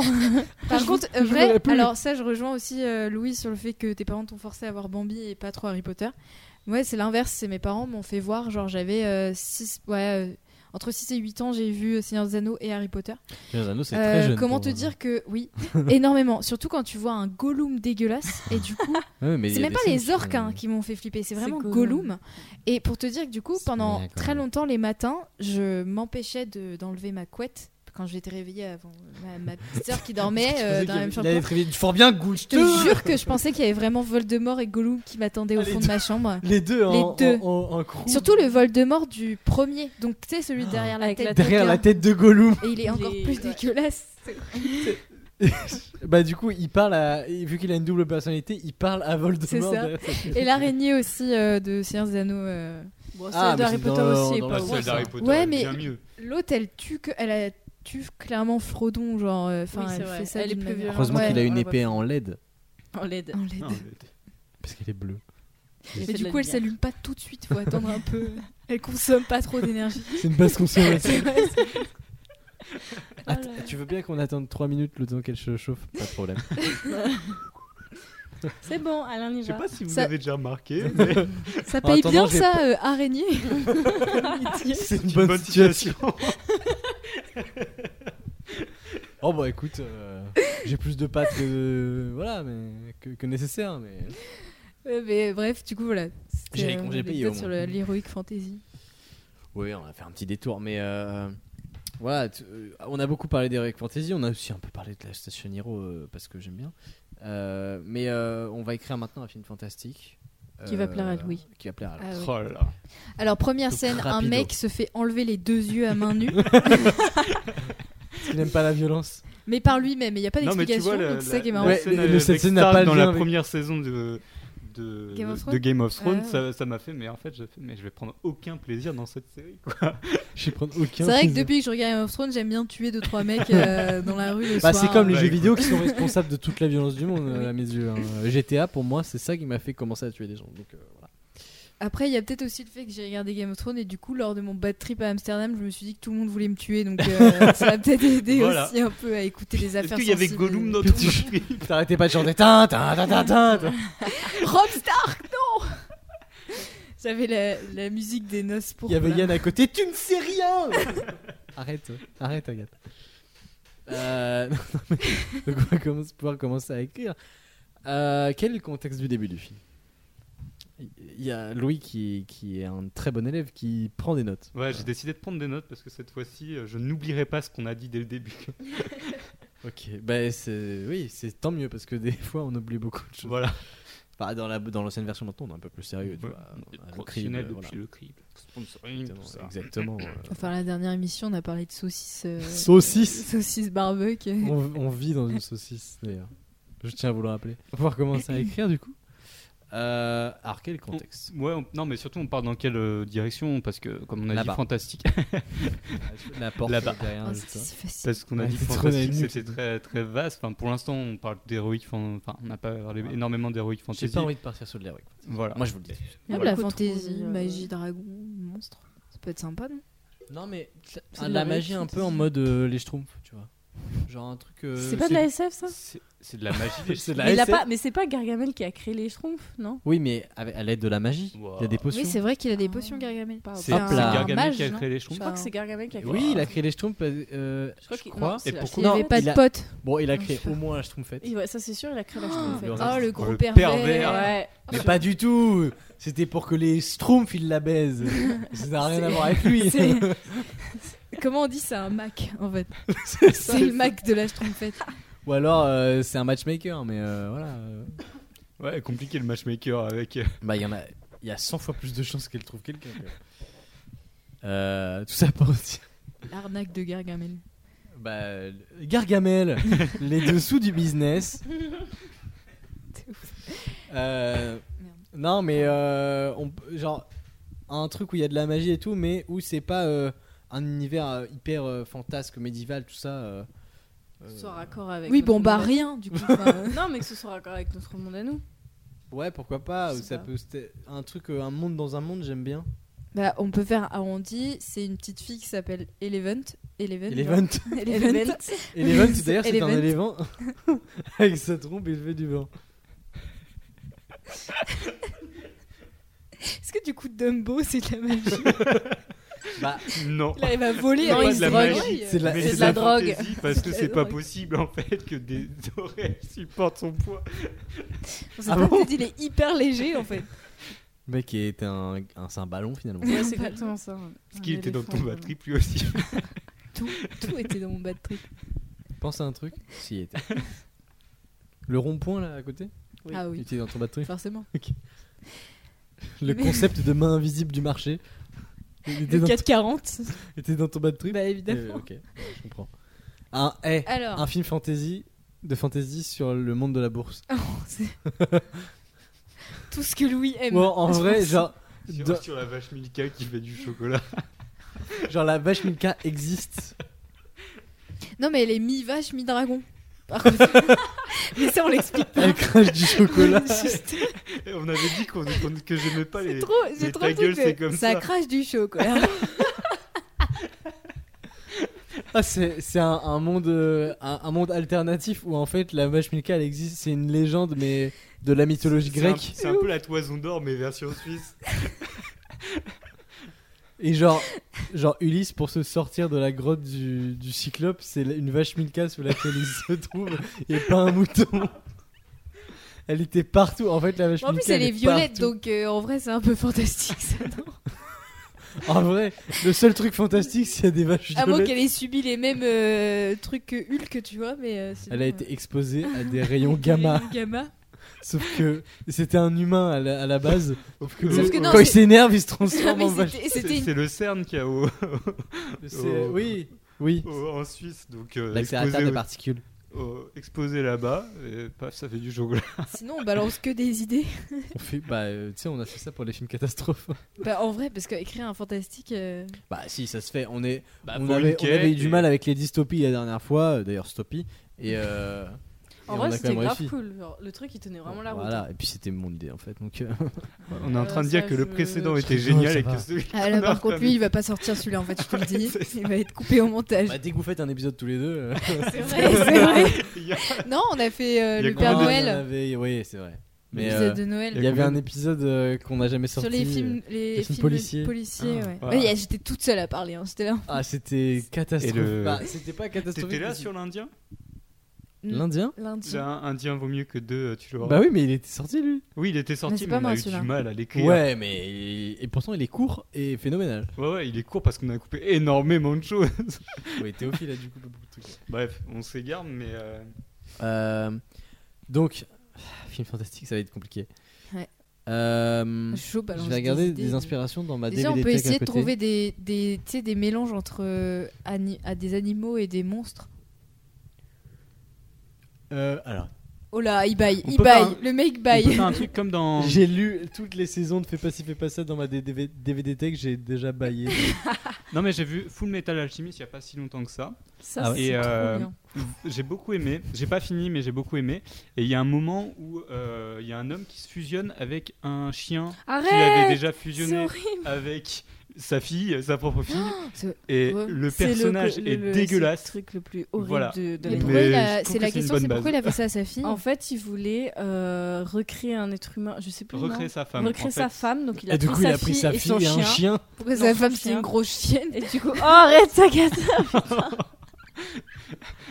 G: Par
E: Je vous-
G: contre, euh,
E: je vous
G: vrai,
E: verrai plus.
G: alors ça, je rejoins aussi euh, Louis sur le fait que tes parents t'ont forcé à voir Bambi et pas trop Harry Potter. Moi, c'est l'inverse. C'est mes parents m'ont fait voir, genre, j'avais 6. ouais. euh, entre 6 et 8 ans, j'ai vu euh, Seigneur des Anneaux et Harry Potter. Euh, comment te dire que oui, énormément. Surtout quand tu vois un Gollum dégueulasse. Et du coup, c'est même pas les orques hein, qui m'ont fait flipper, c'est
H: C'est
G: vraiment
H: Gollum.
G: Gollum. Et pour te dire que du coup,
E: C'est
G: pendant
E: moyen, quand
G: très
E: même.
G: longtemps les matins, je m'empêchais de- d'enlever ma couette quand j'étais réveillée avant ma, ma petite sœur qui dormait euh, dans la même chambre. que moi.
E: Fort bien, euh, Gould,
G: Je te jure que je pensais qu'il y avait vraiment Voldemort et Gollum qui m'attendaient au
E: Ah, les
G: fond de
E: deux.
G: ma chambre.
E: Les deux en,
G: Les
E: en-
G: deux.
E: en- en crew.
G: Surtout le Voldemort du premier, donc tu sais celui derrière la
H: Avec
G: tête.
H: la
G: de
E: Derrière la
G: Kern.
E: tête de Gollum.
G: Et il est
H: Il
G: encore
H: est-
G: plus
H: ouais.
G: dégueulasse.
E: Bah, du coup, il parle à. et Vu qu'il a une double personnalité, il parle à Voldemort.
G: C'est ça.
E: derrière sa tête.
G: Et l'araignée aussi euh, de Seigneur des Anneaux. euh,
H: Bon,
E: Ah,
H: celle
E: mais
H: d'Harry
E: c'est
H: Potter
E: dans-
H: aussi est
E: dans
H: pas
E: la
H: ouf.
E: salle d'Harry
F: Potter
G: Ouais,
F: est
G: mais-
F: bien mieux.
G: L'autre, elle tue, que, elle a- tue clairement Frodon, genre. euh, Enfin,
H: Oui, c'est
G: elle
H: vrai.
G: fait ça.
H: Elle est
G: d'une
H: plus
G: manière-
E: Heureusement
G: Ouais.
E: qu'il a
H: on
E: une
H: la voit
E: épée
H: plus.
E: en LED.
H: En LED.
G: En LED.
F: Ah, mais-
E: Parce qu'elle est bleue.
H: Il
G: Mais
H: fait de
G: du
H: la
G: coup, elle
H: lumière.
G: s'allume pas tout de suite, faut attendre un peu. Elle consomme pas trop d'énergie.
E: C'est une basse consommation.
G: C'est vrai, Oh c'est-
E: Att- tu veux bien qu'on attende 3 minutes le temps qu'elle se chauffe Pas de problème.
H: C'est bon, Alain, on y
F: Je sais
H: va.
F: pas si vous
G: Ça-
F: l'avez déjà remarqué, mais
G: ça
E: En
G: paye
E: attendant,
G: bien,
E: je vais
G: ça, euh, araignée.
E: C'est
F: une bonne situation.
E: Oh bah écoute, euh, j'ai plus de pattes que, voilà, mais, que, que nécessaire. Mais...
G: Ouais, mais bref, du coup, voilà. C'était,
E: J'ai les
G: euh,
E: congés payés,
G: l'anecdote
E: au
G: sur
E: moins.
G: le- l'héroïque fantasy.
E: Oui, on va faire un petit détour, mais euh, voilà, tu- euh, on a beaucoup parlé d'Heroic Fantasy, on a aussi un peu parlé de la Station Hero euh, parce que j'aime bien. Euh, mais euh, on va écrire maintenant un film fantastique. Euh,
H: Qui va plaire à Louis.
E: Qui va plaire à Louis.
G: Ah oui.
F: Oh là là.
G: Alors, première
E: Donc,
G: scène, un
E: rapido.
G: mec se fait enlever les deux yeux à main nue,
E: Parce qu'il n'aime pas la violence.
G: mais par lui-même. Il n'y a pas
F: Non, mais tu
G: d'explication,
F: vois, la,
G: donc c'est ça qui est
F: la-
G: marrant.
F: la
E: Ouais,
F: scène
E: le-
F: avec
E: cette scène n'a
F: Stark
E: pas le
F: dans
E: lien
F: la
E: avec-
F: première saison de, de,
G: Game of
F: de
G: Thrones
F: Game of Thrones,
G: Ah.
F: ça- ça m'a fait, mais en fait, je, fais, mais je vais prendre aucun plaisir dans cette série. quoi.
E: Je vais prendre aucun.
G: C'est vrai que
E: plaisir.
G: depuis que je regarde Game of Thrones, j'aime bien tuer deux trois mecs euh, dans la rue le
E: Bah,
G: soir.
E: c'est comme les
F: Bah,
E: jeux
F: écoute.
E: vidéo qui sont responsables de toute la violence du monde, euh,
G: Oui.
E: à mes yeux. hein. GTA, pour moi, c'est ça qui m'a fait commencer à tuer des gens. Donc, euh, voilà.
G: Après, il y a peut-être aussi le fait que j'ai regardé Game of Thrones et du coup, lors de mon bad trip à Amsterdam, je me suis dit que tout le monde voulait me tuer, donc euh, ça m'a peut-être aidé
F: Voilà.
G: aussi un peu à écouter des
F: Est-ce
G: affaires.
F: qu'il y avait
G: sensibles.
F: Gollum dans
E: Puis
F: ton
E: tu- T'arrêtais pas de chanter. Tin, tin, tin, tin, tin, tin.
G: Rob Stark, non J'avais la, la musique des noces pour.
E: Il y avait Yann à côté, tu ne sais rien Arrête, arrête Agathe. Euh, non, non, mais- donc on va commencer- pouvoir commencer à écrire. Euh, quel est le contexte du début du film Il y a Louis qui, qui est un très bon élève qui prend des notes.
F: Ouais, j'ai décidé de prendre des notes parce que cette fois-ci, euh, je n'oublierai pas ce qu'on a dit dès le début.
E: Ok, bah c'est, oui, c'est tant mieux parce que des fois on oublie beaucoup de choses.
F: voilà.
E: Enfin, dans la dans l'ancienne version maintenant, on est un peu plus sérieux. Tu
F: Ouais.
E: vois, on a le crime,
F: Professionnel
E: euh, voilà.
F: depuis le crible. Sponsoring, tout ça.
E: Exactement. exactement, euh.
G: Enfin, la dernière émission, on a parlé de saucisses. euh,
E: Saucisse.
G: Saucisses barbecue.
E: on, on vit dans une saucisse d'ailleurs. Je tiens à vous le rappeler. On va pouvoir commencer à écrire du coup. Euh, alors quel contexte
F: Ouais, on- non, mais surtout, on part dans quelle euh, direction Parce que, comme on a dit
E: Là-bas.
F: fantastique,
E: La porte
F: Oh. Là-bas.
E: derrière.
H: Ah,
G: Oh,
E: juste
G: c'est
E: là.
G: si facile.
F: parce qu'on a
E: Ouais,
F: dit
E: c'est trop
F: fantastique,
E: nul.
F: c'était très, très vaste. Enfin, pour l'instant, on parle d'héroïque, fan- enfin, on n'a pas parlé
E: Ouais.
F: énormément d'héroïque
E: J'ai
F: fantasy.
E: pas envie de partir sur de l'héroïque.
F: Voilà.
E: Moi je vous le dis.
G: Même
H: Voilà.
G: la
H: Beaucoup trop
G: fantaisie,
H: de-
G: magie, dragon, monstre. Ça peut être sympa, non
E: Non mais
G: C'est de
E: la
G: l'héroïque
E: magie un peu en
G: fantasy.
E: mode euh, les schtroumpfs, tu vois. Genre un truc. euh,
H: C'est pas de la SF ça
F: C'est c'est de la magie. des-
E: c'est de
H: mais, il a
E: SF.
H: pas- mais c'est pas Gargamel qui a créé les schtroumpfs, non
E: Oui, mais avec- à l'aide de la magie. Il y a des potions.
G: Oui, c'est vrai qu'il a des
H: Ah.
G: potions, Gargamel.
H: Pardon.
E: C'est- Hop là.
G: un
E: C'est
F: Gargamel
G: mage,
F: qui a
G: non
F: créé les
H: Je
F: schtroumpfs.
H: crois que c'est Gargamel qui a créé
E: Oui,
H: les
E: il a
H: schtroumpfs.
E: créé les schtroumpfs. euh,
H: Je crois qu'il- non, c'est
F: Et
H: la
F: pourquoi
G: Il
E: Non,
G: avait pas
E: il
G: de
E: a-
G: potes.
E: Bon, il a
G: Non,
E: créé
G: je sais
E: au
G: pas.
E: moins la schtroumpfette.
H: Et ouais, ça c'est sûr, il a créé la schtroumpf.
E: Le
G: Oh, le gros
F: Le
G: pervers.
F: pervers.
H: Ouais.
E: Mais pas du tout C'était pour que les schtroumpfs ils la baisent. Ça n'a rien à voir avec lui.
G: C'est- Comment on dit c'est un Mac en fait
E: C'est ça.
G: C'est le Mac de la trompette.
E: Ou alors euh, c'est un matchmaker, mais euh, voilà. euh.
F: Ouais, compliqué le matchmaker avec. euh,
E: Bah, il y en a, il y a 100 fois plus de chances qu'elle trouve quelqu'un. quoi. Euh, tout ça pour dire.
G: L'arnaque de Gargamel.
E: Bah, euh, Gargamel, les dessous du business. Euh,
G: Merde.
E: non, mais euh, on, peut- genre un truc où il y a de la magie et tout, mais où c'est pas euh, un univers euh, hyper euh, fantasque médiéval, tout ça. euh,
H: Que
E: euh,
H: ce soit raccord avec.
G: Oui,
H: notre
G: bon bah
H: monde à-
G: rien du coup. Enfin, euh,
H: Non, mais que ce soit raccord avec notre monde à nous.
E: Ouais, pourquoi pas.
H: Je
E: ou
H: sais
E: Ça
H: pas.
E: peut, c'était un truc, euh, un monde dans un monde, j'aime bien.
G: bah, on peut faire ah, on dit c'est une petite fille qui s'appelle Eleven. Eleven.
E: Eleven,
G: genre. Eleven.
E: Eleven, c'est- d'ailleurs, c'est un
G: Eleven.
E: éléphant avec sa trompe et il fait du vent.
G: Est-ce que du coup Dumbo c'est de la magie
E: Bah,
F: Non.
G: Il arrive à voler
F: C'est
G: hein,
F: pas
G: il
F: de
G: se
F: la
G: drogue.
F: magie,
E: c'est de la-
F: Mais
G: c'est de
F: la
G: la drogue.
F: fantaisie, Parce que
G: de la
F: c'est pas
G: drogue.
F: possible en fait que des oreilles supportent son poids.
G: C'est
E: Ah
G: pas-
E: bon
G: il est hyper léger en fait.
E: le mec est un, un, c'est un ballon finalement.
H: Ouais, c'est exactement ça.
F: Ce qui était dans ton batterie, lui aussi.
G: Tout, tout était dans mon bad trip.
E: Pense à un truc Si, il était. Le rond-point là à côté
H: Oui.
G: Ah
E: Il
G: oui,
E: était dans ton batterie.
G: forcément.
E: Le
G: Mais-
E: concept de main invisible du marché. Il était,
G: Le
E: dans,
G: 440,
E: il était dans ton batterie Euh,
G: bah évidemment.
E: Ok, je comprends. Un, eh,
G: Alors,
E: un film fantasy de fantasy sur le monde de la bourse.
G: Oh, c'est- tout ce que Louis aime.
E: Ou en en
G: Je
E: vrai,
G: pense.
E: genre,
F: Sur,
E: dans-
F: sur la vache Milka qui fait du chocolat.
E: genre la vache Milka existe.
G: Non, mais elle est mi-vache, mi-dragon. Par contre. mais ça, on l'explique pas.
E: Elle crache du chocolat.
G: Juste-
F: Et on avait dit qu'on qu'on- que j'aimais pas
G: C'est
F: les.
G: trop,
F: mais
G: c'est trop
F: ta
G: le
F: gueule,
G: truc
F: c'est
G: de-
F: comme ça.
G: crache du chocolat.
E: Ah, c'est c'est un, un monde, euh, un, un monde alternatif où en fait la vache Milka elle existe. C'est une légende, mais de la mythologie
F: C'est un-
E: grecque.
F: C'est un peu la toison d'or, mais version suisse.
E: Et genre, genre Ulysse, pour se sortir de la grotte du, du cyclope, c'est la- une vache Milka sous laquelle il se trouve et pas un mouton. Elle était partout. En fait, la vache
G: en plus,
E: Milka,
G: elle est violette,
E: partout.
G: donc euh, en vrai, c'est un peu fantastique. Ça, non
E: En vrai, le seul truc fantastique, c'est qu'il y a des vaches
G: à moins
E: violettes.
G: qu'elle ait subi les mêmes euh, trucs que Hulk, tu vois. Mais, euh, sinon,
E: Elle a
G: euh,
E: été exposée à des rayons
G: les
E: gamma.
G: rayons gamma.
E: Sauf que c'était un humain à la, à la base.
F: Sauf que,
G: Sauf que non,
E: Quand il
G: c'est-
E: s'énerve, il se
G: Non,
E: transforme
G: mais
E: en vache.
G: c'était- c'était
F: c'est
G: une
F: c'est le CERN qui a au-
E: C'est- Oui, oui.
F: au- en Suisse. Donc, euh,
E: L'accélérateur
F: exposé
E: de
F: au-
E: particules.
F: au- exposé là-bas, et paf, ça fait du chocolat.
G: Sinon, on balance que des idées.
E: On fait, bah, euh, tu sais, on a fait ça pour les films catastrophes.
G: Bah, en vrai, parce qu'écrire un fantastique. euh,
E: Bah, si, ça se fait. On est,
F: Bah,
E: on,
F: pour
E: avait, on
F: une
E: avait eu
F: quête
E: du
F: et-
E: mal avec les dystopies la dernière fois, euh, d'ailleurs Stoppie, et, euh, et
H: En
E: on
H: vrai,
E: a quand
H: c'était
E: même
H: grave
E: réussi.
H: cool. Genre, le truc, il tenait vraiment la route.
E: Voilà, et puis c'était mon idée en fait. Donc, euh,
F: On est en train de
H: Euh,
F: dire
H: ça,
F: que le
H: je-
F: précédent était
E: Ouais,
F: génial
E: ça
F: et que
E: va.
F: celui
G: Ah
F: qu'on
G: là,
F: a
G: par contre,
F: entamé-
G: lui, il va pas sortir celui-là, en fait, je te le dis. Il va être coupé au montage.
E: bah, dès que vous faites un épisode tous les deux, euh,
H: hein.
G: c'est vrai, c'est vrai.
F: Il y a-
G: Non, on a fait euh,
F: Il y a
G: le
F: combien
G: Père
E: on en
F: de-
G: Noël,
E: avait- oui, c'est vrai. Mais
G: l'épisode
E: euh,
G: de
E: il
G: Noël.
E: y avait
F: combien
E: un
F: de-
E: épisode euh, qu'on n'a jamais sorti. euh,
G: Sur les films, les
E: films
G: films
E: policiers.
G: policiers.
E: Ah,
G: ouais.
F: voilà.
G: Ouais, y a- J'étais toute seule à parler, hein, j'étais là.
E: Ah, c'était catastrophique.
F: le-
E: Bah, c'était pas catastrophique.
F: T'étais là
E: mais
F: sur l'Indien
E: l'Indien
G: Lundi.
F: Un Indien vaut mieux que deux, tu le vois.
E: Bah oui, mais il était sorti lui.
F: Oui, il était
G: Mais
F: sorti,
G: c'est
F: mais,
G: pas
F: on
G: moi,
F: a eu
G: celui-là.
F: du mal à l'écrire.
E: Ouais, mais et pourtant il est court et phénoménal.
F: ouais, ouais, il est court parce qu'on a coupé énormément de choses.
E: Oui, Théophile a du coup beaucoup de trucs.
F: Bref, on s'égare, mais. euh,
E: Euh, donc, film fantastique, ça va être compliqué.
G: Ouais.
E: Euh,
G: Ah, Chaud, balance
E: je vais regarder
G: idées,
E: des
G: mais-
E: inspirations dans ma
G: Déjà, on
E: DVD tech
G: peut
E: à
G: essayer de
E: côté.
G: trouver des, des, tu sais, des mélanges entre euh, ani- à des animaux et des monstres.
E: Euh, alors,
G: Oh là, il baille,
F: On
G: il
F: peut faire
G: baille,
F: un-
G: le mec
F: On peut
G: baille.
F: faire un truc comme dans.
E: Euh, j'ai lu toutes les saisons de Fais pas ci, fais pas ça dans ma DV DVD tech, j'ai déjà baillé.
F: Non, mais j'ai vu Full Metal Alchemist il n'y a pas si longtemps que ça.
H: Ça,
F: Ah ouais.
H: c'est
F: Et,
H: trop
F: euh,
H: bien.
F: J'ai beaucoup aimé. J'ai pas fini, mais j'ai beaucoup aimé. Et il y a un moment où euh, il y a un homme qui se fusionne avec un chien qu'il avait
H: Arrête
F: déjà
H: C'est
F: fusionné
H: horrible Ah,
F: avec sa fille, sa propre fille.
G: c'est-
F: Et
G: ouais.
F: le
H: C'est
F: personnage
H: le-
F: est
H: le- le-
F: dégueulasse.
H: C'est le truc le plus horrible
F: Voilà.
H: de,
G: Mais
H: de la
F: Mais
G: pourquoi il a-
F: je trouve
G: c'est la
F: que c'est une
G: question, c'est
F: bonne
G: pourquoi il a fait ça à sa fille
H: En fait, il voulait euh, recréer un être humain, je sais plus. le nom.
F: Recréer sa femme.
H: Recréer
F: en
H: sa
F: fait.
H: femme, donc il a
E: et du
H: pris
E: coup,
H: sa
E: il a pris
H: fille
E: sa
H: et
E: fille
H: son
E: et, un
H: chien.
E: chien.
G: Pourquoi
H: Non,
G: sa
H: son
G: femme c'est
H: chien.
G: une grosse chienne
H: Et du coup, oh, arrête, ça gâte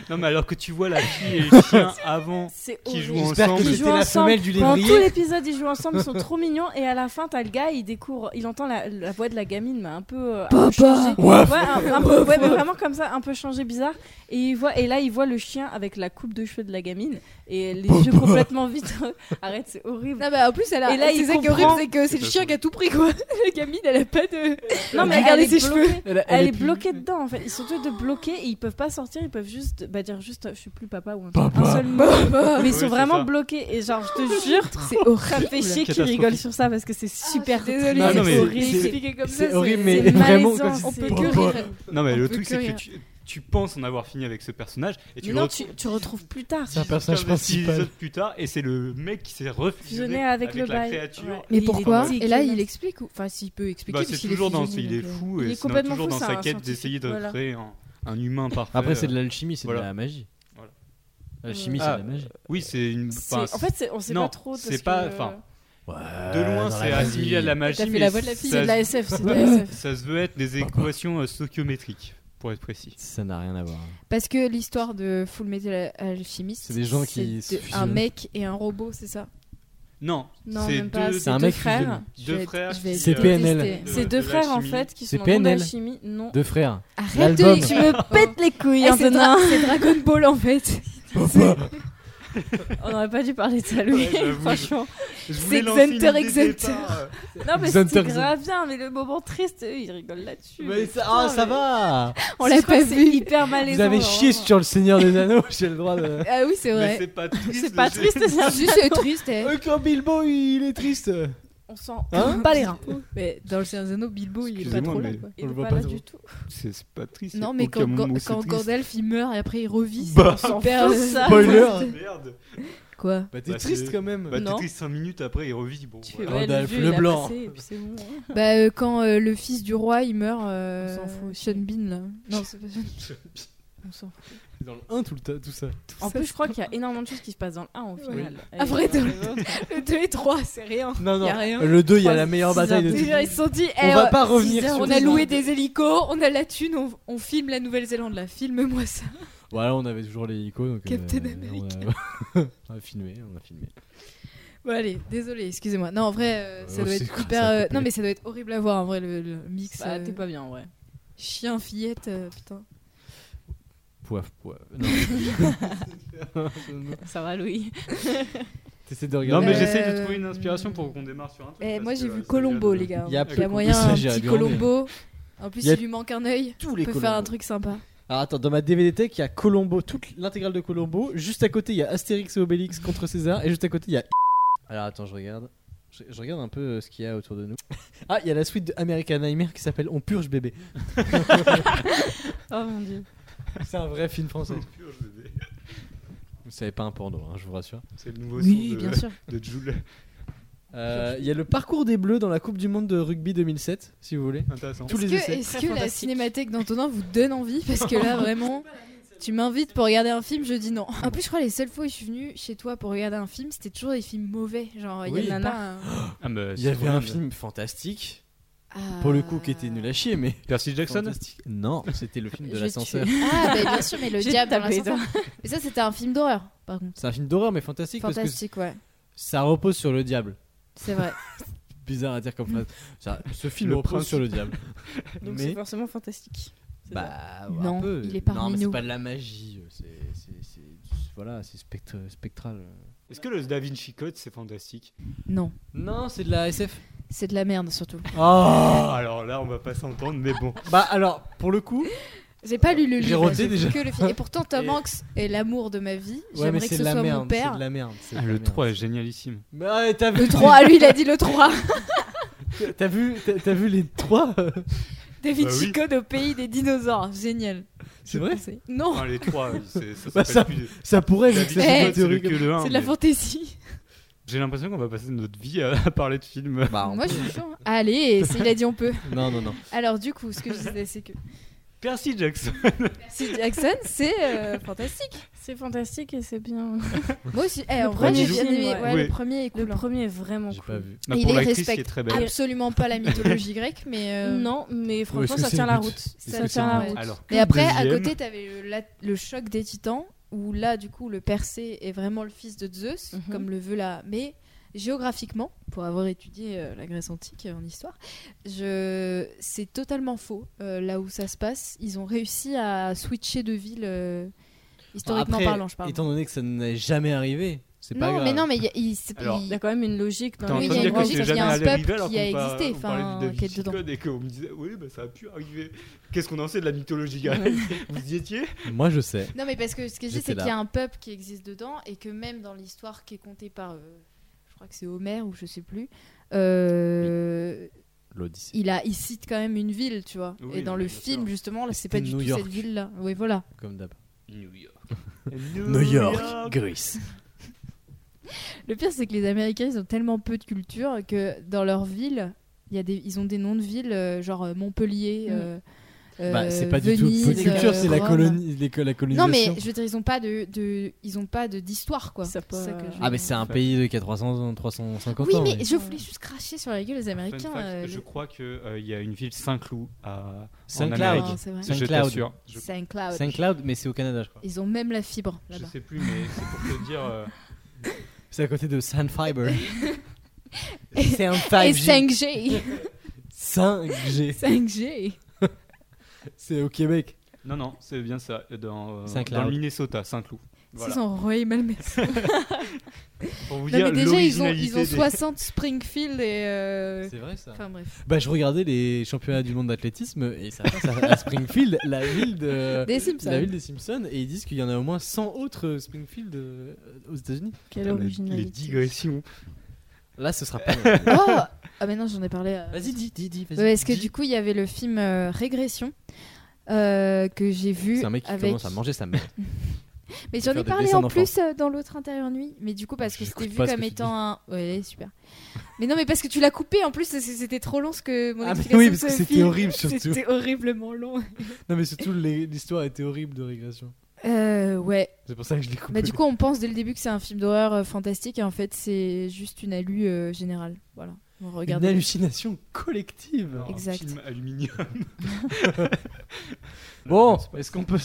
F: Non, mais alors que tu vois la fille et le chien avant.
H: C'est
F: Qui joue
H: horrible.
E: J'espère que
F: ensemble.
H: Ils
E: c'était
H: jouent
E: la
H: ensemble
E: femelle du
H: Pendant tout
E: lévrier.
H: l'épisode, ils jouent ensemble, ils sont trop mignons. Et à la fin, t'as le gars, il découvre, il entend la, la voix de la gamine, mais un peu. euh, un peu changée.
E: Ouaf.
H: Ouais, un- un peu- ouais, mais vraiment comme ça, un peu changé, bizarre. Et, il voit, et là, il voit le chien avec la coupe de cheveux de la gamine et les yeux complètement vides. Arrête, c'est horrible.
G: Non, bah en plus, elle a.
H: Et là,
G: c'est
H: il
G: ça qui est
H: comprend.
G: horrible, c'est que c'est le chien qui a tout pris quoi. La gamine, elle a pas de.
H: Non, mais
G: Regardez
H: elle est
G: ses
H: bloquée.
E: Elle,
H: Elle, est,
E: plus-
H: bloquée dedans en fait. Ils sont tous deux bloqués et ils peuvent pas sortir. Ils peuvent juste bah, dire juste je suis plus papa ou un,
E: Papa.
H: un seul mot. Mais ils sont
F: Oui, c'est
H: vraiment
F: ça.
H: bloqués. Et genre, je te jure,
G: C'est horrible.
H: ça me fait chier qu'ils
F: Catastrophique.
H: rigolent sur ça parce que c'est super.
G: Désolée,
F: Non, non, mais
G: c'est horrible.
E: c'est-
G: Expliquer comme ça,
E: C'est horrible, mais
H: c'est
E: vraiment,
H: malaisant,
E: quand il
H: on
E: dit
H: peut
E: papa,
H: que
G: rire.
F: Non, mais
G: On
F: le
G: peut
F: truc,
G: que
F: c'est que
G: rire.
F: tu, tu penses en avoir fini avec ce personnage et tu
H: Mais
F: le
H: non,
F: retrouves
H: tu, tu retrouves plus tard.
E: C'est un personnage
F: comme six
E: principal.
F: épisodes plus tard, et c'est le mec qui s'est refusionné
H: Fusionné avec le
F: la
H: bail.
F: créature.
H: Ouais.
G: Mais
H: Il est
G: pourquoi
H: horrible.
G: Et là, il explique. ou- Enfin, s'il peut expliquer.
F: Bah,
G: parce
F: c'est
G: qu'il
F: toujours dans,
G: fusionné,
F: il est
G: donc, euh,
F: fou,
H: Il
F: et
H: est
F: c'est
H: complètement
F: toujours
H: fou,
F: dans
H: c'est
F: sa
H: un
F: quête d'essayer de
H: scientifique,
F: créer un, un humain parfait.
E: Après, c'est de l'alchimie, c'est de
F: voilà.
E: la magie.
F: Voilà.
E: L'alchimie,
F: Ah,
E: c'est de la magie.
F: Oui, c'est une.
H: C'est-
F: enfin,
H: en fait, c'est- on sait
F: non,
H: pas trop. parce
F: c'est
H: que-
F: pas- enfin,
E: Ouais,
F: de loin,
E: Euh, dans la
F: c'est
E: magie.
F: assimilé à de la
G: T'as
F: magie.
G: fait
F: mais
G: la voix de la fille.
F: ça-
G: C'est de la SF, c'est de la SF.
F: Ça se veut être des équations euh, stochiométriques, pour être précis.
E: Ça n'a rien à voir.
G: Parce que l'histoire de Full Metal Alchemist,
E: C'est des gens qui
G: c'est
E: se
G: de- un
E: fusionnent.
G: mec et un robot, c'est ça
F: Non,
H: Non,
F: c'est
H: même pas.
F: deux,
E: un
H: C'est deux
E: mec
H: frères.
E: fusionné.
G: Je vais
F: deux
G: être-
F: frères.
G: je vais
F: qui,
G: être
E: C'est
F: euh,
E: PNL.
G: détestée.
F: de-
H: C'est
F: de
H: deux frères en
F: l'alchimie.
H: fait qui
E: C'est
H: sont dans
E: PNL.
H: la chimie. Non. Eh,
E: Deux frères.
G: Arrête de
E: L'album.
G: tu
H: Tu
G: me-
H: me pètes les couilles,
G: Eh,
H: hein,
G: c'est
H: Zenin.
G: Dra- c'est Dragon Ball en fait.
H: On aurait pas dû parler de ça, lui,
F: Ouais, j'avoue.
H: franchement.
F: Je
G: C'est
F: voulais lancer une
G: Xenter,
F: idée de
G: Xenter.
F: départ, euh,
H: Non, mais
E: Xenter,
H: c'est
E: Xenter.
H: grave bien, mais le moment triste, eux, ils rigolent là-dessus.
E: Mais ça,
H: putain,
E: ah, ça
H: mais-
E: va
G: On
H: Je
G: l'a
H: crois
G: pas
H: que
G: vu.
H: C'est hyper malaisant.
E: Vous avez
H: genre,
E: chié
H: vraiment.
E: sur le Seigneur des Anneaux, j'ai le droit de.
G: Ah oui, c'est
F: Mais
G: vrai.
F: c'est pas triste.
H: C'est pas
F: je-
H: triste, c'est un
G: Juste euh, triste. eh.
E: Euh, Quand Bilbo il est triste.
H: On s'en
E: Hein
H: pas les reins.
G: Mais dans le Seigneur des Anneaux, Bilbo, il est pas
F: Excusez-moi,
G: trop là.
F: mais-
G: quoi.
H: Il
E: le
H: est
E: voit
H: pas
E: pas
H: là
E: trop.
H: du tout.
F: C'est c'est pas triste.
G: Non, mais
F: aucun
G: quand,
F: moment où
G: quand,
F: c'est
G: quand
F: triste.
G: Gandalf il meurt et après il revit, c'est
F: Bah.
G: super.
H: fout, ça.
E: Spoiler.
F: Ah, Merde.
G: Quoi
E: Bah t'es
F: Bah,
E: triste
F: c'est-
E: quand même.
F: Bah, t'es
H: Non.
F: triste 5 minutes après, il revit. Bon,
H: Tu fais,
F: voilà.
H: ouais,
E: Rodolphe
H: vieux, il
E: le
H: a
E: blanc.
H: passé, et puis c'est bon.
G: Bah, euh, quand euh, le fils du roi il meurt, euh,
H: On s'en fout aussi.
G: Sean Bean là. Non, c'est pas Sean
H: On s'en
E: Dans le 1 tout, le ta- tout ça.
H: En plus, je crois qu'il y a énormément de choses qui se passent dans le 1 au final.
G: Ah, vrai,
H: dans
G: dans le-
H: les autres.
G: Le 2 et 3, c'est rien.
E: Non, non.
G: Y a rien.
E: Le 2, il y a la meilleure
H: Trois-
E: bataille de
H: six
E: tout.
G: Déjà, ils se sont dit,
E: On
G: eh,
E: va
G: euh,
E: pas revenir
H: heures,
E: sur
G: on
E: le
G: a
E: deux.
G: loué des hélicos, on a la thune, on, on filme la Nouvelle-Zélande là. Filme-moi ça.
E: Voilà, on avait toujours les icônes. Donc,
G: Captain
E: euh,
G: America.
E: On a... on a filmé, on a filmé.
G: Bon, allez, désolé, excusez-moi. Non, en vrai, euh, ça
E: Oh,
G: doit
E: c'est
G: être
E: quoi,
G: hyper.
E: ça a
G: euh,
E: coupé.
G: non, mais ça doit être horrible à voir en vrai, le, le mix.
H: Bah,
G: euh,
H: t'es pas bien, ouais.
G: Chien-fillette, euh, putain.
E: Poif, poif. Non.
H: Ça va, Louis.
E: T'essaies de
F: Non,
E: regarder.
F: mais
G: Euh,
F: j'essaie de trouver une inspiration pour qu'on démarre sur un truc.
G: Eh,
F: parce
G: moi,
F: que,
G: j'ai
F: euh,
G: vu
F: ça
G: Colombo,
F: devient-
G: les gars.
E: Il y a-
G: Il y a moyen
E: Ça,
G: un
E: j'ai
G: petit
E: regardé.
G: Colombo. En plus,
E: Il y a-
G: il lui manque un œil.
E: tous
G: On
E: les
G: peut faire un
E: Colombo.
G: truc sympa.
E: Alors attends, dans ma DVD tech, il y a Colombo, toute l'intégrale de Colombo. Juste à côté, il y a Astérix et Obélix contre César. Et juste à côté, il y a. Alors attends, je regarde. Je, je regarde un peu euh, ce qu'il y a autour de nous. Ah, il y a la suite de American Nightmare qui s'appelle On purge bébé.
H: Oh mon dieu.
E: C'est un vrai film français.
F: C'est pur, je le dis.
E: Vous savez pas un porno, hein, je vous rassure.
F: C'est le nouveau
G: Oui,
F: son
G: bien
F: de-
G: sûr.
F: de Jules.
E: Euh, Il y a le parcours des Bleus dans la Coupe du Monde de rugby 2007, si vous voulez.
F: Intéressant.
E: Tous
G: Est-ce
E: les
G: que,
E: essais.
G: est-ce
H: Très
G: que la
H: fantastique.
G: cinémathèque d'Antonin vous donne envie Parce que là, vraiment, tu m'invites pour regarder un film, je dis non. En plus, je crois les seules fois où je suis venue chez toi pour regarder un film, c'était toujours des films mauvais. Genre, il
E: Oui.
G: y en a
H: Nanar.
G: pas un-
F: Ah, mais
E: Il y avait
F: c'est
E: un
F: horrible.
E: film fantastique,
G: Ah.
E: pour le coup, qui était nul à chier, mais.
F: Percy Jackson hein.
E: Fantastique. Non, c'était le film de
G: Je vais te
E: l'ascenseur.
G: tuer. Ah, bah, bien sûr, mais le
H: J'ai
G: diable dans
H: tapé
G: l'ascenseur. Mais ça, c'était un film d'horreur, par contre.
E: C'est un film d'horreur, mais fantastique, parce que
G: Fantastique, ouais.
E: ça repose sur le diable.
G: C'est vrai.
E: Bizarre à dire comme phrase. Ça- ce film
F: Le
E: repose
F: prince.
E: sur le diable.
H: Donc,
E: Mais-
H: c'est forcément fantastique. C'est ça.
E: Bah, ouais,
G: Non,
E: un peu.
G: il est
E: Non,
G: parmi
E: mais euh, c'est
G: nous.
E: pas de la magie. C'est, c'est- c'est- voilà, c'est spectre- spectral. euh.
F: Est-ce que le Da Vinci Code, c'est fantastique
G: Non,
E: Non, c'est de la SF.
G: c'est de la merde surtout.
F: Ah Alors là, on va pas s'entendre, mais bon.
E: Bah alors, pour le coup,
G: J'ai pas lu le
E: J'ai
G: livre,
E: rodé
G: j'ai vu
E: déjà.
G: que le film. Et pourtant, Tom
E: Et-
G: Hanks est l'amour de ma vie.
E: ouais, mais
G: J'aimerais que
E: c'est
G: ce
E: de la
G: soit mon
E: merde. C'est de
G: père.
E: la merde. c'est de la
F: Ah, le
E: Ah, merde.
F: 3 est génialissime.
E: Mais ouais, t'as vu,
G: Le 3, lui, il a dit le 3.
E: t'as vu, t'as- t'as vu les trois euh,
G: David
F: Bah oui.
G: Chico au pays des dinosaures. Génial.
E: C'est
G: Je
E: vrai
G: conseille. Non,
F: Ah, les 3, ça
E: Bah, ça-
F: s'appelle plus...
E: Ça pourrait, vu que
F: David
E: c'est
G: Eh,
E: une
F: Code, c'est le
E: théorie
F: que
E: comme-
F: le 1.
G: c'est de la fantaisie.
F: J'ai l'impression qu'on va passer notre vie à, à parler de films.
E: Bah, on-
G: Moi, je suis chaud. hein. Allez, s'il a dit on peut.
E: Non, non, non.
G: Alors, du coup, ce que je disais, c'est que
F: Percy Jackson.
G: si Jackson, c'est euh, fantastique.
H: C'est fantastique et c'est bien.
G: Moi aussi, eh, en
H: Le
G: vrai, j'ai
H: premier
G: bien
H: film,
G: aimé.
H: ouais.
G: Ouais,
F: Oui.
G: Le premier est
H: Le
G: cool. hein.
H: premier est vraiment
E: J'ai
H: cool.
E: pas vu.
F: Bah,
G: Il
F: pour
G: est
F: l'actrice qui est
G: respect-
F: très belle.
G: Absolument pas la mythologie grecque, mais. euh,
H: Non, mais
E: est-ce
H: franchement,
E: que
H: ça
E: c'est
H: tient
E: le
H: la
E: but
H: route.
E: Est-ce
H: Ça
E: que
H: tient
E: c'est
H: la
E: le but
H: route.
F: Alors,
G: Mais après, à
F: Deuxième.
G: côté, t'avais le, la- le choc des titans, où là, du coup, le Persée est vraiment le fils de Zeus,
H: Mhm.
G: comme le veut la. Mais géographiquement, pour avoir étudié euh, la Grèce antique euh, en histoire, je... c'est totalement faux. euh, là où ça se passe, ils ont réussi à switcher de ville, euh, historiquement
E: Après,
G: parlant, je parle.
E: Étant donné que ça n'est jamais arrivé, c'est pas
G: Non,
E: grave.
G: mais non, mais il y a- il c'est-
F: Alors,
G: il-
H: Il y a quand même une logique
F: T'es en
H: dans
G: Oui,
F: train de
G: il y a
F: dire
G: une
F: que
G: logique,
F: t'es
G: parce qu'il y a
F: jamais
G: un
F: allé
G: peuple
F: river alors
G: qui a
F: qu'on par-
G: existé,
F: on parlait du
G: enfin,
F: Da Vinci
G: qui est dedans.
F: Code Et qu'on me disait, oui, bah, ça a pu arriver. Qu'est-ce qu'on en sait de la mythologie grecque Vous y étiez
E: Moi, je sais.
G: Non, mais parce que ce que je dis,
E: J'étais
G: c'est
E: là.
G: qu'il y a un peuple qui existe dedans et que même dans l'histoire qui est contée par, euh, je crois que c'est Homère ou je sais plus, euh,
E: L'Odyssée.
G: il, a, il cite quand même une ville, tu vois.
F: Oui,
G: et dans
F: non,
G: le
F: bien sûr.
G: film, justement, là, c'est pas du
E: New
G: tout
E: York.
G: cette ville-là. Oui, voilà.
E: Comme d'hab.
D: New York.
F: New
E: Greece.
G: Le pire, c'est que les Américains, ils ont tellement peu de culture que dans leur ville, il y a des, ils ont des noms de villes, euh, genre euh, Montpellier.
H: Mm.
G: euh,
E: Bah,
G: euh,
E: c'est pas du tout.
G: Venise,
E: Votre culture,
G: euh,
E: c'est la,
G: Rome.
E: colonie, les co- la
G: Non,
E: colonisation.
G: mais je veux dire, ils ont pas de, de- ils ont pas de- d'histoire, quoi.
H: Ça
G: C'est ça
H: peut-
G: que je-
E: Ah, mais c'est un pays de 400, 350
G: Oui,
E: ans.
G: mais
E: oui.
G: je voulais juste cracher sur la gueule des Américains. euh,
F: je
G: les-
F: crois qu'il y a une ville Saint-Cloud à.
E: Saint-Cloud.
F: Amérique.
G: Non, c'est vrai.
E: Saint-
F: Je
E: Saint-Cloud.
F: t'assure. Je,
G: Saint-Cloud.
E: Saint-Cloud, mais c'est au Canada, je crois.
G: Ils ont même la fibre
F: je
G: là-bas.
F: sais plus, mais c'est pour te dire. euh,
E: C'est à côté de San Fiber.
G: Et-
E: C'est un
G: Et
E: 5G.
G: 5G
E: 5G.
G: 5G
E: C'est au Québec.
F: Non, non, c'est bien ça. Dans, euh,
E: Saint-Cloud.
F: dans le Minnesota, Saint-Cloud. Voilà.
G: Ils ont Roy Malmesson.
F: Pour vous
G: Non, mais
F: dire
G: déjà, ils ont,
F: l'originalité.
G: ils ont
F: des-
G: 60 Springfield et. euh,
E: C'est vrai, ça.
G: Enfin bref.
E: Bah, je regardais les championnats du monde d'athlétisme et ça passe à à Springfield, la ville de.
G: Des Simpsons.
E: La ville des Simpsons, et ils disent qu'il y en a au moins 100 autres euh, Springfield euh, aux États-Unis.
H: Quelle
F: Putain, les- Les
H: originalité.
F: digressions.
E: Là, ce sera pas. mal.
G: Oh Ah, mais non, j'en ai parlé. euh,
E: vas-y, dis, dis, dis. Vas-y.
G: Ouais, parce que
E: Dis.
G: du coup, il y avait le film euh, Régression euh, que j'ai vu.
E: C'est un mec qui
G: avec...
E: commence à manger sa mère.
G: Mais
E: faire
G: j'en
E: des
G: ai parlé
E: dessins
G: en plus euh, dans l'autre intérieur nuit. Mais du coup, parce que
E: J'écoute
G: c'était vu
E: pas ce que
G: comme
E: tu
G: étant un. Ouais, super. Mais non, mais parce que tu l'as coupé en plus, c'est- c'était trop long ce que mon
E: Ah, mais
G: explication.
E: oui,
G: de
E: parce que
G: ce
E: c'était
G: film.
E: horrible, surtout.
G: C'était horriblement long.
E: Non, mais surtout, les- l'histoire était horrible de régression.
G: Euh, ouais.
E: C'est pour ça que je l'ai coupé.
G: Bah, du coup, on pense dès le début que c'est un film d'horreur euh, fantastique et en fait, c'est juste une alu euh, générale. Voilà. On
E: Une
G: regarde.
E: hallucination collective.
F: Un
G: Exact.
F: Film aluminium.
E: Bon, est-ce qu'on peut.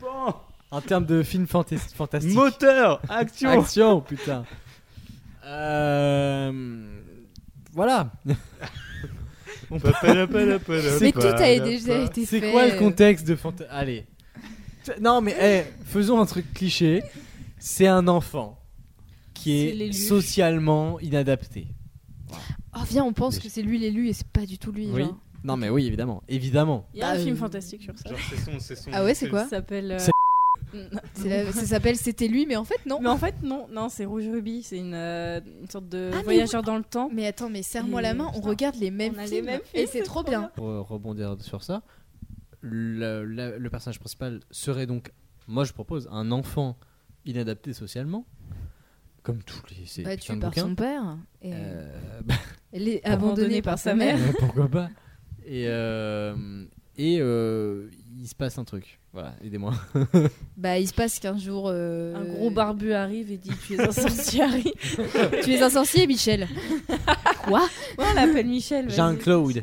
F: Bon,
E: en termes de film fantais- fantastique.
F: moteur, action.
E: Action, putain. Euh, Voilà.
G: Mais tout a déjà été fait.
E: Bah, C'est quoi le
G: euh,
E: contexte de fanta... Allez. T- Non, mais eh, faisons un truc cliché. C'est un enfant qui
H: C'est
E: est,
H: l'élu.
E: socialement inadapté.
G: Oh, viens, on pense que c'est lui l'élu et c'est pas du tout lui.
E: Oui.
G: genre.
E: Non, mais oui, évidemment. Évidemment.
H: Il y a un
G: Bah,
H: film
G: euh,
H: fantastique sur ça.
F: Genre, c'est son, c'est son.
G: Ah ouais, c'est quoi
H: Ça s'appelle. euh,
E: C'est-
H: Non.
G: C'est la- Ça s'appelle C'était lui, mais en fait, non.
H: Mais en fait, non, non, c'est Rouge Ruby, c'est une, euh, une sorte de
G: Ah, mais
H: voyageur dans le temps.
G: Mais attends, mais serre-moi la main, on
H: Putain.
G: regarde les mêmes,
H: On a les
G: films,
H: mêmes
G: et
H: films,
G: c'est trop bien.
E: Pour euh, rebondir sur ça, le, le- le personnage principal serait donc, moi je propose, un enfant inadapté socialement, comme tous les ces
G: Bah,
E: putains
G: tué
E: de
G: par
E: bouquins.
G: son père et
E: Euh,
G: les- abandonné par sa mère.
E: Ouais, Pourquoi pas Et, euh, et euh, il se passe un truc. Voilà, aidez-moi.
G: Bah, il se passe qu'un jour. euh,
H: Un gros barbu arrive et dit Tu es un sorcier, Harry.
G: Tu es un sorcier, Michel. Quoi
H: Ouais, on l'appelle Michel. vas-y.
E: Jean-Claude.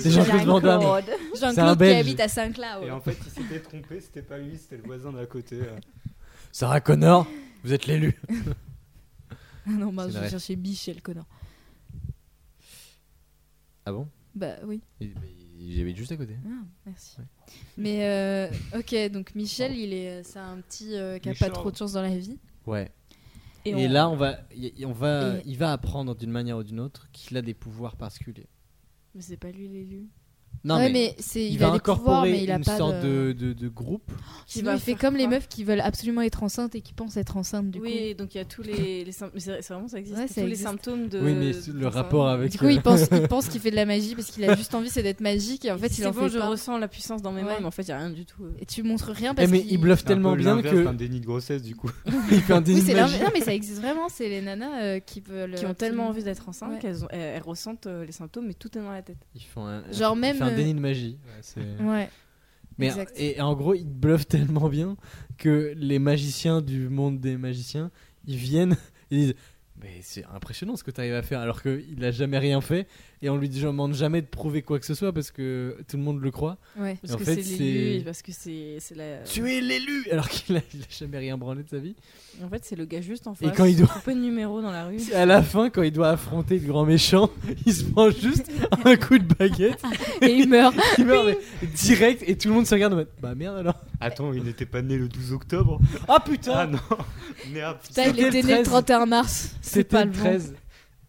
E: C'est Jean-Claude Van Damme.
G: Jean-Claude qui
E: Belge.
G: habite à
F: Et en
G: Saint-Cloud.
F: fait, il s'était trompé, c'était pas lui, c'était le voisin d'à côté. euh.
E: Sarah Connor, vous êtes l'élu.
G: Non, bah,
E: C'est
G: je
E: vrai.
G: cherchais Michel, connard.
E: Ah bon
G: Bah oui,
E: Il- il- J'habite juste à côté.
G: Ah, merci. Mais euh, ok, donc Michel, il est, c'est un petit euh, qui a pas
F: Michel.
G: trop de chance dans la vie.
E: Ouais. Et,
H: on-
E: là, on va, y- y- on va,
G: Et-
E: il va apprendre d'une manière ou d'une autre qu'il a des pouvoirs particuliers.
H: Mais c'est pas lui l'élu.
E: Non,
G: ouais,
E: mais,
G: mais, c'est il,
E: il,
G: a
E: va
G: des pouvoirs,
E: incorporer
G: mais il a
E: une
G: pas
E: sorte
G: de...
E: de... De, de groupe.
H: Qui
G: Sinon,
H: va
G: il fait
H: faire
G: comme les
H: quoi
G: meufs qui veulent absolument être enceintes et qui pensent être enceintes du
H: oui, donc il y a tous les, les sym- mais c'est c'est vraiment ça existe.
G: Ouais,
H: tous
G: ça
H: les
G: existe.
H: symptômes de.
E: oui, mais
H: de-
E: le rapport
G: coup.
E: avec.
G: Du coup,
E: euh,
G: il pense, il pense qu'il fait de la magie parce qu'il a juste envie, c'est d'être magique et en fait, il
H: c'est
G: en
H: bon,
G: fait
H: je
G: pas.
H: ressens la puissance dans mes mains,
G: Ouais.
H: mais en fait, il y a rien du tout. euh.
G: Et tu montres rien
E: eh,
G: parce
E: mais
G: qu'il
E: il bluffe
F: C'est un peu
E: tellement bien
F: l'inverse hein.
E: que
F: d'un déni de grossesse du coup.
E: il fait un
G: Oui,
E: déni
G: c'est
E: de
G: l'inverse.
E: magie.
G: Non, mais ça existe vraiment. C'est les nanas euh, qui veulent.
H: Qui ont
G: absolument-
H: tellement envie d'être enceintes
G: Ouais.
H: qu'elles ont- elles, elles ressentent euh, les symptômes, mais tout est dans la tête.
E: Ils font un,
G: Genre
E: il
G: même,
E: fait un
G: euh,
E: déni de magie. Ouais, c'est-
G: Ouais.
E: Mais
G: Exact.
E: et, et en gros, ils bluffent tellement bien que les magiciens du monde des magiciens, ils viennent et disent mais c'est impressionnant ce que tu arrives à faire alors qu'il a jamais rien fait et on lui dit, demande jamais de prouver quoi que ce soit parce que tout le monde le croit.
G: Ouais.
H: Parce
E: En
H: que
E: fait,
H: c'est
E: c'est-
H: l'élu, et parce que c'est c'est la.
E: Tu es l'élu alors qu'il a, il a jamais rien branlé de sa vie.
H: En fait, c'est le gars juste en
E: Et
H: face.
E: quand il doit-
H: Pas de numéro dans la rue.
E: À la fin, quand il doit affronter le grand méchant, il se prend juste un coup de baguette,
G: Et il meurt.
E: il meurt mais direct et tout le monde se regarde en mode bah merde alors.
F: Attends, il n'était pas né le 12 octobre
E: Ah putain
F: Ah non Merde
G: Putain, il
E: C'était
G: était
E: le
G: né le
E: 13.
G: 31 mars. C'est
E: C'était
G: pas
E: le
G: le bon.
E: 13.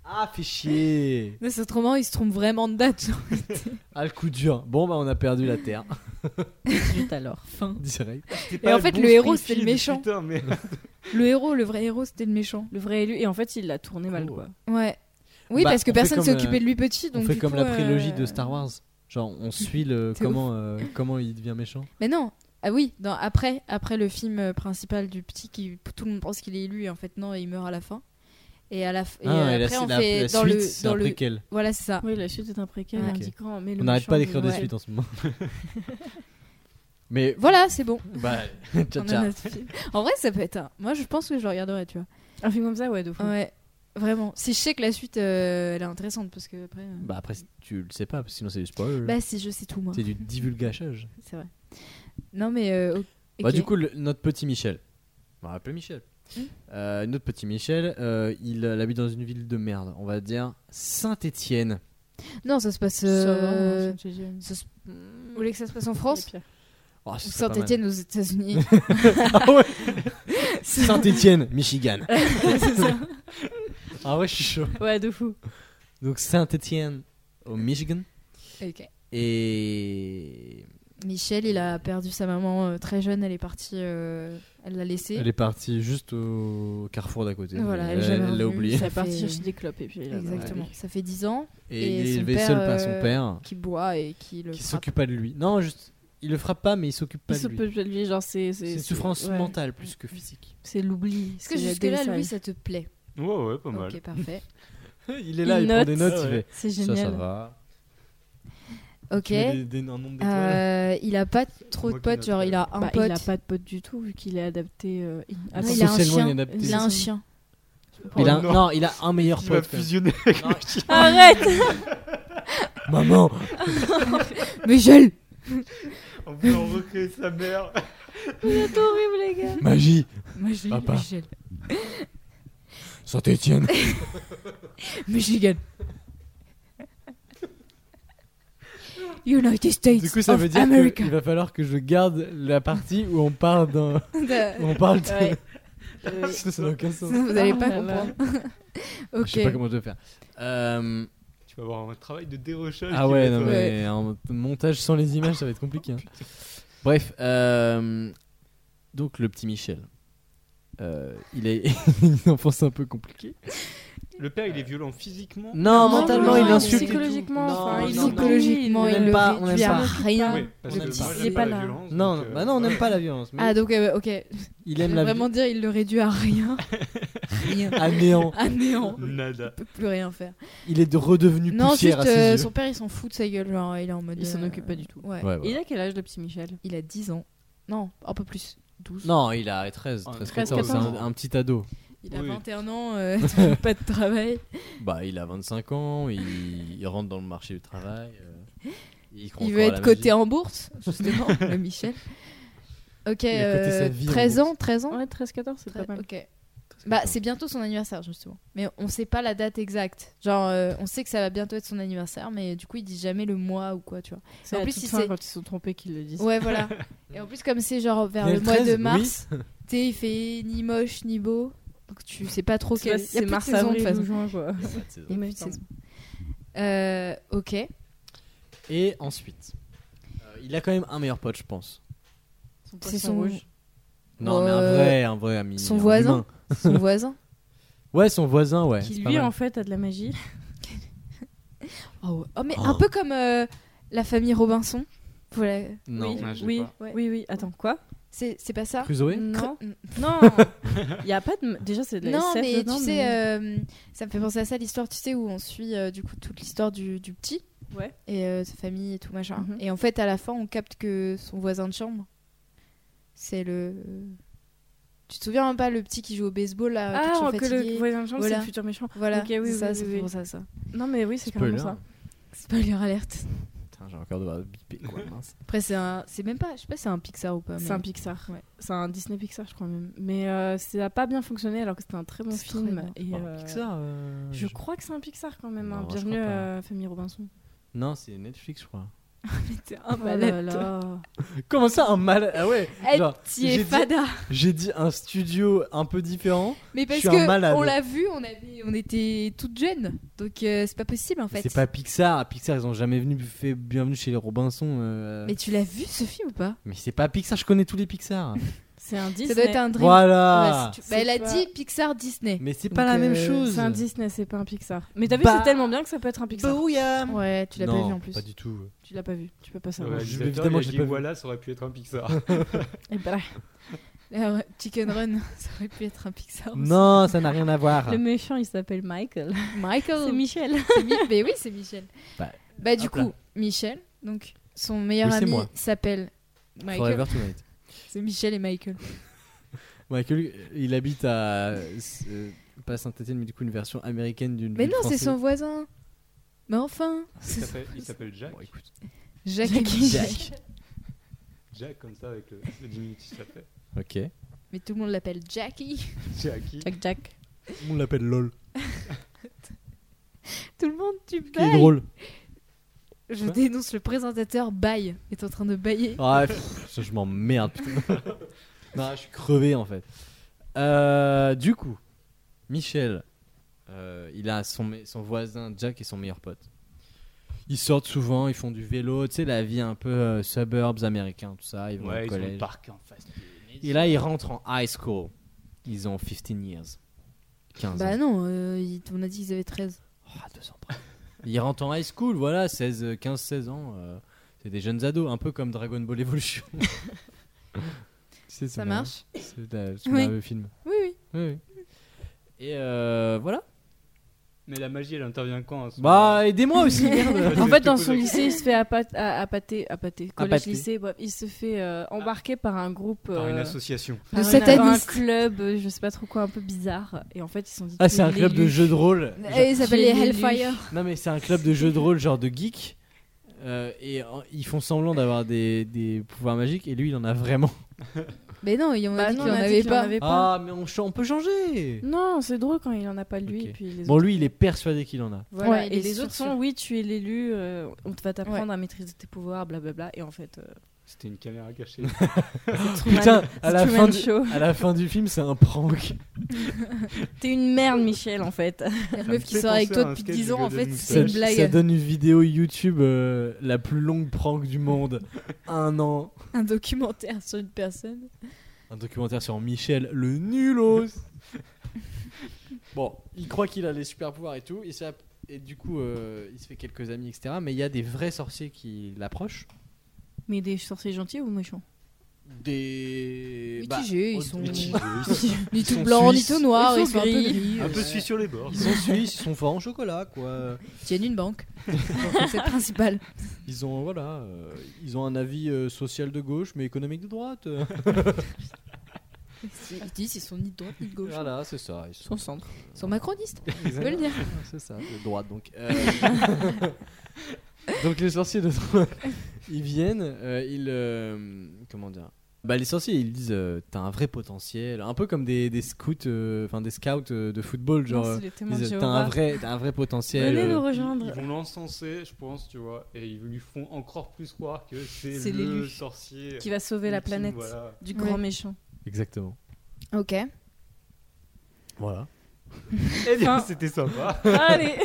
E: Ah fait chier.
G: Mais c'est autrement, il se trompe vraiment de date. genre.
E: Ah, le coup dur. Bon, bah, on a perdu la Terre.
H: Juste alors. Fin.
E: Direct.
G: Et en fait, le héros, c'était le méchant.
F: Putain, mais...
G: Le héros, le vrai héros, c'était le méchant.
H: Le vrai élu, et en fait, il l'a tourné mal,
E: Oh.
H: quoi.
G: Ouais. Oui,
E: Bah,
G: parce que
E: on fait
G: personne s'est
E: comme,
G: occupé
E: euh,
G: de lui petit.
E: on
G: Donc
E: fait
G: du
E: comme
G: coup,
E: la prélogie
G: euh,
E: de Star Wars. Genre, on suit le
G: T'es
E: comment, euh, comment il devient méchant.
G: Mais non. Ah oui, dans, après, après le film euh, principal du petit, qui, tout le monde pense qu'il est élu, et en fait, non, il meurt à la fin. Et, à la, f- et
E: Ah, et
G: après,
E: la,
G: on
E: la-
G: fait
E: la
G: dans
E: suite,
G: le.
E: c'est
G: Dans
E: un
G: le
E: préquel.
G: voilà, c'est ça.
H: Oui, la suite est un préquel.
G: Ouais.
H: on
E: Ok.
H: dit quand, mais le
E: On n'arrête pas d'écrire
H: méchant, mais-
E: des
H: ouais.
E: suites en ce moment. Mais,
G: Voilà, c'est bon.
E: bah,
G: On
E: ciao,
G: a
E: ciao.
G: notre film. En vrai, ça peut être un. Moi, je pense que je le regarderais, tu vois.
H: Un film comme ça, ouais, de fou.
G: Ouais, vraiment. Si je sais que la suite, euh, elle est intéressante, parce que après. euh,
E: Bah, après, tu le sais pas, parce que sinon, c'est du spoil.
G: Bah, si, je sais tout, moi.
E: c'est du divulgachage.
G: C'est vrai. Non, mais. euh, ok.
E: Bah, du coup, le- notre petit Michel. On va appeler Michel.
G: Mm.
E: Euh, notre petit Michel, euh, il, il habite dans une ville de merde. On va dire Saint-Étienne.
G: Non, ça se passe.
H: Ça va,
G: euh,
H: c'est génial.
G: ça se- Vous voulez que ça se passe en France
H: Les pires.
E: Oh, ce
G: Ou
E: serait pas mal.
G: Saint-Etienne aux États-Unis
E: Ah ouais Saint-Étienne, Michigan. Ah ouais, je suis chaud.
H: Ouais, de fou.
E: Donc Saint-Étienne au Michigan
G: Ok.
E: et
G: Michel, il a perdu sa maman euh, très jeune, elle est partie. euh, Elle l'a laissée.
E: elle est partie juste au carrefour d'à côté.
G: Voilà, elle est
E: elle
G: jamais
E: elle l'a
G: revenue.
E: oublié.
H: Ça
G: fait-
H: partir chez des clopes et puis là,
G: Exactement. Ça fait 10 ans
E: Et il
G: Et
E: est
G: son
E: élevé
G: père,
E: seul par son
G: euh,
E: père
G: qu'il boit et qu'il.
E: qui
G: frappe.
E: s'occupe pas de lui. Non, juste il le frappe pas mais il s'occupe pas de
H: Il se peut
E: lui.
H: pas de lui, genre c'est
E: C'est une
H: c'est-
E: souffrance
H: ouais.
E: mentale plus que physique.
H: C'est l'oubli.
G: Est-ce que jusque-là, lui, ça te plaît
F: Ouais, ouais, pas mal.
G: Ok, parfait.
E: Il est là, il,
H: Il
E: prend des
H: note.
E: notes, il
F: Ah ouais.
E: fait
H: c'est
E: ça ça
H: génial.
E: va.
G: Ok.
E: Il met des- des- un nombre d'étoiles.
G: Euh, il a pas trop de
F: Moi qui
G: potes,
F: note,
G: genre
F: ouais.
G: il a un
H: Bah,
G: pote,
H: il a pas de pote du tout vu qu'il est adapté. euh, in-
G: Ah,
H: Attends,
G: il a un
E: Socialement
G: chien.
E: inadapté.
G: il a un chien.
H: c'est-
E: Il a un-
F: Oh
E: non.
F: non.
E: il a un meilleur
F: Il va
E: pote. quand même.
F: fusionner avec
E: Non.
F: le chien.
H: Arrête
E: Maman,
G: Michel
F: On peut en recréer sa mère.
H: C'est horrible, les gars
E: magie,
G: Michel
E: Papa. Saint-Étienne.
G: Michigan United States
E: Du coup, ça veut dire qu'il va falloir que je garde la partie où on parle d'un- où on parle de...
H: Ouais.
E: Parce que ça n'a aucun sens.
G: Vous allez
H: Oh
G: pas
H: là là.
G: comprendre.
E: Je
G: Ah, ok.
E: sais pas comment je vais faire. Euh,
F: Tu vas avoir un travail de dérochage.
E: ah
F: qui
E: ouais,
F: va
E: non,
F: te-
G: Ouais.
E: mais un montage sans les images, ça va être compliqué. hein. Bref, euh, donc le petit Michel. Euh, il est une enfance un peu compliquée.
F: Le père, il est violent physiquement.
E: Non,
H: Non,
E: mentalement,
H: non,
E: il
H: non,
E: l'insulte. et tout.
H: Psychologiquement,
E: Non,
G: Ah,
H: enfin, il
E: non, non.
G: Psychologiquement,
H: l'oublie,
G: il
E: n'aime
G: le
E: pas, on
G: réduit
E: n'aime
G: à
E: pas.
G: rien.
F: Oui, parce
G: Le
F: que
G: petit-
F: moi,
H: il
F: j'aime
H: est
F: pas
H: pas
F: la
H: là.
F: violence.
E: Non,
F: donc, euh,
E: bah non, on n'aime
F: ouais.
E: pas la violence. mais
G: Ah donc euh, ok.
E: il
G: Je
E: aime
G: vais
E: la Ah,
G: vraiment dire il le réduit à rien. rien.
E: vie à néant.
G: À néant. Il
F: Nada.
G: peut plus rien faire.
E: Il est de- redevenu
G: Non,
E: Mm. poussière
G: juste
E: à ses
G: euh,
E: yeux.
G: son père il s'en fout de sa gueule, genre il est en mode.
H: Il s'en
G: euh,
H: occupe pas du tout.
G: Ouais.
E: Ouais, voilà.
H: Il a quel âge, le petit Michel
G: Il a 10 ans. Non, un peu plus. 12.
E: Non, il a 13,
G: Oh,
E: 13,
H: 13,
E: 14, c'est un,
H: 14.
E: un petit ado.
G: Il a
F: Oui.
G: 21 ans, euh, tu fais pas de travail.
E: Bah, il a 25 ans, il, il rentre dans le marché du travail. euh, il croit
G: Il
E: encore
G: veut
E: à
G: être
E: la
G: coté
E: magie.
G: en bourse, justement, le Michel. Ok,
E: Il a coté sa
G: euh,
E: vie en
G: 13 ans,
E: bourse.
G: 13 ans
H: Ouais, 13-14, c'est pas mal.
G: Ok. Bah, c'est bientôt son anniversaire, justement. Mais on sait pas la date exacte. Genre, euh, on sait que ça va bientôt être son anniversaire, mais du coup, il dit jamais le mois ou quoi, tu vois.
H: C'est
G: en
H: en
G: plus,
H: plus
G: il sait-
H: quand ils se sont trompés qu'ils le disent.
G: Ouais, voilà. Et en plus, comme c'est genre vers
E: Il a
G: le
E: le
G: mois
E: 13,
G: de
E: oui.
G: mars, tu sais, il fait ni moche ni beau. Donc tu sais pas trop
H: Je sais pas
G: quelle. Il
H: si
G: y a
H: c'est
G: plus de
H: mars,
G: saison de toute façon.
H: avril ou juin, quoi.
E: Il y a pas de saison.
G: Il y a même une saison. Euh, ok.
E: Et ensuite, euh, il a quand même un meilleur pote, je pense.
H: Son
G: C'est
H: poisson
G: son-
H: rouge.
E: Non, mais un
G: Euh,
E: vrai, un vrai ami.
G: son
E: un
G: voisin.
E: humain.
G: Son voisin.
E: Ouais, son voisin, ouais.
H: Qui
E: c'est pas
H: lui
E: mal.
H: en fait a de la magie.
G: Oh, ouais. Oh, mais
E: Oh.
G: un peu comme euh, la famille Robinson. Voilà.
E: Non.
H: oui,
F: Ah, je l'ai
H: oui,
F: pas.
G: Ouais.
H: oui, oui. Attends, quoi
G: C'est c'est pas ça
E: Crusoe
H: Non,
G: Cre-
H: non. Il y a pas de. Déjà, c'est de la
G: Non,
H: SF
G: mais
H: dedans,
G: tu sais, euh, ça me fait penser à ça, l'histoire, tu sais, où on suit euh, du coup toute l'histoire du, du petit
H: Ouais.
G: et euh, sa famille et tout machin.
H: Mhm.
G: Et en fait, à la fin, on capte que son voisin de chambre, c'est le. Tu te souviens même pas le petit qui joue au baseball là qui est
H: Ah,
G: toujours
H: que
G: fatigué
H: le voisin de chambre,
G: Voilà.
H: c'est le futur méchant.
G: Voilà,
H: Ok, oui,
G: ça,
H: oui,
G: c'est
H: oui, oui.
G: pour ça, ça.
H: Non, mais oui, c'est carrément
E: Spoiler.
H: ça.
G: Spoiler alerte.
E: Putain, j'ai encore devoir biper quoi, mince.
G: Après, c'est un. C'est même pas. Je sais pas si c'est un Pixar ou pas.
H: C'est
G: mais-
H: un Pixar.
G: Ouais.
H: C'est un Disney Pixar, je crois même. Mais euh, ça n'a pas bien fonctionné alors que c'était un très bon
G: C'est
H: film.
G: très bon.
H: Et, euh,
E: Oh, Pixar euh,
H: Je crois que c'est un Pixar quand même. hein.
E: Non, je crois
H: Bienvenue
E: pas.
H: euh, Famille Robinson.
E: Non, c'est Netflix, je crois.
G: T'es un
H: Oh là là.
E: Comment ça, un mal Ah ouais
G: Elle
E: genre,
G: t'y est
E: j'ai dit-
G: fada.
E: J'ai dit un studio un peu différent.
G: Mais parce
E: suis un
G: que
E: malade.
G: on l'a vu, on avait, on était toutes jeunes, donc euh, c'est pas possible en fait.
E: C'est pas Pixar. Pixar, ils ont jamais venu fait Bienvenue chez les Robinson. euh,
G: Mais tu l'as vu ce film ou pas
E: Mais c'est pas Pixar, je connais tous les Pixar.
H: C'est un Disney.
G: Ça doit être un dream.
E: voilà.
G: Ouais, si tu-
H: C'est
G: bah, elle a
H: pas-
G: dit Pixar Disney.
E: Mais Ah, c'est
G: Donc,
E: pas la même
G: euh,
E: chose.
H: C'est un Disney, c'est pas un Pixar. Mais t'as vu,
E: Bah.
H: c'est tellement bien que ça peut être un Pixar.
E: Booyah
G: Ouais, tu l'as pas
E: Non,
G: vu en plus.
E: Pas du tout.
H: Tu l'as pas vu, tu peux pas
F: Le
H: savoir.
E: Ouais.
F: réalisateur,
E: évidemment,
F: il a
E: j'ai
F: dit,
E: pas vu.
F: voilà, ça aurait pu être un Pixar.
H: Et bah,
G: Alors, Chicken Run, ça aurait pu être un Pixar. aussi.
E: Non, ça n'a rien à
F: Ah.
E: voir.
H: le méchant, il s'appelle Michael.
G: Michael.
H: C'est Michel.
G: C'est Mi- Mais oui, c'est Michel.
E: Bah,
G: Bah, du
E: hop là.
G: coup, Michel, donc son meilleur
E: Oui, c'est
G: ami
E: moi.
G: s'appelle Michael.
E: Forever Tonight.
G: C'est Michel et Michael.
E: Michael, il habite à. euh, pas Saint-Etienne, mais du coup, une version américaine d'une.
G: Mais
E: ville
G: non, c'est
E: française.
G: son voisin. Mais enfin,
F: Il s'appelle- Il s'appelle Jack.
E: Bon, écoute.
G: Jacques et Michel.
F: Jack, comme ça, avec le, le diminutif, ça fait
E: Ok.
G: Mais tout le monde l'appelle Jackie.
F: Jackie.
H: Jack Jack.
E: On l'appelle LOL.
G: Tout le monde, tu
E: Qui est
G: bailles.
E: drôle.
G: Je
E: Quoi
G: dénonce le présentateur baille. Est en train de bailler.
E: Ouais, pff, ça, je m'emmerde. putain. non, je suis crevé en fait. Euh, du coup, Michel, euh, il a son, me- son voisin Jack et son meilleur pote. Ils sortent souvent, ils font du vélo, tu sais, la vie un peu euh, suburbs américain, tout ça. Ils vont
F: Ouais,
E: au
F: ils ont le
E: collège.
F: parc en face. des
E: Et là, ils rentrent en high school. Ils ont 15 years. 15 ans.
G: Bah non, euh, il- on a dit qu'ils avaient 13.
E: Ah, 200 près. Ils rentrent en high school, voilà, 16, euh, 15, 16 ans. euh, c'est des jeunes ados, un peu comme Dragon Ball Evolution. Tu sais, c'est
G: Ça
E: marrant.
G: marche
E: C'est euh, c'est
G: Oui.
E: un film.
G: Oui, oui.
E: Oui, oui. Et euh, voilà.
F: Mais la magie, elle intervient quand à ce moment-là
E: Bah, aidez-moi aussi,
F: Parce
E: merde.
F: que
H: En
F: je
H: fait,
F: te
H: dans
F: pose
H: son
F: la question.
H: lycée, il se fait appâter, appâter, appâter, collège,
E: Appâter.
H: lycée, bref, il se fait euh, embarquer par un groupe.
F: Par une
H: euh,
F: association.
H: par
G: De
H: une-
G: satanistes.
H: Un club, euh, je sais pas trop quoi, un peu bizarre. Et en fait, ils se sont dit.
E: Ah, c'est
H: tu es
E: un club de
H: l'élu.
E: jeux de rôle.
G: Et ils s'appellent les
H: J'ai
G: Hellfire.
E: Non, mais c'est un club de jeux de rôle, genre de geek. Euh, et euh, ils font semblant d'avoir des, des pouvoirs magiques, et lui, il en a vraiment.
G: Mais non, il- on a
H: Bah
G: dit
H: non,
G: qu'il en
H: on a dit
G: avait
H: qu'il en
G: pas.
H: avait pas.
E: Ah, mais on, ch- on peut changer.
H: Non, c'est drôle quand il en a pas lui.
E: Ok.
H: Et puis les
E: Bon,
H: autres.
E: lui, il est persuadé qu'il en a.
H: Voilà.
G: Ouais, il
H: et
G: est
H: les
G: sûr,
H: autres
G: sûr.
H: sont oui, tu es l'élu, euh, on te va t'apprendre à maîtriser tes pouvoirs, blablabla. Et en fait, euh,
F: C'était une caméra cachée.
H: c'est Truman.
E: Putain, à
H: c'est
E: la,
H: Truman
E: fin du,
H: Show.
E: à la fin du film, c'est un prank.
H: T'es une merde, Michel, en fait.
G: La
F: me
G: meuf qui
F: fait
G: sort avec
F: penser à
G: toi
F: un
G: depuis
F: sketch
G: 10
F: du
G: ans, en
F: Golden
G: fait, c'est
E: Ça,
G: une blague.
E: ça donne une vidéo YouTube euh, la plus longue prank du monde. Un an.
G: Un documentaire sur une personne.
E: Un documentaire sur Michel le nulos. bon, il croit qu'il a les super pouvoirs et tout. Et, ça, et du coup, euh, il se fait quelques amis, etc. Mais il y a des vrais sorciers qui l'approchent.
H: Mais des sorciers gentils ou méchants
E: Des.
G: Mitigés, ils
E: bah, autre-
G: sont-
E: mitigés.
G: Ni tout
E: sont
G: blanc, ni
E: suisses.
G: tout noir,
H: Ils
G: ils
H: sont
G: sont un peu
H: gris.
G: gris. euh,
F: Un peu suis sur les bords.
E: Ils sont suisses, ils sont forts en chocolat, quoi.
G: Ils tiennent une banque. c'est le principal.
E: Ils ont, voilà, euh, ils ont un avis euh, social de gauche, mais économique de droite.
G: Ils disent ils sont ni de droite ni de gauche.
E: voilà, c'est ça. Ils sont centre.
G: Ils sont macronistes, je peux le dire.
E: C'est ça, de droite donc. Euh, donc les sorciers de droite, ils viennent, euh, ils. euh, comment dire bah, les sorciers, ils disent euh, T'as un vrai potentiel. Un peu comme des, des scouts, euh, enfin des scouts euh, de football. Genre, euh,
H: les
E: ils
H: témoins de
E: disent, T'as un,
H: Jéhovah.
E: vrai- t'as un vrai potentiel.
H: Venez
E: euh,
H: nous
F: Ils
H: rejoindre.
F: vont l'encenser, je pense, tu vois, et ils lui font encore plus croire que c'est
H: C'est
F: le
H: l'élu.
F: sorcier
H: Qui va sauver la
F: ultime,
H: planète
F: voilà.
H: du
G: Ouais.
H: grand méchant.
E: Exactement.
G: Ok.
I: Voilà.
F: Eh bien,
H: Enfin.
F: c'était sympa.
H: Allez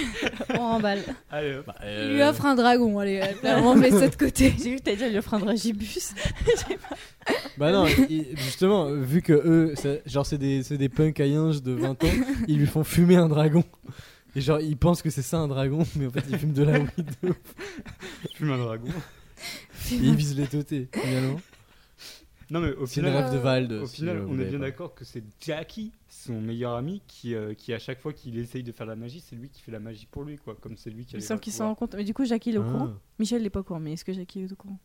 G: On remballe.
F: Allez, hop.
G: Il lui offre un dragon, allez, euh, là, on met ça de côté.
H: J'ai vu que t'as dit, il lui offre un dragibus.
E: Bah non, il- justement, euh, vu que eux, c'est- genre c'est des, c'est des punks haïens de 20 ans, ils lui font fumer un dragon. Et genre, ils pensent que c'est ça un dragon, mais en fait, ils fument de la weed. de ouf.
F: fume un dragon.
E: Et ils visent les totés, finalement.
F: Non, mais au
E: C'est le
F: final,
E: rêve de Vald.
F: Au
E: si
F: final,
E: vous
F: on est
E: l'avez
F: bien
E: pas.
F: d'accord que c'est Jackie, son meilleur ami, qui, euh, qui à chaque fois qu'il essaye de faire la magie, c'est lui qui fait la magie pour lui, quoi. Comme c'est lui qui. a
H: Il
F: les
H: semble
F: vrais
H: qu'il s'en
F: pouvoirs.
H: rend compte. Mais du coup, Jackie, il est au
E: Ah.
H: courant. Michel, il est pas au courant, mais est-ce que Jackie est au courant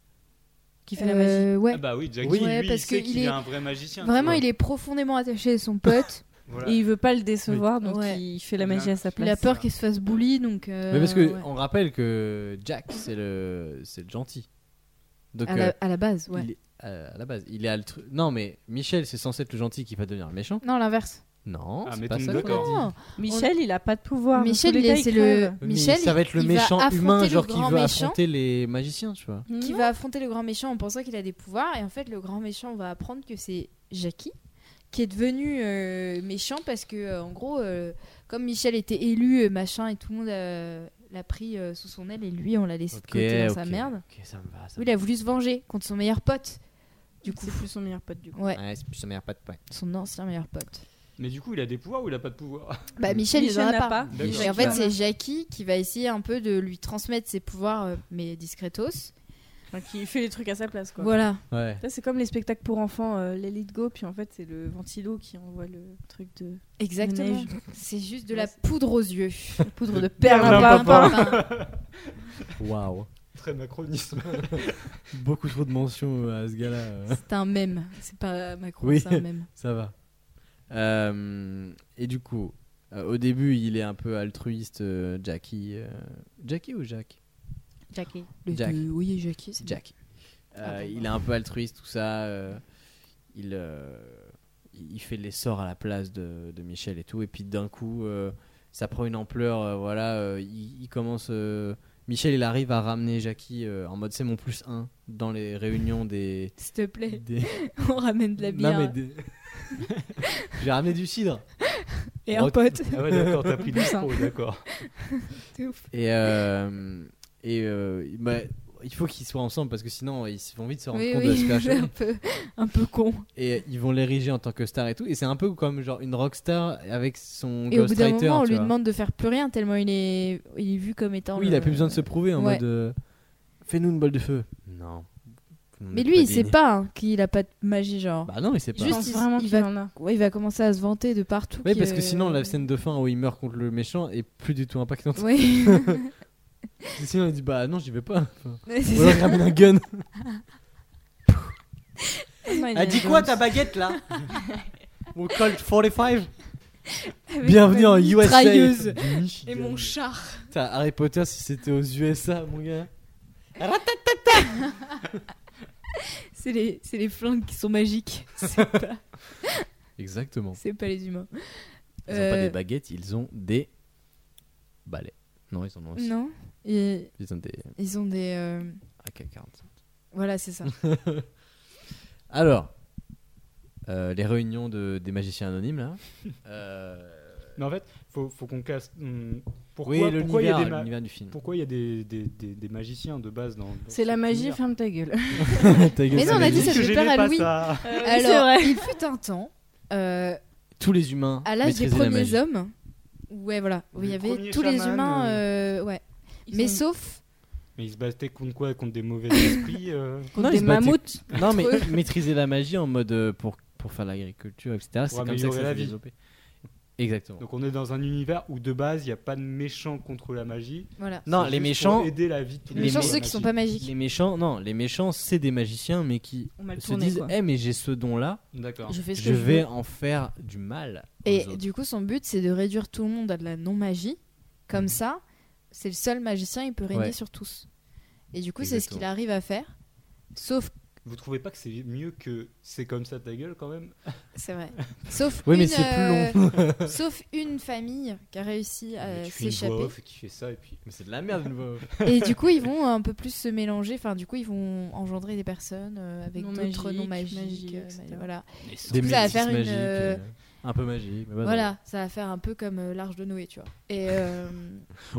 H: Qui fait la magie
G: Euh, ouais.
F: Ah bah oui, Jackie,
G: Oui.
F: lui,
G: Ouais,
F: il
G: parce
F: sait
G: qu'il
F: qu'il est...
G: est-
F: un vrai magicien. tu
G: Vraiment,
F: vois.
G: il est profondément attaché à son pote.
F: Voilà.
H: Et il veut pas le décevoir, donc
G: Ouais.
H: il fait la
F: Il a-
H: magie à sa place.
G: Il a peur qu'il se fasse bully, donc. euh,
E: Ah. Mais parce que
G: ouais.
E: on rappelle que Jack, c'est le, c'est le gentil. Donc,
G: à,
E: euh,
G: la, à la base, ouais.
E: il est- euh, à la base, il est altru. Non, mais Michel, c'est censé être le gentil qui va devenir le méchant.
G: Non, l'inverse.
E: Non,
F: Ah,
E: c'est pas
F: mettons-nous
E: ça qu'on a
F: d'accord.
E: dit.
G: Non.
H: Michel, il a pas de pouvoir. dans
G: Michel,
H: tous les
G: il est-
H: cas,
G: c'est
H: crève.
G: le
E: Mais
G: Michel,
E: ça va être le
G: il
E: méchant
G: affronter
E: humain,
G: le
E: genre qui
G: grand
E: veut
G: méchant,
E: affronter les magiciens, tu vois.
G: qui
H: Non.
G: va affronter le grand méchant en pensant qu'il a des pouvoirs. Et en fait, le grand méchant, on va apprendre que c'est Jackie qui est devenu euh, méchant parce que, euh, en gros, euh, comme Michel était élu, euh, machin, et tout le monde euh, l'a pris euh, sous son aile, et lui, on l'a laissé de côté dans sa
E: ok.
G: merde.
E: Ok, ça me va. Ça
G: Oui,
E: me
G: il a voulu se venger contre son meilleur pote. Du coup,
H: C'est plus son meilleur pote, du coup.
G: ouais,
E: va. Ouais, c'est plus sa meilleure patte, ouais.
G: son ancien meilleur pote.
F: Mais du coup, il a des pouvoirs ou il a pas de pouvoir
G: Bah,
H: Mm.
G: Michel, il en a pas.
H: Ah,
F: D'accord.
E: Michel.
G: Mais en fait,
H: Jackie.
G: c'est Jackie qui va essayer un peu de lui transmettre ses pouvoirs, euh, mais discretos.
H: Enfin, qui fait les trucs à sa place, quoi.
G: Voilà.
E: Ouais.
H: Ça, c'est comme les spectacles pour enfants, euh, les Let Go, puis en fait, c'est le ventilo qui envoie le truc de
G: Exactement.
H: Neige.
G: C'est juste de
H: Ouais,
G: la
H: c'est-
G: poudre aux yeux.
H: la poudre de
F: Perlin
H: perlimpinpin.
F: Perlimpinpin.
E: Waouh.
F: Très macronisme.
E: Beaucoup trop de mentions à ce gars-là. euh.
G: C'est un mème. C'est pas Macron,
E: Oui.
G: c'est un mème.
E: Ça va. Euh, et du coup, euh, au début, il est un peu altruiste, euh, Jackie. euh, Jackie ou Jack
G: Jackie. Le
E: Jack.
H: Euh,
G: deux- Oui, Jackie. c'est
E: Jack. Euh,
G: Ah bon,
E: il est
G: bah.
E: un peu altruiste, tout ça. euh, il, euh, il fait les sorts à la place de, de Michel et tout. Et puis d'un coup, euh, ça prend une ampleur. euh, voilà, euh, il, il commence. euh, Michel, il arrive à ramener Jackie euh, en mode c'est mon plus 1 dans les réunions des.
G: bon. S'il te plaît,
E: des-
G: on ramène de la
E: Non,
G: bière
E: mais des- J'ai ramené du cidre.
G: et un pote.
F: Ah ouais, d'accord, t'as pris du
G: Poussin.
F: pro, d'accord.
G: C'est ouf.
E: Et, euh, et euh, bah, il faut qu'ils soient ensemble parce que sinon ils vont vite se rendre
G: Oui,
E: compte de
G: oui,
E: ce
G: c'est
E: cache.
G: un peu, un peu con.
E: Et ils vont l'ériger en tant que star et tout. Et c'est un peu comme genre une rockstar avec son
G: Et au bout d'un
E: ghostwriter.
G: moment, on
E: tu
G: lui
E: vois.
G: demande de faire plus rien tellement il est, il est vu comme étant.
E: Oui, il
G: le-
E: a plus besoin de se prouver en
G: Ouais.
E: mode euh, fais-nous une bolle de feu. Non. Vous
G: Mais
E: n'êtes
G: lui, il
E: dignes.
G: sait pas hein, qu'il a pas de magie, genre.
E: Bah non, il sait pas.
H: Je
G: Juste,
H: pense
G: il-
H: vraiment
G: il
H: qu'il
G: va-
H: en a.
G: Ouais, il va commencer à se vanter de partout.
E: Oui,
G: qu'il-
E: parce que sinon la scène de fin où il meurt contre le méchant est plus du tout impactante.
G: Oui,
E: Sinon il dit bah non, j'y vais pas. Enfin,
G: Ouais, c'est
E: Ou alors
G: ça.
E: il ramène un gun.
H: Non, il
E: Ah,
H: a-
E: dis quoi ta baguette là Mon Colt 45
G: Avec
E: Bienvenue
G: ma
E: en USA
G: mitrailleuse.
E: Du Michigan.
G: Et mon char.
E: Putain, Harry Potter, si c'était aux USA, mon gars.
G: C'est les, c'est les flingues qui sont magiques. C'est pas,
E: Exactement.
G: c'est pas les humains.
E: Ils ont pas
G: Euh,
E: des baguettes, ils ont des balais. Non, ils en ont aussi.
G: non, Et
E: Ils ont des
G: ils ont des. euh,
E: AK-47.
G: Voilà, c'est ça.
E: Alors, euh, les réunions de, des magiciens anonymes, là. Euh,
F: Mais en fait, faut, faut qu'on casse. hum, Pourquoi,
E: oui,
F: pourquoi il y a des
E: l'univers
F: ma-
E: l'univers du film.
F: pourquoi il y a des, des, des, des magiciens de base dans. dans
H: C'est
F: ce
H: la magie,
F: univers
H: ferme ta gueule.
G: Mais non, on a dit
F: Dis
G: ça
F: que
G: fait
F: j'aimais
G: peur à
F: pas
G: Louis.
F: ça.
G: Alors, il fut un temps, euh,
E: Tous les humains.
G: à l'âge des
E: maîtrisaient la
G: premiers
E: magie.
G: hommes, ouais, voilà, où il y
F: Les
G: avait
F: premiers
G: tous les
F: chamans,
G: humains,
F: euh,
G: euh, ouais.
H: Ils
G: Mais
H: sont
G: sauf
F: Mais ils se battaient contre quoi Contre des mauvais esprits euh,
E: Non,
H: contre
E: ils
H: des
E: se battaient-
H: mammouths.
E: Non, mais
G: Entre
E: maîtriser la magie en mode euh, pour, pour faire l'agriculture, etc. C'est comme ça que
F: améliorer
E: ça
F: la
E: s'est
F: vie.
E: développé. Exactement.
F: Donc on est dans un univers où de base, il n'y a pas de méchants contre la magie.
G: voilà.
E: non,
F: C'est
E: les
F: juste pour
E: méchants,
F: Aider la vie de tous
E: les
G: Les gens
E: mé-
G: ceux qui sont pas magiques.
E: les méchants, non, les méchants, c'est des magiciens, mais qui
H: On m'a
E: se
H: tourné,
E: disent,
H: quoi.
E: eh mais j'ai ce don-là,
F: D'accord.
G: Je fais ce que
E: je
G: je veux.
E: vais en faire du mal. aux
G: Et
E: autres.
G: du coup, son but, c'est de réduire tout le monde à de la non-magie. Comme
E: Mhm.
G: ça, c'est le seul magicien, il peut régner
E: Ouais.
G: sur tous. Et du coup, c'est ce
E: Exactement.
G: qu'il arrive à faire. Sauf,
F: Vous trouvez pas que c'est mieux que c'est comme ça ta gueule quand même
G: c'est vrai. Sauf
E: Oui,
G: une,
E: mais c'est plus
G: euh, sauf une famille qui a réussi à
F: Tu fais une
G: euh, s'échapper.
F: voix off qui fait ça et puis.
E: Mais c'est de la merde, une voix off.
G: Et du coup, ils vont un peu plus se mélanger. Enfin, du coup, ils vont engendrer des personnes euh, avec
H: Non
G: d'autres
H: magiques,
G: non magiques.
H: magiques,
G: euh,
H: etc.
G: voilà.
E: Des
G: tout ça à
E: métis
G: faire une,
E: magiques,
G: euh,
E: euh, un peu magique. mais bah non.
G: Voilà, ça va faire un peu comme euh, l'Arche de Noé, tu vois. Et, euh,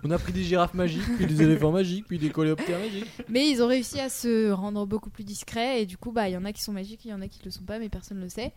E: On a pris des girafes magiques, puis des éléphants magiques, puis des coléoptères magiques.
G: mais ils ont réussi à se rendre beaucoup plus discrets, et du coup, bah, il y en a qui sont magiques, il y en a qui le sont pas, mais personne ne le sait.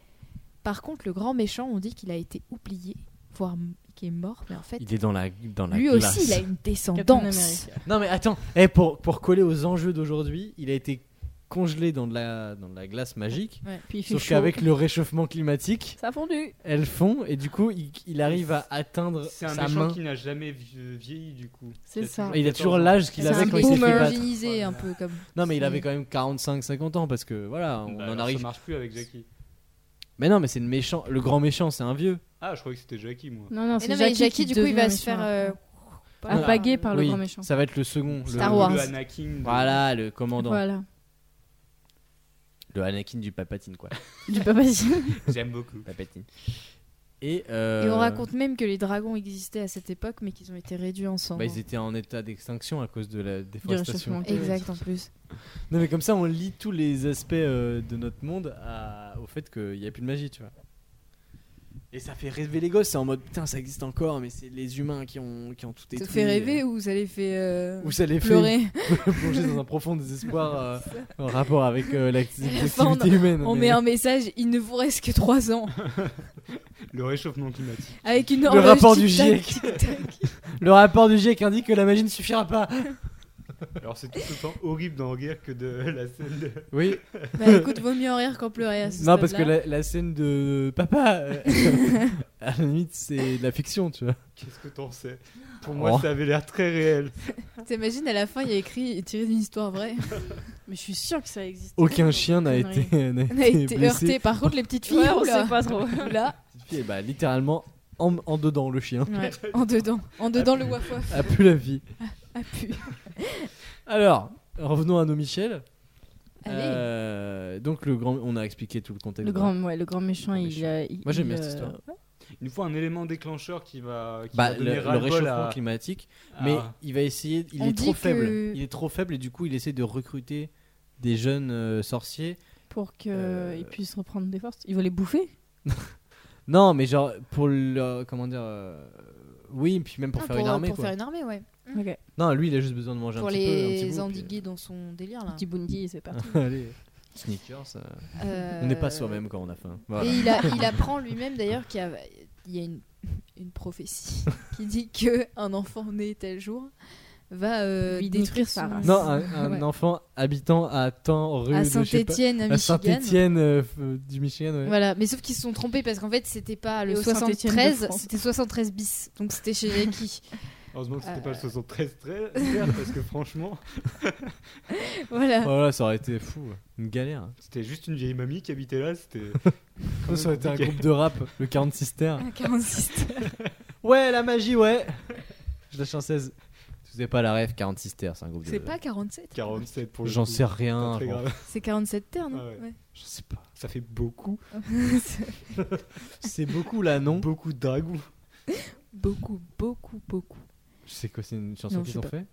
G: Par contre, le grand méchant, on dit qu'il a été oublié, voire m- qu'il est mort, mais en fait,
E: Il est dans la dans la
G: lui
E: glace.
G: aussi, il a une
H: Captain
G: descendance.
H: America.
E: Non mais attends, eh, pour pour coller aux enjeux d'aujourd'hui, il a été congelé dans de la dans de la glace magique.
H: Puis il fait
E: Sauf
H: chaud.
E: qu'avec le réchauffement climatique,
H: Ça a fondu.
E: elles font et du coup il, il arrive à atteindre
F: C'est un
E: sa main.
F: méchant qui n'a jamais vie- vieilli du coup.
H: C'est
F: Il a
H: ça.
F: toujours
E: Et Il a
F: 14
E: toujours
F: ans.
E: l'âge qu'il
G: C'est
E: avait
G: un
E: quand il s'est fait
G: boomer
E: battre.
G: génisé, un peu comme.
E: Non mais il
G: C'est-
E: avait quand même 45-50 ans parce que voilà, on
F: Bah,
E: en
F: alors, Ça
E: arrive.
F: marche plus avec Jackie.
E: Mais non mais c'est le méchant, le grand méchant c'est un vieux.
F: Ah, je croyais que c'était Jackie moi.
H: Non, non,
G: Mais
H: c'est
G: non, mais
H: Jackie,
G: Jackie,
H: qui
G: du coup, il
H: devient
G: va se
H: méchant
G: faire.
H: après.
G: euh, par-
H: Apagué
G: Ah,
H: par le
E: Ah, Oui,
H: grand méchant.
E: Ça va être le second. le-
G: Star
F: Le-
G: Wars.
F: Le Anakin. de-
E: Voilà le commandant,
H: Voilà.
E: le Anakin du Palpatine quoi.
H: Du papa
F: J'aime beaucoup.
E: Palpatine. Et, euh,
G: Et on raconte même que les dragons existaient à cette époque, mais qu'ils ont été réduits ensemble.
E: Bah, ils étaient en état d'extinction à cause de la déforestation.
H: réchauffement
G: Exact, en plus.
E: Non, mais comme ça, on lie tous les aspects euh, de notre monde à- au fait qu'il n'y a plus de magie, tu vois. Et ça fait rêver les gosses, c'est en mode putain, ça existe encore, mais c'est les humains qui ont, qui ont tout
G: Ça
E: détruit. euh,
G: te fait rêver ou ça les fait euh,
E: Ou ça les fait
G: pleurer
E: plonger dans un profond désespoir euh, en rapport avec euh, l'acti-
G: À la
E: l'activité
G: fin,
E: humaine.
G: On
E: mais- euh.
G: met un message, il ne vous reste que 3 ans.
F: Le réchauffement climatique.
G: Avec une
E: Le
G: horloge
E: rapport du GIEC.
G: tic-tac, tic-tac.
E: Le rapport du GIEC indique que la magie ne suffira pas.
F: Alors c'est tout autant horrible d'en rire que de la scène de.
E: Oui,
G: Bah écoute, vaut mieux en rire qu'en pleurer à ce
E: Ah, non, parce que
G: stade-là.
E: la, la scène de papa, euh, à la limite, c'est de la fiction, tu vois.
F: Qu'est-ce que t'en sais Pour moi,
E: Oh.
F: ça avait l'air très réel.
G: T'imagines, à la fin, il y a écrit tiré d'une histoire vraie.
H: Mais je suis sûre que ça existe.
E: Aucun chien n'a
H: Connerie.
E: été, n'a
G: On a
E: été
G: été
E: blessé.
G: heurté. Par contre, les petites filles,
H: Ouais, on
G: oula.
H: sait pas trop.
G: Là,
E: Cette fille, bah, littéralement en, en dedans le chien.
G: Ouais, en dedans,
E: Ah,
G: en dedans le waf waf
E: A pu la vie.
G: a pu.
E: Alors, revenons à nos Michel.
G: Allez.
E: Euh, donc le grand, on a expliqué tout le contexte.
H: Le grand, ouais, le grand méchant,
E: Le
H: il,
E: méchant.
H: euh, il-
E: Moi, j'aime
H: il,
E: bien cette
H: euh,
E: histoire.
H: ouais.
F: Il nous faut un élément déclencheur qui va, qui
E: Bah,
F: va
E: le,
F: donner
E: le
F: ras-le-bol
E: réchauffement
F: à-
E: climatique,
F: à-
E: mais il va essayer. Il
G: On
E: est
G: dit
E: trop faible.
G: que-
E: Il est trop faible et du coup il essaie de recruter des jeunes euh, sorciers.
H: Pour qu'ils
E: Euh,
H: puissent reprendre des forces. Il veut les bouffer
E: Non, mais genre pour le comment dire. euh, Oui, puis même pour
G: Ah,
E: faire une armée.
G: pour
E: quoi.
G: faire une armée, ouais.
H: Ok.
E: Non, lui il a juste besoin de manger
G: pour
E: un petit peu. un petit
G: les
E: bout, puis-
G: endiguer dans son délire là.
H: Petit Bundy, c'est parti.
E: Allez. Sneakers. euh, On n'est pas soi-même quand on a faim. Voilà.
G: Et il, a- il apprend lui-même d'ailleurs qu'il y a, il y a une, une prophétie qui dit que un enfant né tel jour va euh,
H: Lui
G: détruire
H: détruire
G: sa
H: sa
G: race.
H: race.
E: Non, un, un
G: Ouais.
E: enfant habitant à tant rue
G: à
E: de bah, je sais pas-
G: Saint-Étienne, à Michigan.
E: à Saint-Étienne euh, f- euh, du Michigan. ouais.
G: Voilà, mais sauf qu'ils se sont trompés parce qu'en fait c'était pas le
H: Et au Saint-Étienne de
G: 73,
H: France.
G: c'était 73 bis, donc c'était chez Jackie.
F: Heureusement que c'était
G: Euh.
F: pas le 73 très parce que franchement,
G: voilà.
E: Oh là, ça aurait été fou, une galère.
F: c'était juste une vieille mamie qui habitait là. C'était.
E: Ça, aurait été un
F: compliqué.
E: groupe de rap, le 46 terre.
G: À 46.
E: Ouais, la magie, ouais. Je la chanceuse. Tu sais pas la rêve 46 terre, c'est un groupe de.
G: C'est pas 47
F: 47 pour le
E: J'en
F: coup.
E: sais
F: C'est
E: rien.
F: très
E: genre.
F: grave.
G: C'est 47 terres, non
F: Ah ouais.
G: Ouais.
E: Je sais pas.
F: Ça fait beaucoup,
E: C'est beaucoup là, non
F: beaucoup de dragons.
G: beaucoup, beaucoup, beaucoup.
E: Je sais quoi, c'est une chanson
G: Non, je
E: qu'ils
G: sais
E: ont
G: pas.
E: fait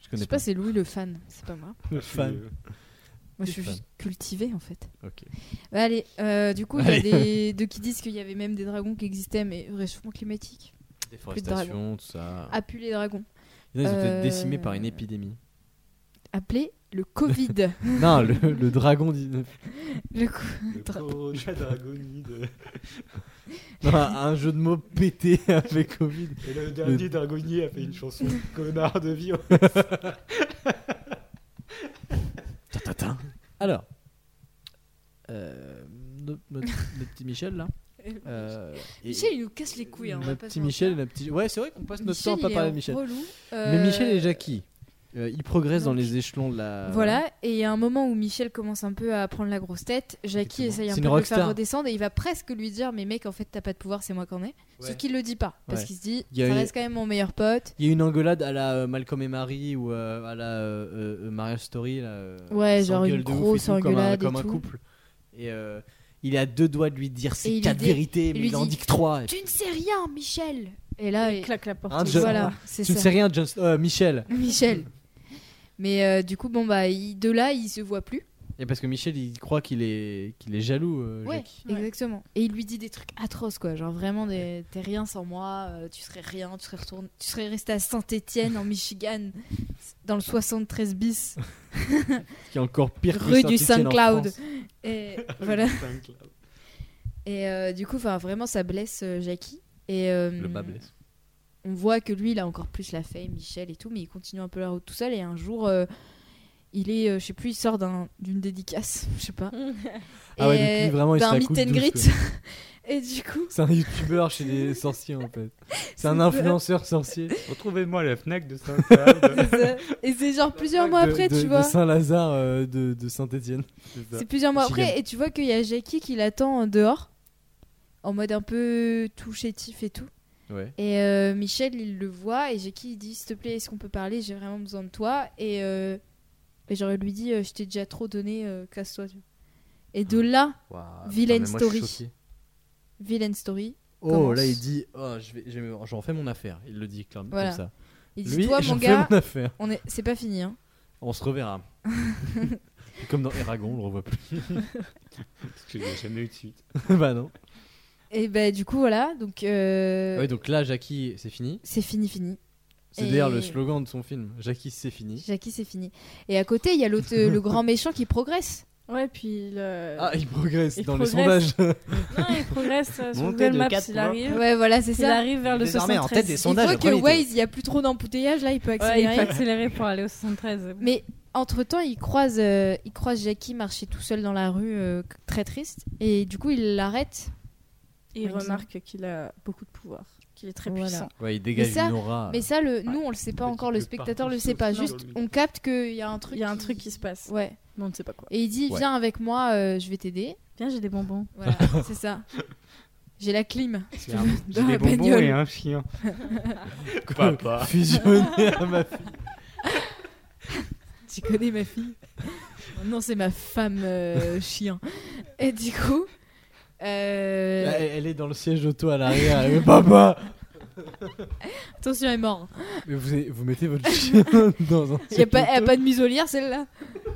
E: Je
G: Je
E: connais
G: sais
E: pas.
G: pas, c'est Louis le fan, c'est pas moi.
E: Le
F: Je suis,
E: fan.
F: euh,
E: T'es
G: Moi, je suis
E: fan.
G: juste cultivée en fait.
E: Ok.
G: Bah, allez, euh, du coup, il y a des deux qui disent qu'il y avait même des dragons qui existaient, mais réchauffement climatique.
E: Déforestation, tout ça.
G: Appelez les dragons.
E: Il y en a, ils ont
G: Ah, euh,
E: été décimés par une épidémie.
G: Appelez le Covid.
E: non, le, le dragon. dit-
G: le coup.
F: le
G: Dra-
F: Corona dragonide.
E: Non, un jeu de mots pété avec Covid.
F: Et le dernier dragonnier a fait une chanson connard de vie.
E: Alors, euh, no- notre, notre petit Michel là. euh, et-
G: Michel, il nous casse les couilles. Hein, on va
E: Notre
G: pas se
E: petit
G: mentir.
E: Michel et notre petit. Ouais, c'est vrai qu'on passe notre temps à
G: Michel,
E: pas
G: il est
E: parler de Michel.
G: relou.
E: Mais
G: Euh,
E: Michel et Jackie, euh, ils progressent dans
G: donc,
E: les échelons de la.
G: Voilà, et il y a un moment où Michel commence un peu à prendre la grosse tête. Jackie
E: Effectivement.
G: essaye un
E: C'est une
G: peu de le
E: rockstar.
G: faire redescendre et il va presque lui dire Mais mec, en fait, t'as pas de pouvoir, c'est moi qu'en ai. Sauf qu'il le dit pas, parce
E: Ouais.
G: qu'il se dit
E: Il y a
G: Ça
E: eu-
G: reste quand même mon meilleur pote.
E: Il y a une engolade à la euh, Malcolm et Marie ou euh, à la euh, euh, Marriage Story. Là, euh,
G: Ouais,
E: ils
G: genre
E: s'engueulent
G: une
E: de ouf et
G: grosse
E: tout, comme un-
G: engueulade et
E: Comme un,
G: tout.
E: couple. Et euh, il est à deux doigts de lui dire
G: il
E: ses
G: lui
E: quatre
G: dit-
E: vérités,
G: il
E: mais
G: lui
E: il en
G: dit-
E: dit que trois. Et
G: Tu ne sais rien, Michel Et là,
H: Il
G: et-
H: claque la porte.
E: Hein,
H: il
E: je-
H: s'en
G: voilà,
H: va.
G: c'est
E: Tu ne
G: ça.
E: sais rien, John... euh, Michel.
G: Michel. Mais euh, du coup, bon, bah, il- de là, il se voit plus.
E: Et parce que Michel, il croit qu'il est, qu'il est jaloux, euh,
G: Ouais,
E: Jackie.
H: Ouais.
G: exactement. Et il lui dit des trucs atroces, quoi. Genre vraiment, des... t'es rien sans moi, euh, tu serais rien, tu serais, retourné... tu serais resté à Saint-Etienne, en Michigan, dans le 73 bis.
E: qui est encore pire que
G: Rue du
E: Saint-Étienne en
G: Saint-Cloud.
E: France.
G: Et voilà. Et euh, du coup, enfin, vraiment, ça blesse euh, Jackie. Et euh,
E: Le bas blesse.
G: on voit que lui, il a encore plus la fame, Michel et tout, mais il continue un peu la route tout seul. Et un jour, euh, il est, euh, je sais plus, il sort d'un- d'une dédicace, je sais pas.
E: Ah ouais,
G: Et
E: donc lui, vraiment, il se
G: d'un
E: la
G: meet
E: coupe
G: and
E: douce,
G: greet. et du coup,
E: C'est un youtubeur chez les sorciers en fait. C'est un
G: C'est
E: influenceur sorcier.
F: Retrouvez-moi à la Fnac de saint
G: c'est ça. et c'est genre plusieurs mois
E: De-
G: après,
E: de,
G: tu
E: de
G: vois.
E: Saint-Lazare euh, de, Saint-Etienne.
G: C'est plusieurs mois
E: Michigan.
G: après, et tu vois qu'il y a Jackie qui l'attend dehors, en mode un peu tout chétif et tout.
E: Ouais.
G: Et euh, Michel, il le voit et Jackie, il dit S'il te plaît, est-ce qu'on peut parler J'ai vraiment besoin de toi. Et, euh, et genre, il lui dit euh, Je t'ai déjà trop donné, euh, casse-toi. tu vois. Et
E: Ah.
G: de là, Vilaine story. Villain Story,
E: Oh
G: Commence.
E: là il dit oh, je vais, je vais- j'en fais mon affaire. Il le dit clairement
G: Voilà.
E: comme ça.
G: il dit
E: Lui,
G: Toi, mon
E: j'en
G: gars,
E: fais mon affaire.
G: on est... c'est pas fini. Hein.
E: On se reverra. comme dans Eragon, on le revoit plus.
F: Parce que j'ai jamais eu de suite.
G: Euh.
E: bah non.
G: Et ben, du coup, voilà, donc euh,
E: Ouais, donc là, Jackie, c'est fini.
G: c'est fini, fini.
E: C'est
G: Et-
E: d'ailleurs le slogan de son film. Jackie, c'est fini.
G: Jackie, c'est fini. Et à côté, il y a l'autre, euh, le grand méchant qui progresse.
H: Ouais, puis le...
E: Ah, il progresse
H: il
E: dans
H: progresse.
E: les sondages.
H: non, il progresse euh, sur
I: Montée
H: Google
I: de
H: Maps,
I: quatre
H: il
I: points.
H: arrive.
G: Ouais, voilà, c'est
H: Il
G: ça.
H: arrive vers le
I: Désormais en
H: 73.
I: tête des
G: Il
I: sondages.
G: faut
I: le
G: que
I: premier tour.
G: Waze, il y a plus trop d'embouteillage là, il peut
H: Ouais, il
G: accélérer.
H: faut accélérer pour aller au 73.
G: Mais entre temps, il croise, euh, il croise Jackie marcher tout seul dans la rue, euh, très triste. Et du coup, il l'arrête.
H: il
G: il me
H: remarque qu'il a beaucoup de pouvoir, qu'il est très
G: Voilà.
H: puissant.
E: Ouais, il dégage
G: Mais ça-
E: une aura.
G: Mais ça, le, nous, on le sait pas
F: Petit
G: encore, le
F: peu
G: spectateur
F: partout
G: le sait pas.
F: sur le
G: Juste,
F: sol.
G: on capte qu'il y a un truc.
H: Il y a un truc qui se passe,
G: Ouais.
H: mais on ne sait pas quoi.
G: Et il dit,
E: Ouais.
G: viens avec moi, euh, je vais t'aider.
H: Bien, j'ai des bonbons.
G: Voilà, c'est ça. J'ai la clim.
F: C'est un-
G: Dans
F: J'ai
G: la
F: des bonbons
G: bagnole.
F: et un chien. Papa.
E: Fusionner à ma fille.
G: Tu connais ma fille Non, c'est ma femme euh, chien. Et du coup. euh,
E: Là, Elle elle est dans le siège d'auto à l'arrière. Elle fait, Papa
G: Attention, elle est morte.
E: Mais vous, vous mettez votre chien dans un.
G: Il n'y a, pas- y a pas de muselière celle-là.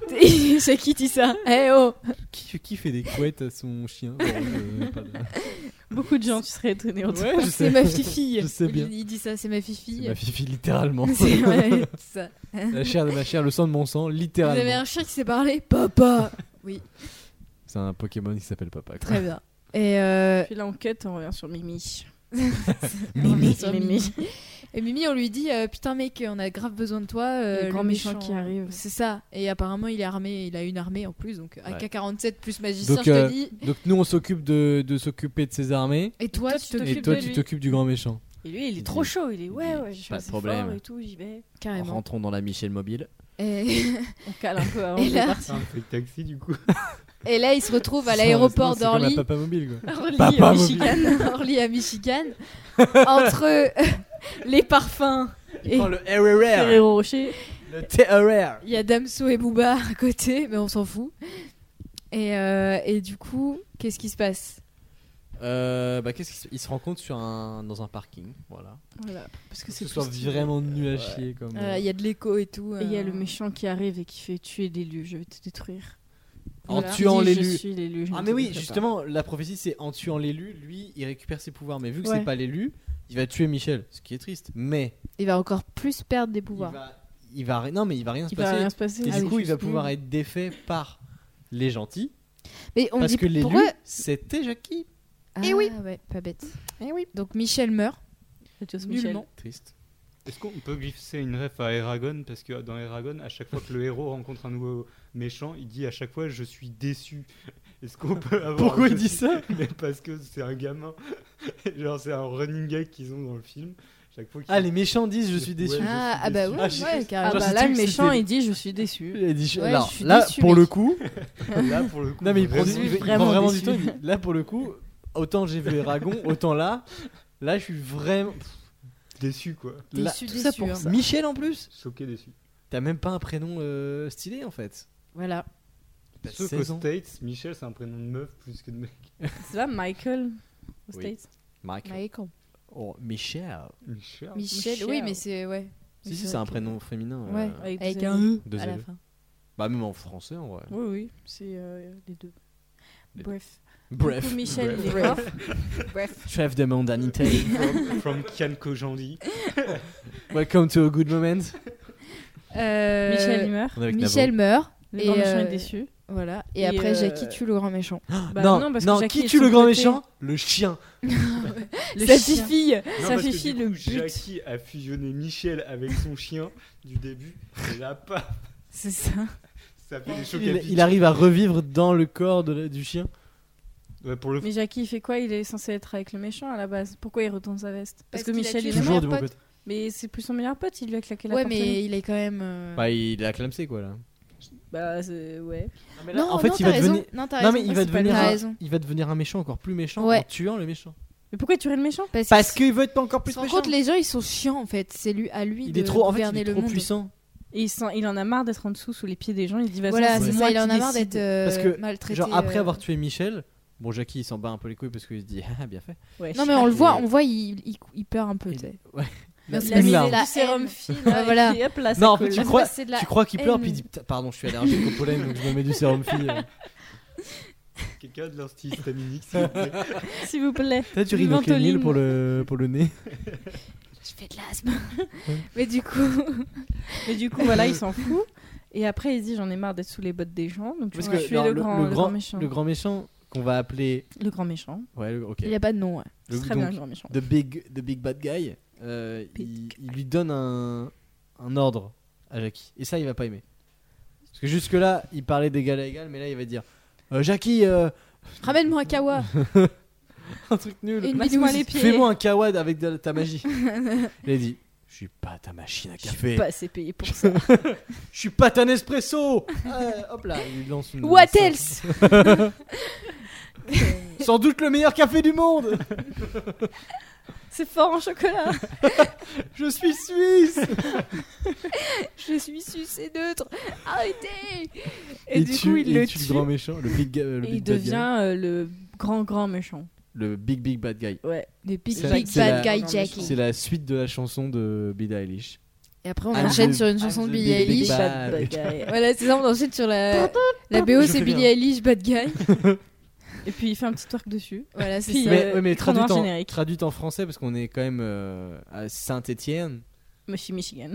G: Jackie dit ça. Eh oh
E: Qui, qui fait des couettes à son chien Bon, euh, pas de-
H: Beaucoup de gens, tu serais étonné. en tout cas.
E: Ouais, je sais.
G: C'est ma fille.
E: Je sais bien.
G: Il, il dit ça, c'est ma
E: C'est
G: fille.
E: ma fifi, littéralement.
G: C'est ouais, c'est ça.
E: la chair de ma chair, le sang de mon sang,
G: Vous avez
E: littéralement.
G: un chien qui sait parler Papa
E: C'est un Pokémon qui s'appelle Papa. quoi.
G: Très bien. Et euh,
H: Puis là, on cut, on revient sur Mimi.
G: Mimi.
H: Sur Mimi.
G: et Mimi, on lui dit euh, Putain, mec, on a grave besoin de toi. euh,
H: Le
G: le
H: grand méchant qui arrive.
G: C'est ça. Et apparemment, il est armé. Il a une armée en plus. Donc AK-47 plus magicien,
E: Donc,
G: je te
E: euh,
G: dis.
E: Donc nous, on s'occupe de, de s'occuper de ses armées.
G: Et toi,
H: toi,
G: tu
H: tu
G: te.
H: t'occupes-
E: Et
H: T'occupes
E: toi,
H: de
E: tu
H: lui.
E: t'occupes du grand méchant.
H: Et lui, il
E: Il
H: est trop
E: dit,
H: chaud. Il est ouais,
E: il dit,
H: ouais, je suis
E: pas de
H: assez
E: problème.
H: fort et tout, j'y vais.
G: Carrément.
E: Rentrons dans la Michel Mobile.
G: Et...
H: On cale un peu avant.
G: et là,
F: Ah, fait le taxi du coup.
G: et là, il se retrouve à
E: C'est-
G: l'aéroport
E: c'est comme la
G: d'Orly.
E: Papa Mobile, quoi.
H: Orly,
E: Papa
H: euh,
E: mobile.
G: Michigan, Orly à Michigan, entre euh, les parfums.
E: Il
G: Et-
E: prend le RRR,
H: Ferrero Rocher.
E: le TRR.
G: Il y a Damso et Booba à côté, mais on s'en fout. Et, euh, et du coup, qu'est-ce qui se passe
E: Euh, bah, qu'est-ce qu'il se- il se rencontre sur un dans un parking, voilà.
H: Voilà. Parce que
E: Que
H: c'est
E: ce
H: tout
E: soit
H: stylé.
E: vraiment nul à
H: Ouais.
E: chier comme.
G: Euh, Il y a de l'écho et tout.
H: Et il y a
G: euh,
H: le méchant qui arrive et qui fait Tu es l'élu, je vais te détruire.
E: euh, En
H: Voilà.
E: tuant
H: Il dit,
E: l'élu.
H: Je suis l'élu. je
E: Ah
H: ne
E: mais
H: te
E: oui,
H: détruirai pas.
E: justement, la prophétie c'est en tuant l'élu, lui, il récupère ses pouvoirs. Mais vu que
H: Ouais.
E: c'est pas l'élu, il va tuer Michel, ce qui est triste. Mais
G: Il va encore plus perdre des
E: il
G: pouvoirs.
E: va, il va, ri- non mais il va rien se
H: Il va
E: passer.
H: rien se passer.
E: Et
H: Ah
E: du
H: oui,
E: coup, il va
H: juste
E: pouvoir
H: lui.
E: être défait par les gentils,
G: Mais on
E: parce
G: dit
E: que l'élu,
G: pourquoi
E: c'était Jackie.
G: Eh oui. Ouais, pas bête.
H: Eh
G: oui. Donc Michel meurt.
H: Adios, Michel.
G: Nullement.
E: Triste.
F: Est-ce qu'on peut glisser une ref à Eragon Parce que dans Eragon, à chaque fois que le héros rencontre un nouveau méchant, il dit à chaque fois Je suis déçu. Est-ce qu'on peut avoir.
E: Pourquoi il dit ça
F: Mais Parce que c'est un gamin. Genre, c'est un running gag qu'ils ont dans le film. Chaque fois qu'ils-
E: Ah les méchants disent je suis
F: Ouais.
E: déçu.
G: Ah, ah bah oui,
E: Ah, j'ai-
G: ouais,
H: Ah
E: Genre,
G: carrément.
H: bah
E: c'est
H: là,
E: tout
H: le
E: que
H: méchant,
E: c'était-
H: il dit Je suis déçu.
E: Il a dit,
G: Ouais,
E: alors,
G: je suis
E: là
G: déçu,
E: pour
G: mec.
E: le coup,
F: Là, pour le coup,
E: non mais il prend,
F: vraiment,
E: du- il prend
H: vraiment
E: vraiment
H: déçu.
E: du temps. il dit, là pour le coup, autant j'ai vu Eragon, autant là, là je suis vraiment
F: déçu quoi.
E: là-
G: Déçu,
H: tout ça
G: déçu,
H: pour
G: hein.
H: ça.
E: Michel en plus.
F: Choqué, déçu.
E: T'as même pas un prénom euh, stylé en fait.
G: Voilà.
E: T'as
F: Sauf
E: 16
F: qu'aux
E: ans.
F: States, Michel, c'est un prénom de meuf plus que de mec.
H: C'est là Michael aux
E: Oui.
H: States.
E: Mike.
H: Bah,
G: Michael.
E: Oh, Michel.
F: Michel.
G: Michel, oui, mais c'est ouais.
E: Si, si, c'est un prénom féminin. euh,
G: Ouais.
H: Avec,
G: Avec
H: deux
G: un
H: L.
G: E
E: deux
G: à la
E: L.
G: fin.
E: Bah, même en français, en vrai.
H: Oui, oui, c'est euh, les deux.
E: Les deux.
H: Bref. Du
E: Bref.
H: coup, Michel,
F: Bref.
H: il est prof. Bref.
E: Chef de mondanité.
F: From, from Kian Kojandi.
E: Welcome to a good moment.
G: Euh,
H: Michel, il meurt.
E: On est avec
G: Michel meurt.
H: Le
G: Et,
H: grand méchant
G: euh,
H: est déçu.
G: Voilà. Et,
H: Et,
G: après,
H: euh,
G: Jackie tue le grand méchant.
E: Navo.
H: Bah
E: non,
H: non, parce que
E: non,
H: Jackie
E: qui
H: est
E: tue
H: son
E: le grand
H: côté.
E: méchant Le chien.
H: Sa
G: chien.
H: fille,
F: Non,
H: sa
F: parce que
H: fille,
F: du
H: le
F: coup,
H: but.
F: Jackie a fusionné Michel avec son chien du début. Et là, pas.
H: C'est ça.
F: Ça fait des chocs à
E: Il,
F: pic.
E: il arrive à revivre dans le corps de la- du chien.
F: Ouais, pour le
H: Mais Jackie, il fait quoi Il est censé être avec le méchant à la base. Pourquoi il retourne sa veste
G: Parce
H: Parce, que
G: qu'il a
H: Michel,
G: tué
H: il
G: son
H: est
E: Toujours
H: mort.
E: de mon
G: meilleur
E: côté.
H: Mais c'est plus son meilleur pote, il lui a claqué la
G: Ouais,
H: porte.
G: mais il est quand même. euh,
E: Bah, il a clamsé quoi là.
H: Bah, c'est- ouais.
G: Non,
E: en fait,
G: non,
E: il
G: t'as
E: va
G: raison.
E: devenir-
G: Non, t'as
E: Non
G: raison.
E: mais il
H: Ah,
E: va
H: c'est pas
E: devenir,
G: grave.
E: un...
G: T'as raison.
E: il va devenir un méchant encore plus méchant
G: Ouais.
E: en tuant le méchant.
H: Mais pourquoi il tuerait le méchant
G: Parce,
E: Parce
G: que.
E: qu'il veut être pas encore plus
G: Par
E: méchant.
G: contre, les gens ils sont chiants en fait. C'est lui à lui
E: Il
G: de
E: est trop, en fait, il
G: gouverner
E: est
G: le
E: trop
G: monde.
E: puissant.
H: Et il, s'en- il en a marre d'être en dessous, sous les pieds des gens. Il dit, vas-y,
G: Voilà,
E: Ouais.
G: c'est
H: moi
G: ça. Il en
H: qui
G: a marre
H: décide.
G: d'être euh,
E: Parce que,
G: maltraité.
E: Genre après
G: euh.
E: avoir tué Michel, bon Jackie il s'en bat un peu les couilles parce qu'il se dit ah bien fait.
H: Ouais,
G: euh, Non mais on le voit,
E: Et-
G: on voit, il, il, il perd un peu.
E: Et-
G: tu sais.
E: ouais.
G: Parce
H: Il
G: que
H: a
E: Une
H: mis
E: larme.
H: du sérum fin, là, et
G: voilà.
H: puis hop, là, ça
E: Non en fait
H: colle.
E: tu
G: Parce
E: crois,
G: que c'est de la
E: tu crois qu'il pleure
G: haine.
E: puis il dit Putain, pardon je suis allergique au pollen donc je me mets du sérum fille.
F: quelqu'un de l'antihistaminique, s'il vous plaît.
H: S'il vous plaît.
E: T'as du
H: Du
E: rhinoclonil
H: Ventoline.
E: pour le pour le nez.
G: Je fais de l'asthme. mais du coup,
H: Mais du coup, voilà, il s'en fout. Et après, il dit, j'en ai marre d'être sous les bottes des gens. Donc, je
E: Parce
H: vais
E: que
H: tuer
E: non,
H: le, grand, le grand méchant.
E: le grand méchant qu'on va appeler
H: Le grand méchant.
E: ouais le- ok
G: il n'y a pas de nom. ouais.
E: Le-
H: C'est très
E: donc,
H: bien, le grand méchant.
E: the big the big bad guy euh, il, il lui donne un un ordre à Jackie et ça il va pas aimer parce que jusque là il parlait d'égal à égal mais là il va dire Euh, Jackie euh,
G: Ramène-moi un kawa.
E: un truc nul
G: Une
H: Masse-moi
G: bidouze.
H: les pieds.
E: Fais-moi un kawad avec de- ta magie. il a dit Je suis pas ta machine à
H: Je suis
E: café.
H: pas assez payé pour ça.
E: Je suis pas ton espresso. Ah, hop là, il lui lance une.
G: What
E: sans-
G: else
E: Sans doute le meilleur café du monde.
H: C'est fort en chocolat.
E: Je suis suisse.
G: Je suis sus et neutre. Arrêtez
H: Et
E: Il
H: du
E: tue-
H: coup, il le
E: tue.
H: tue.
E: le grand méchant, le big, euh, le
H: Et
E: big
H: il
E: bad guy.
H: devient euh, le grand, grand méchant.
E: le big big bad guy.
H: Ouais.
G: The big
E: C'est-
G: big
E: c'est
G: bad
E: la-
G: guy Jackie.
E: C'est la suite de la chanson de Billie Eilish.
G: Et après on
E: I'm
G: enchaîne
E: the-
G: sur une
E: I'm
G: chanson
E: the
G: de Billie
E: big, big
G: Eilish.
E: bad
H: Bad guy.
G: Voilà, c'est ça, on enchaîne sur la. La BO,
E: Je
G: c'est
E: fais
G: Billie
E: bien.
G: Eilish, Bad Guy.
H: Et puis il fait un petit twerk dessus.
G: Voilà, c'est
H: Puis,
G: ça.
E: Mais,
H: euh,
E: ouais, mais
H: écran noir
E: traduite, en,
H: générique.
E: traduite en français parce qu'on est quand même euh, à Saint-Étienne.
H: Mais je suis Michigan.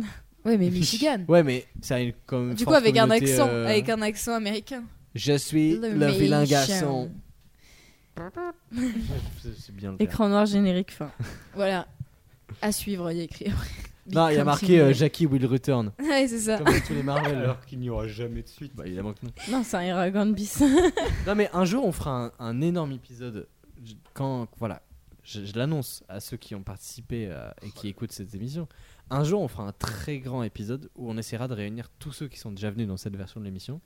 G: Ouais, mais Michigan.
E: Ouais, mais ça a une comme
G: Du coup,
E: forte
G: avec un
E: communauté,
G: accent,
E: euh,
G: avec un accent américain.
E: Je suis le,
G: méchant.
E: vilain garçon. C'est c'est bien le terme.
H: Écran noir générique fin.
G: Voilà. À suivre, il y a écrit.
E: Non, il y a marqué euh, Jackie will return.
G: Ouais, c'est ça.
E: Comme dans tous les Marvel.
F: Alors qu'il n'y aura jamais de suite.
E: Bah, évidemment que non.
H: Non, c'est un Eragon bis.
E: Non, mais un jour, on fera un, un énorme épisode. Je- Quand, voilà, je, je l'annonce à ceux qui ont participé euh, et qui écoutent cette émission. Un jour, on fera un très grand épisode où on essaiera de réunir tous ceux qui sont déjà venus dans cette version de l'émission.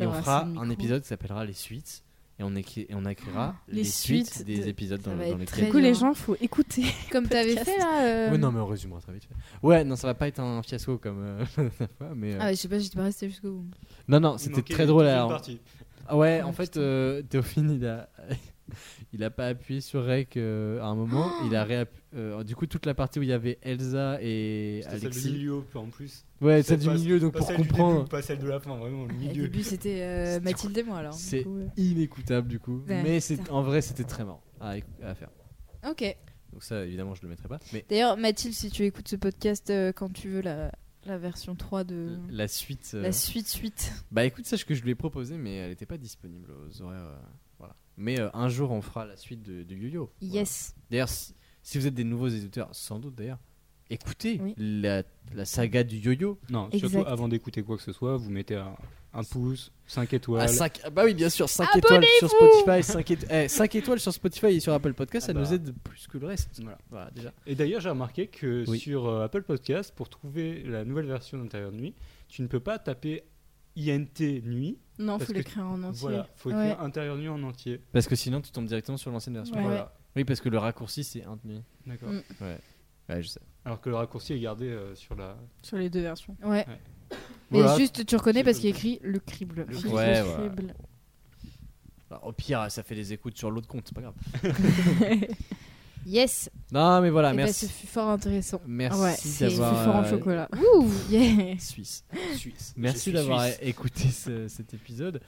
E: Et on
H: T'auras
E: fera
H: assez de
E: un
H: micros. Ah,
E: épisode qui s'appellera Les Suites. Et on, écri- et on écrira
H: les
E: les, suites,
H: suites
E: des
H: de-
E: épisodes dans, le-
G: va être
E: dans
G: très
E: lesquels.
H: Du coup, les gens, faut écouter.
G: Comme t'avais
H: podcast.
G: fait là. euh,
E: Ouais, non, mais on résumera très vite. fait. Ouais, non, ça va pas être un fiasco comme euh, la dernière fois, mais. euh,
G: Ah, ouais, je sais pas, j'étais pas restée jusqu'au bout.
E: Non, non,
F: Il
E: c'était
F: manquait
E: très
F: une
E: drôle.
F: deuxième
E: Alors.
F: partie.
E: Ah Ouais,
G: Oh,
E: en fait,
G: putain.
E: euh, Théophile, il a, il a pas appuyé sur Rec euh, à un moment. il a réappu- euh, Du coup, toute la partie où il y avait Elsa et
F: C'était celle du
E: Alexis.
F: milieu, en plus.
E: Ouais,
F: C'est
E: celle du
F: pas-
E: milieu, donc
F: Pas
E: pour
F: celle du
E: comprendre,
F: début, pas celle de la fin, vraiment, le
G: Au
F: milieu.
G: début, c'était euh,
E: C'était
G: Mathilde et moi alors.
E: c'est
H: coup, ouais.
E: inécoutable du coup.
G: Ouais,
E: Mais c'est
G: putain.
E: en vrai, c'était très marrant à, éc- à faire.
G: euh. Ok.
E: Donc, ça, évidemment, je le mettrai pas. Mais
G: D'ailleurs, Mathilde, si tu écoutes ce podcast euh, quand tu veux la, la version 3 de.
E: la suite. euh,
G: Mm. La suite, suite.
E: Bah écoute, sache que je lui ai proposé, mais elle n'était pas disponible aux horaires. euh, voilà. Mais euh, un jour, on fera la suite de, de Yo-Yo. Voilà.
G: Yes.
E: D'ailleurs, si, si vous êtes des nouveaux éditeurs, sans doute d'ailleurs, écoutez
G: Oui.
E: la, la saga du yo-yo.
F: Non,
G: Exact.
F: surtout avant d'écouter quoi que ce soit, vous mettez un, un pouce, 5 étoiles.
E: À cinq- ah bah oui, bien sûr, 5 étoiles sur Spotify. 5, étoiles sur Spotify et sur Apple Podcast,
F: Ah
E: ça nous
F: bah.
E: aide plus que le reste.
F: Voilà.
E: Voilà, déjà.
F: Et d'ailleurs, j'ai remarqué que
E: Oui.
F: sur euh, Apple Podcast, pour trouver la nouvelle version d'Intérieur de Nuit, tu ne peux pas taper INT Nuit.
H: Non,
F: Parce
H: faut
F: que-
H: l'écrire en entier.
F: Voilà, faut
G: Ouais.
F: écrire Intérieur Nuit en entier.
E: Parce que sinon, tu tombes directement sur l'ancienne version.
H: Ouais.
F: Voilà,
E: Oui, parce que le raccourci, c'est un demi.
F: d'accord.
H: Mm.
E: Ouais, je sais.
F: Alors que le raccourci est gardé euh, sur la.
H: Sur les deux versions.
G: Ouais.
F: Ouais.
G: Mais
E: Voilà.
G: juste, tu reconnais
F: C'est
G: parce
F: tout.
G: qu'il y a écrit le crible.
F: Le
H: Sur
E: Ouais,
H: les
E: voilà.
H: cribles.
E: Alors, au pire, ça fait des écoutes sur l'autre compte, c'est pas grave.
G: Yes.
E: Non, mais voilà,
G: Eh ben,
E: Ah,
G: ce
E: merci.
G: fut fort intéressant. Ouais,
E: Merci
G: c'est-
E: d'avoir.
H: Fort en
E: euh,
H: chocolat.
G: Ouh, yeah.
E: Suisse. Merci d'avoir écouté ce- cet épisode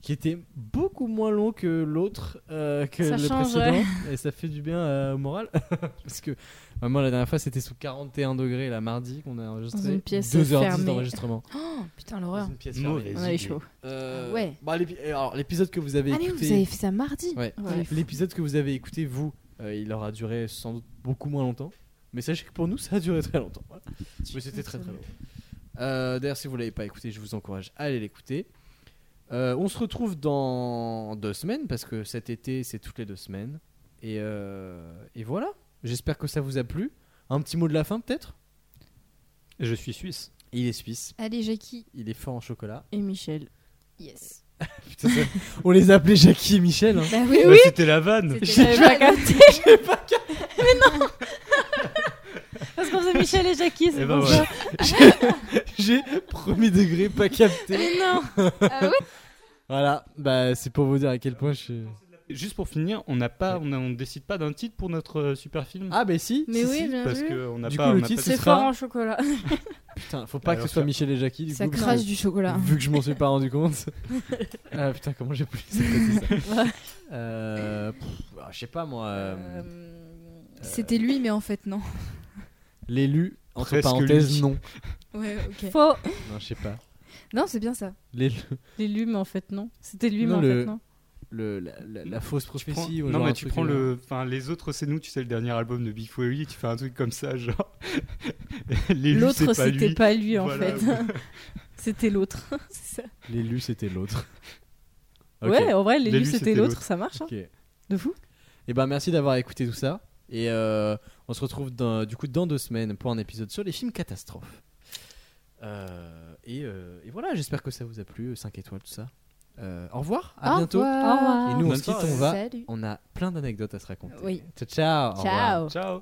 E: qui était beaucoup moins long que l'autre, euh, que
G: Ça
E: le
G: change,
E: précédent. Et ça fait du bien euh, au moral. Parce que vraiment, la dernière fois, c'était sous 41 degrés, la mardi, qu'on a enregistré.
G: Dans une pièce
E: 2h10
G: fermée.
E: d'enregistrement.
G: Oh, putain,
E: Dans
G: l'horreur.
E: une pièce fermée.
F: Mauvaise
H: On avait
F: idée.
H: chaud.
E: Euh,
G: Ouais.
E: bah, l'épi- alors, l'épisode que vous avez
G: Ah, mais
E: écouté.
G: vous avez fait ça mardi.
E: Ouais.
G: Ouais.
E: L'épisode que vous avez écouté, vous, euh, il aura duré sans doute beaucoup moins longtemps. Mais sachez que pour nous, ça a duré très longtemps. Voilà. Mais c'était très très long. Euh, D'ailleurs, si vous l'avez pas écouté, je vous encourage à aller l'écouter. Euh, on se retrouve dans deux semaines parce que cet été, c'est toutes les deux semaines. Et, euh, et voilà. J'espère que ça vous a plu. Un petit mot de la fin, peut-être
F: Je suis suisse.
E: Il est suisse.
G: Allez, Jackie.
E: Il est fort en chocolat.
H: Et Michel.
G: Yes.
E: Putain, ça- on les appelait Jackie et Michel. hein.
G: Bah oui,
F: Bah,
G: oui.
F: C'était la vanne.
G: C'était
H: pas
G: la-
H: Parce qu'on faisait Michel et Jackie,
F: Eh
H: c'est
F: ben
H: bon.
F: voilà.
H: ça.
E: J'ai premier degré pas capté.
G: Mais non. Ah ouais.
E: Voilà, bah c'est pour vous dire à quel point je suis.
F: Juste pour finir, on n'a pas, on, a- on décide pas d'un titre pour notre euh, super film.
E: Ah, bah si
H: Mais
E: si,
H: oui,
E: si.
H: bien
F: parce
H: vu.
F: que on n'a
E: Du
F: pas.
E: coup, le
F: on n'a
E: titre,
F: pas
E: c'est
H: C'est
F: de-
E: sera-
H: fort en chocolat.
E: Putain, faut pas
F: Alors,
E: que ce soit
F: ça-
E: Michel et Jackie du
G: Ça
E: coup. parce
G: crache
E: que-
G: du chocolat.
E: Vu que je m'en suis pas rendu compte. ah putain, comment j'ai pu laisser passer ça Euh, pff, bah, Je sais pas moi. euh,
H: Euh,
G: C'était lui, mais en fait, non.
E: L'élu, entre
F: Presque
E: parenthèses,
F: lui.
E: non.
G: Ouais, ok.
H: Faux.
E: Non, je sais pas.
G: Non, c'est bien ça.
E: L'élu-
H: L'élu, mais en fait, non. C'était lui,
E: Non,
H: mais
E: le-
H: en fait, non.
E: le- la, la- la fausse
F: Tu prends-
E: prophétie. ou
F: non
E: genre un
F: mais tu
E: truc
F: prends
E: comme-
F: le, enfin les autres c'est nous, tu sais le dernier album de Big Fouet, tu fais un truc comme ça genre. L'élu, c'est
H: L'autre,
F: pas
H: c'était
F: lui.
H: pas lui, en
F: Voilà.
H: fait. C'était l'autre. C'est ça.
E: L'élu, c'était l'autre.
H: Ouais, en vrai, l'élu,
F: L'élu,
H: c'était
F: c'était
H: l'autre.
F: l'autre.
H: Ça marche, hein.
E: Ok.
H: De fou.
E: Et ben merci d'avoir écouté tout ça. Et euh, on se retrouve dans- du coup dans deux semaines pour un épisode sur les films catastrophes. Euh, et, euh, et voilà, j'espère que ça vous a plu. 5 étoiles, tout ça. Euh, au revoir, à
G: Au
E: bientôt.
G: revoir.
E: Et nous, on
F: Bonne
E: se quitte,
F: soirée.
E: on va.
G: Salut.
E: On a plein d'anecdotes à se raconter.
G: Oui.
E: Ciao, ciao. au revoir.
G: Ciao.
F: Ciao.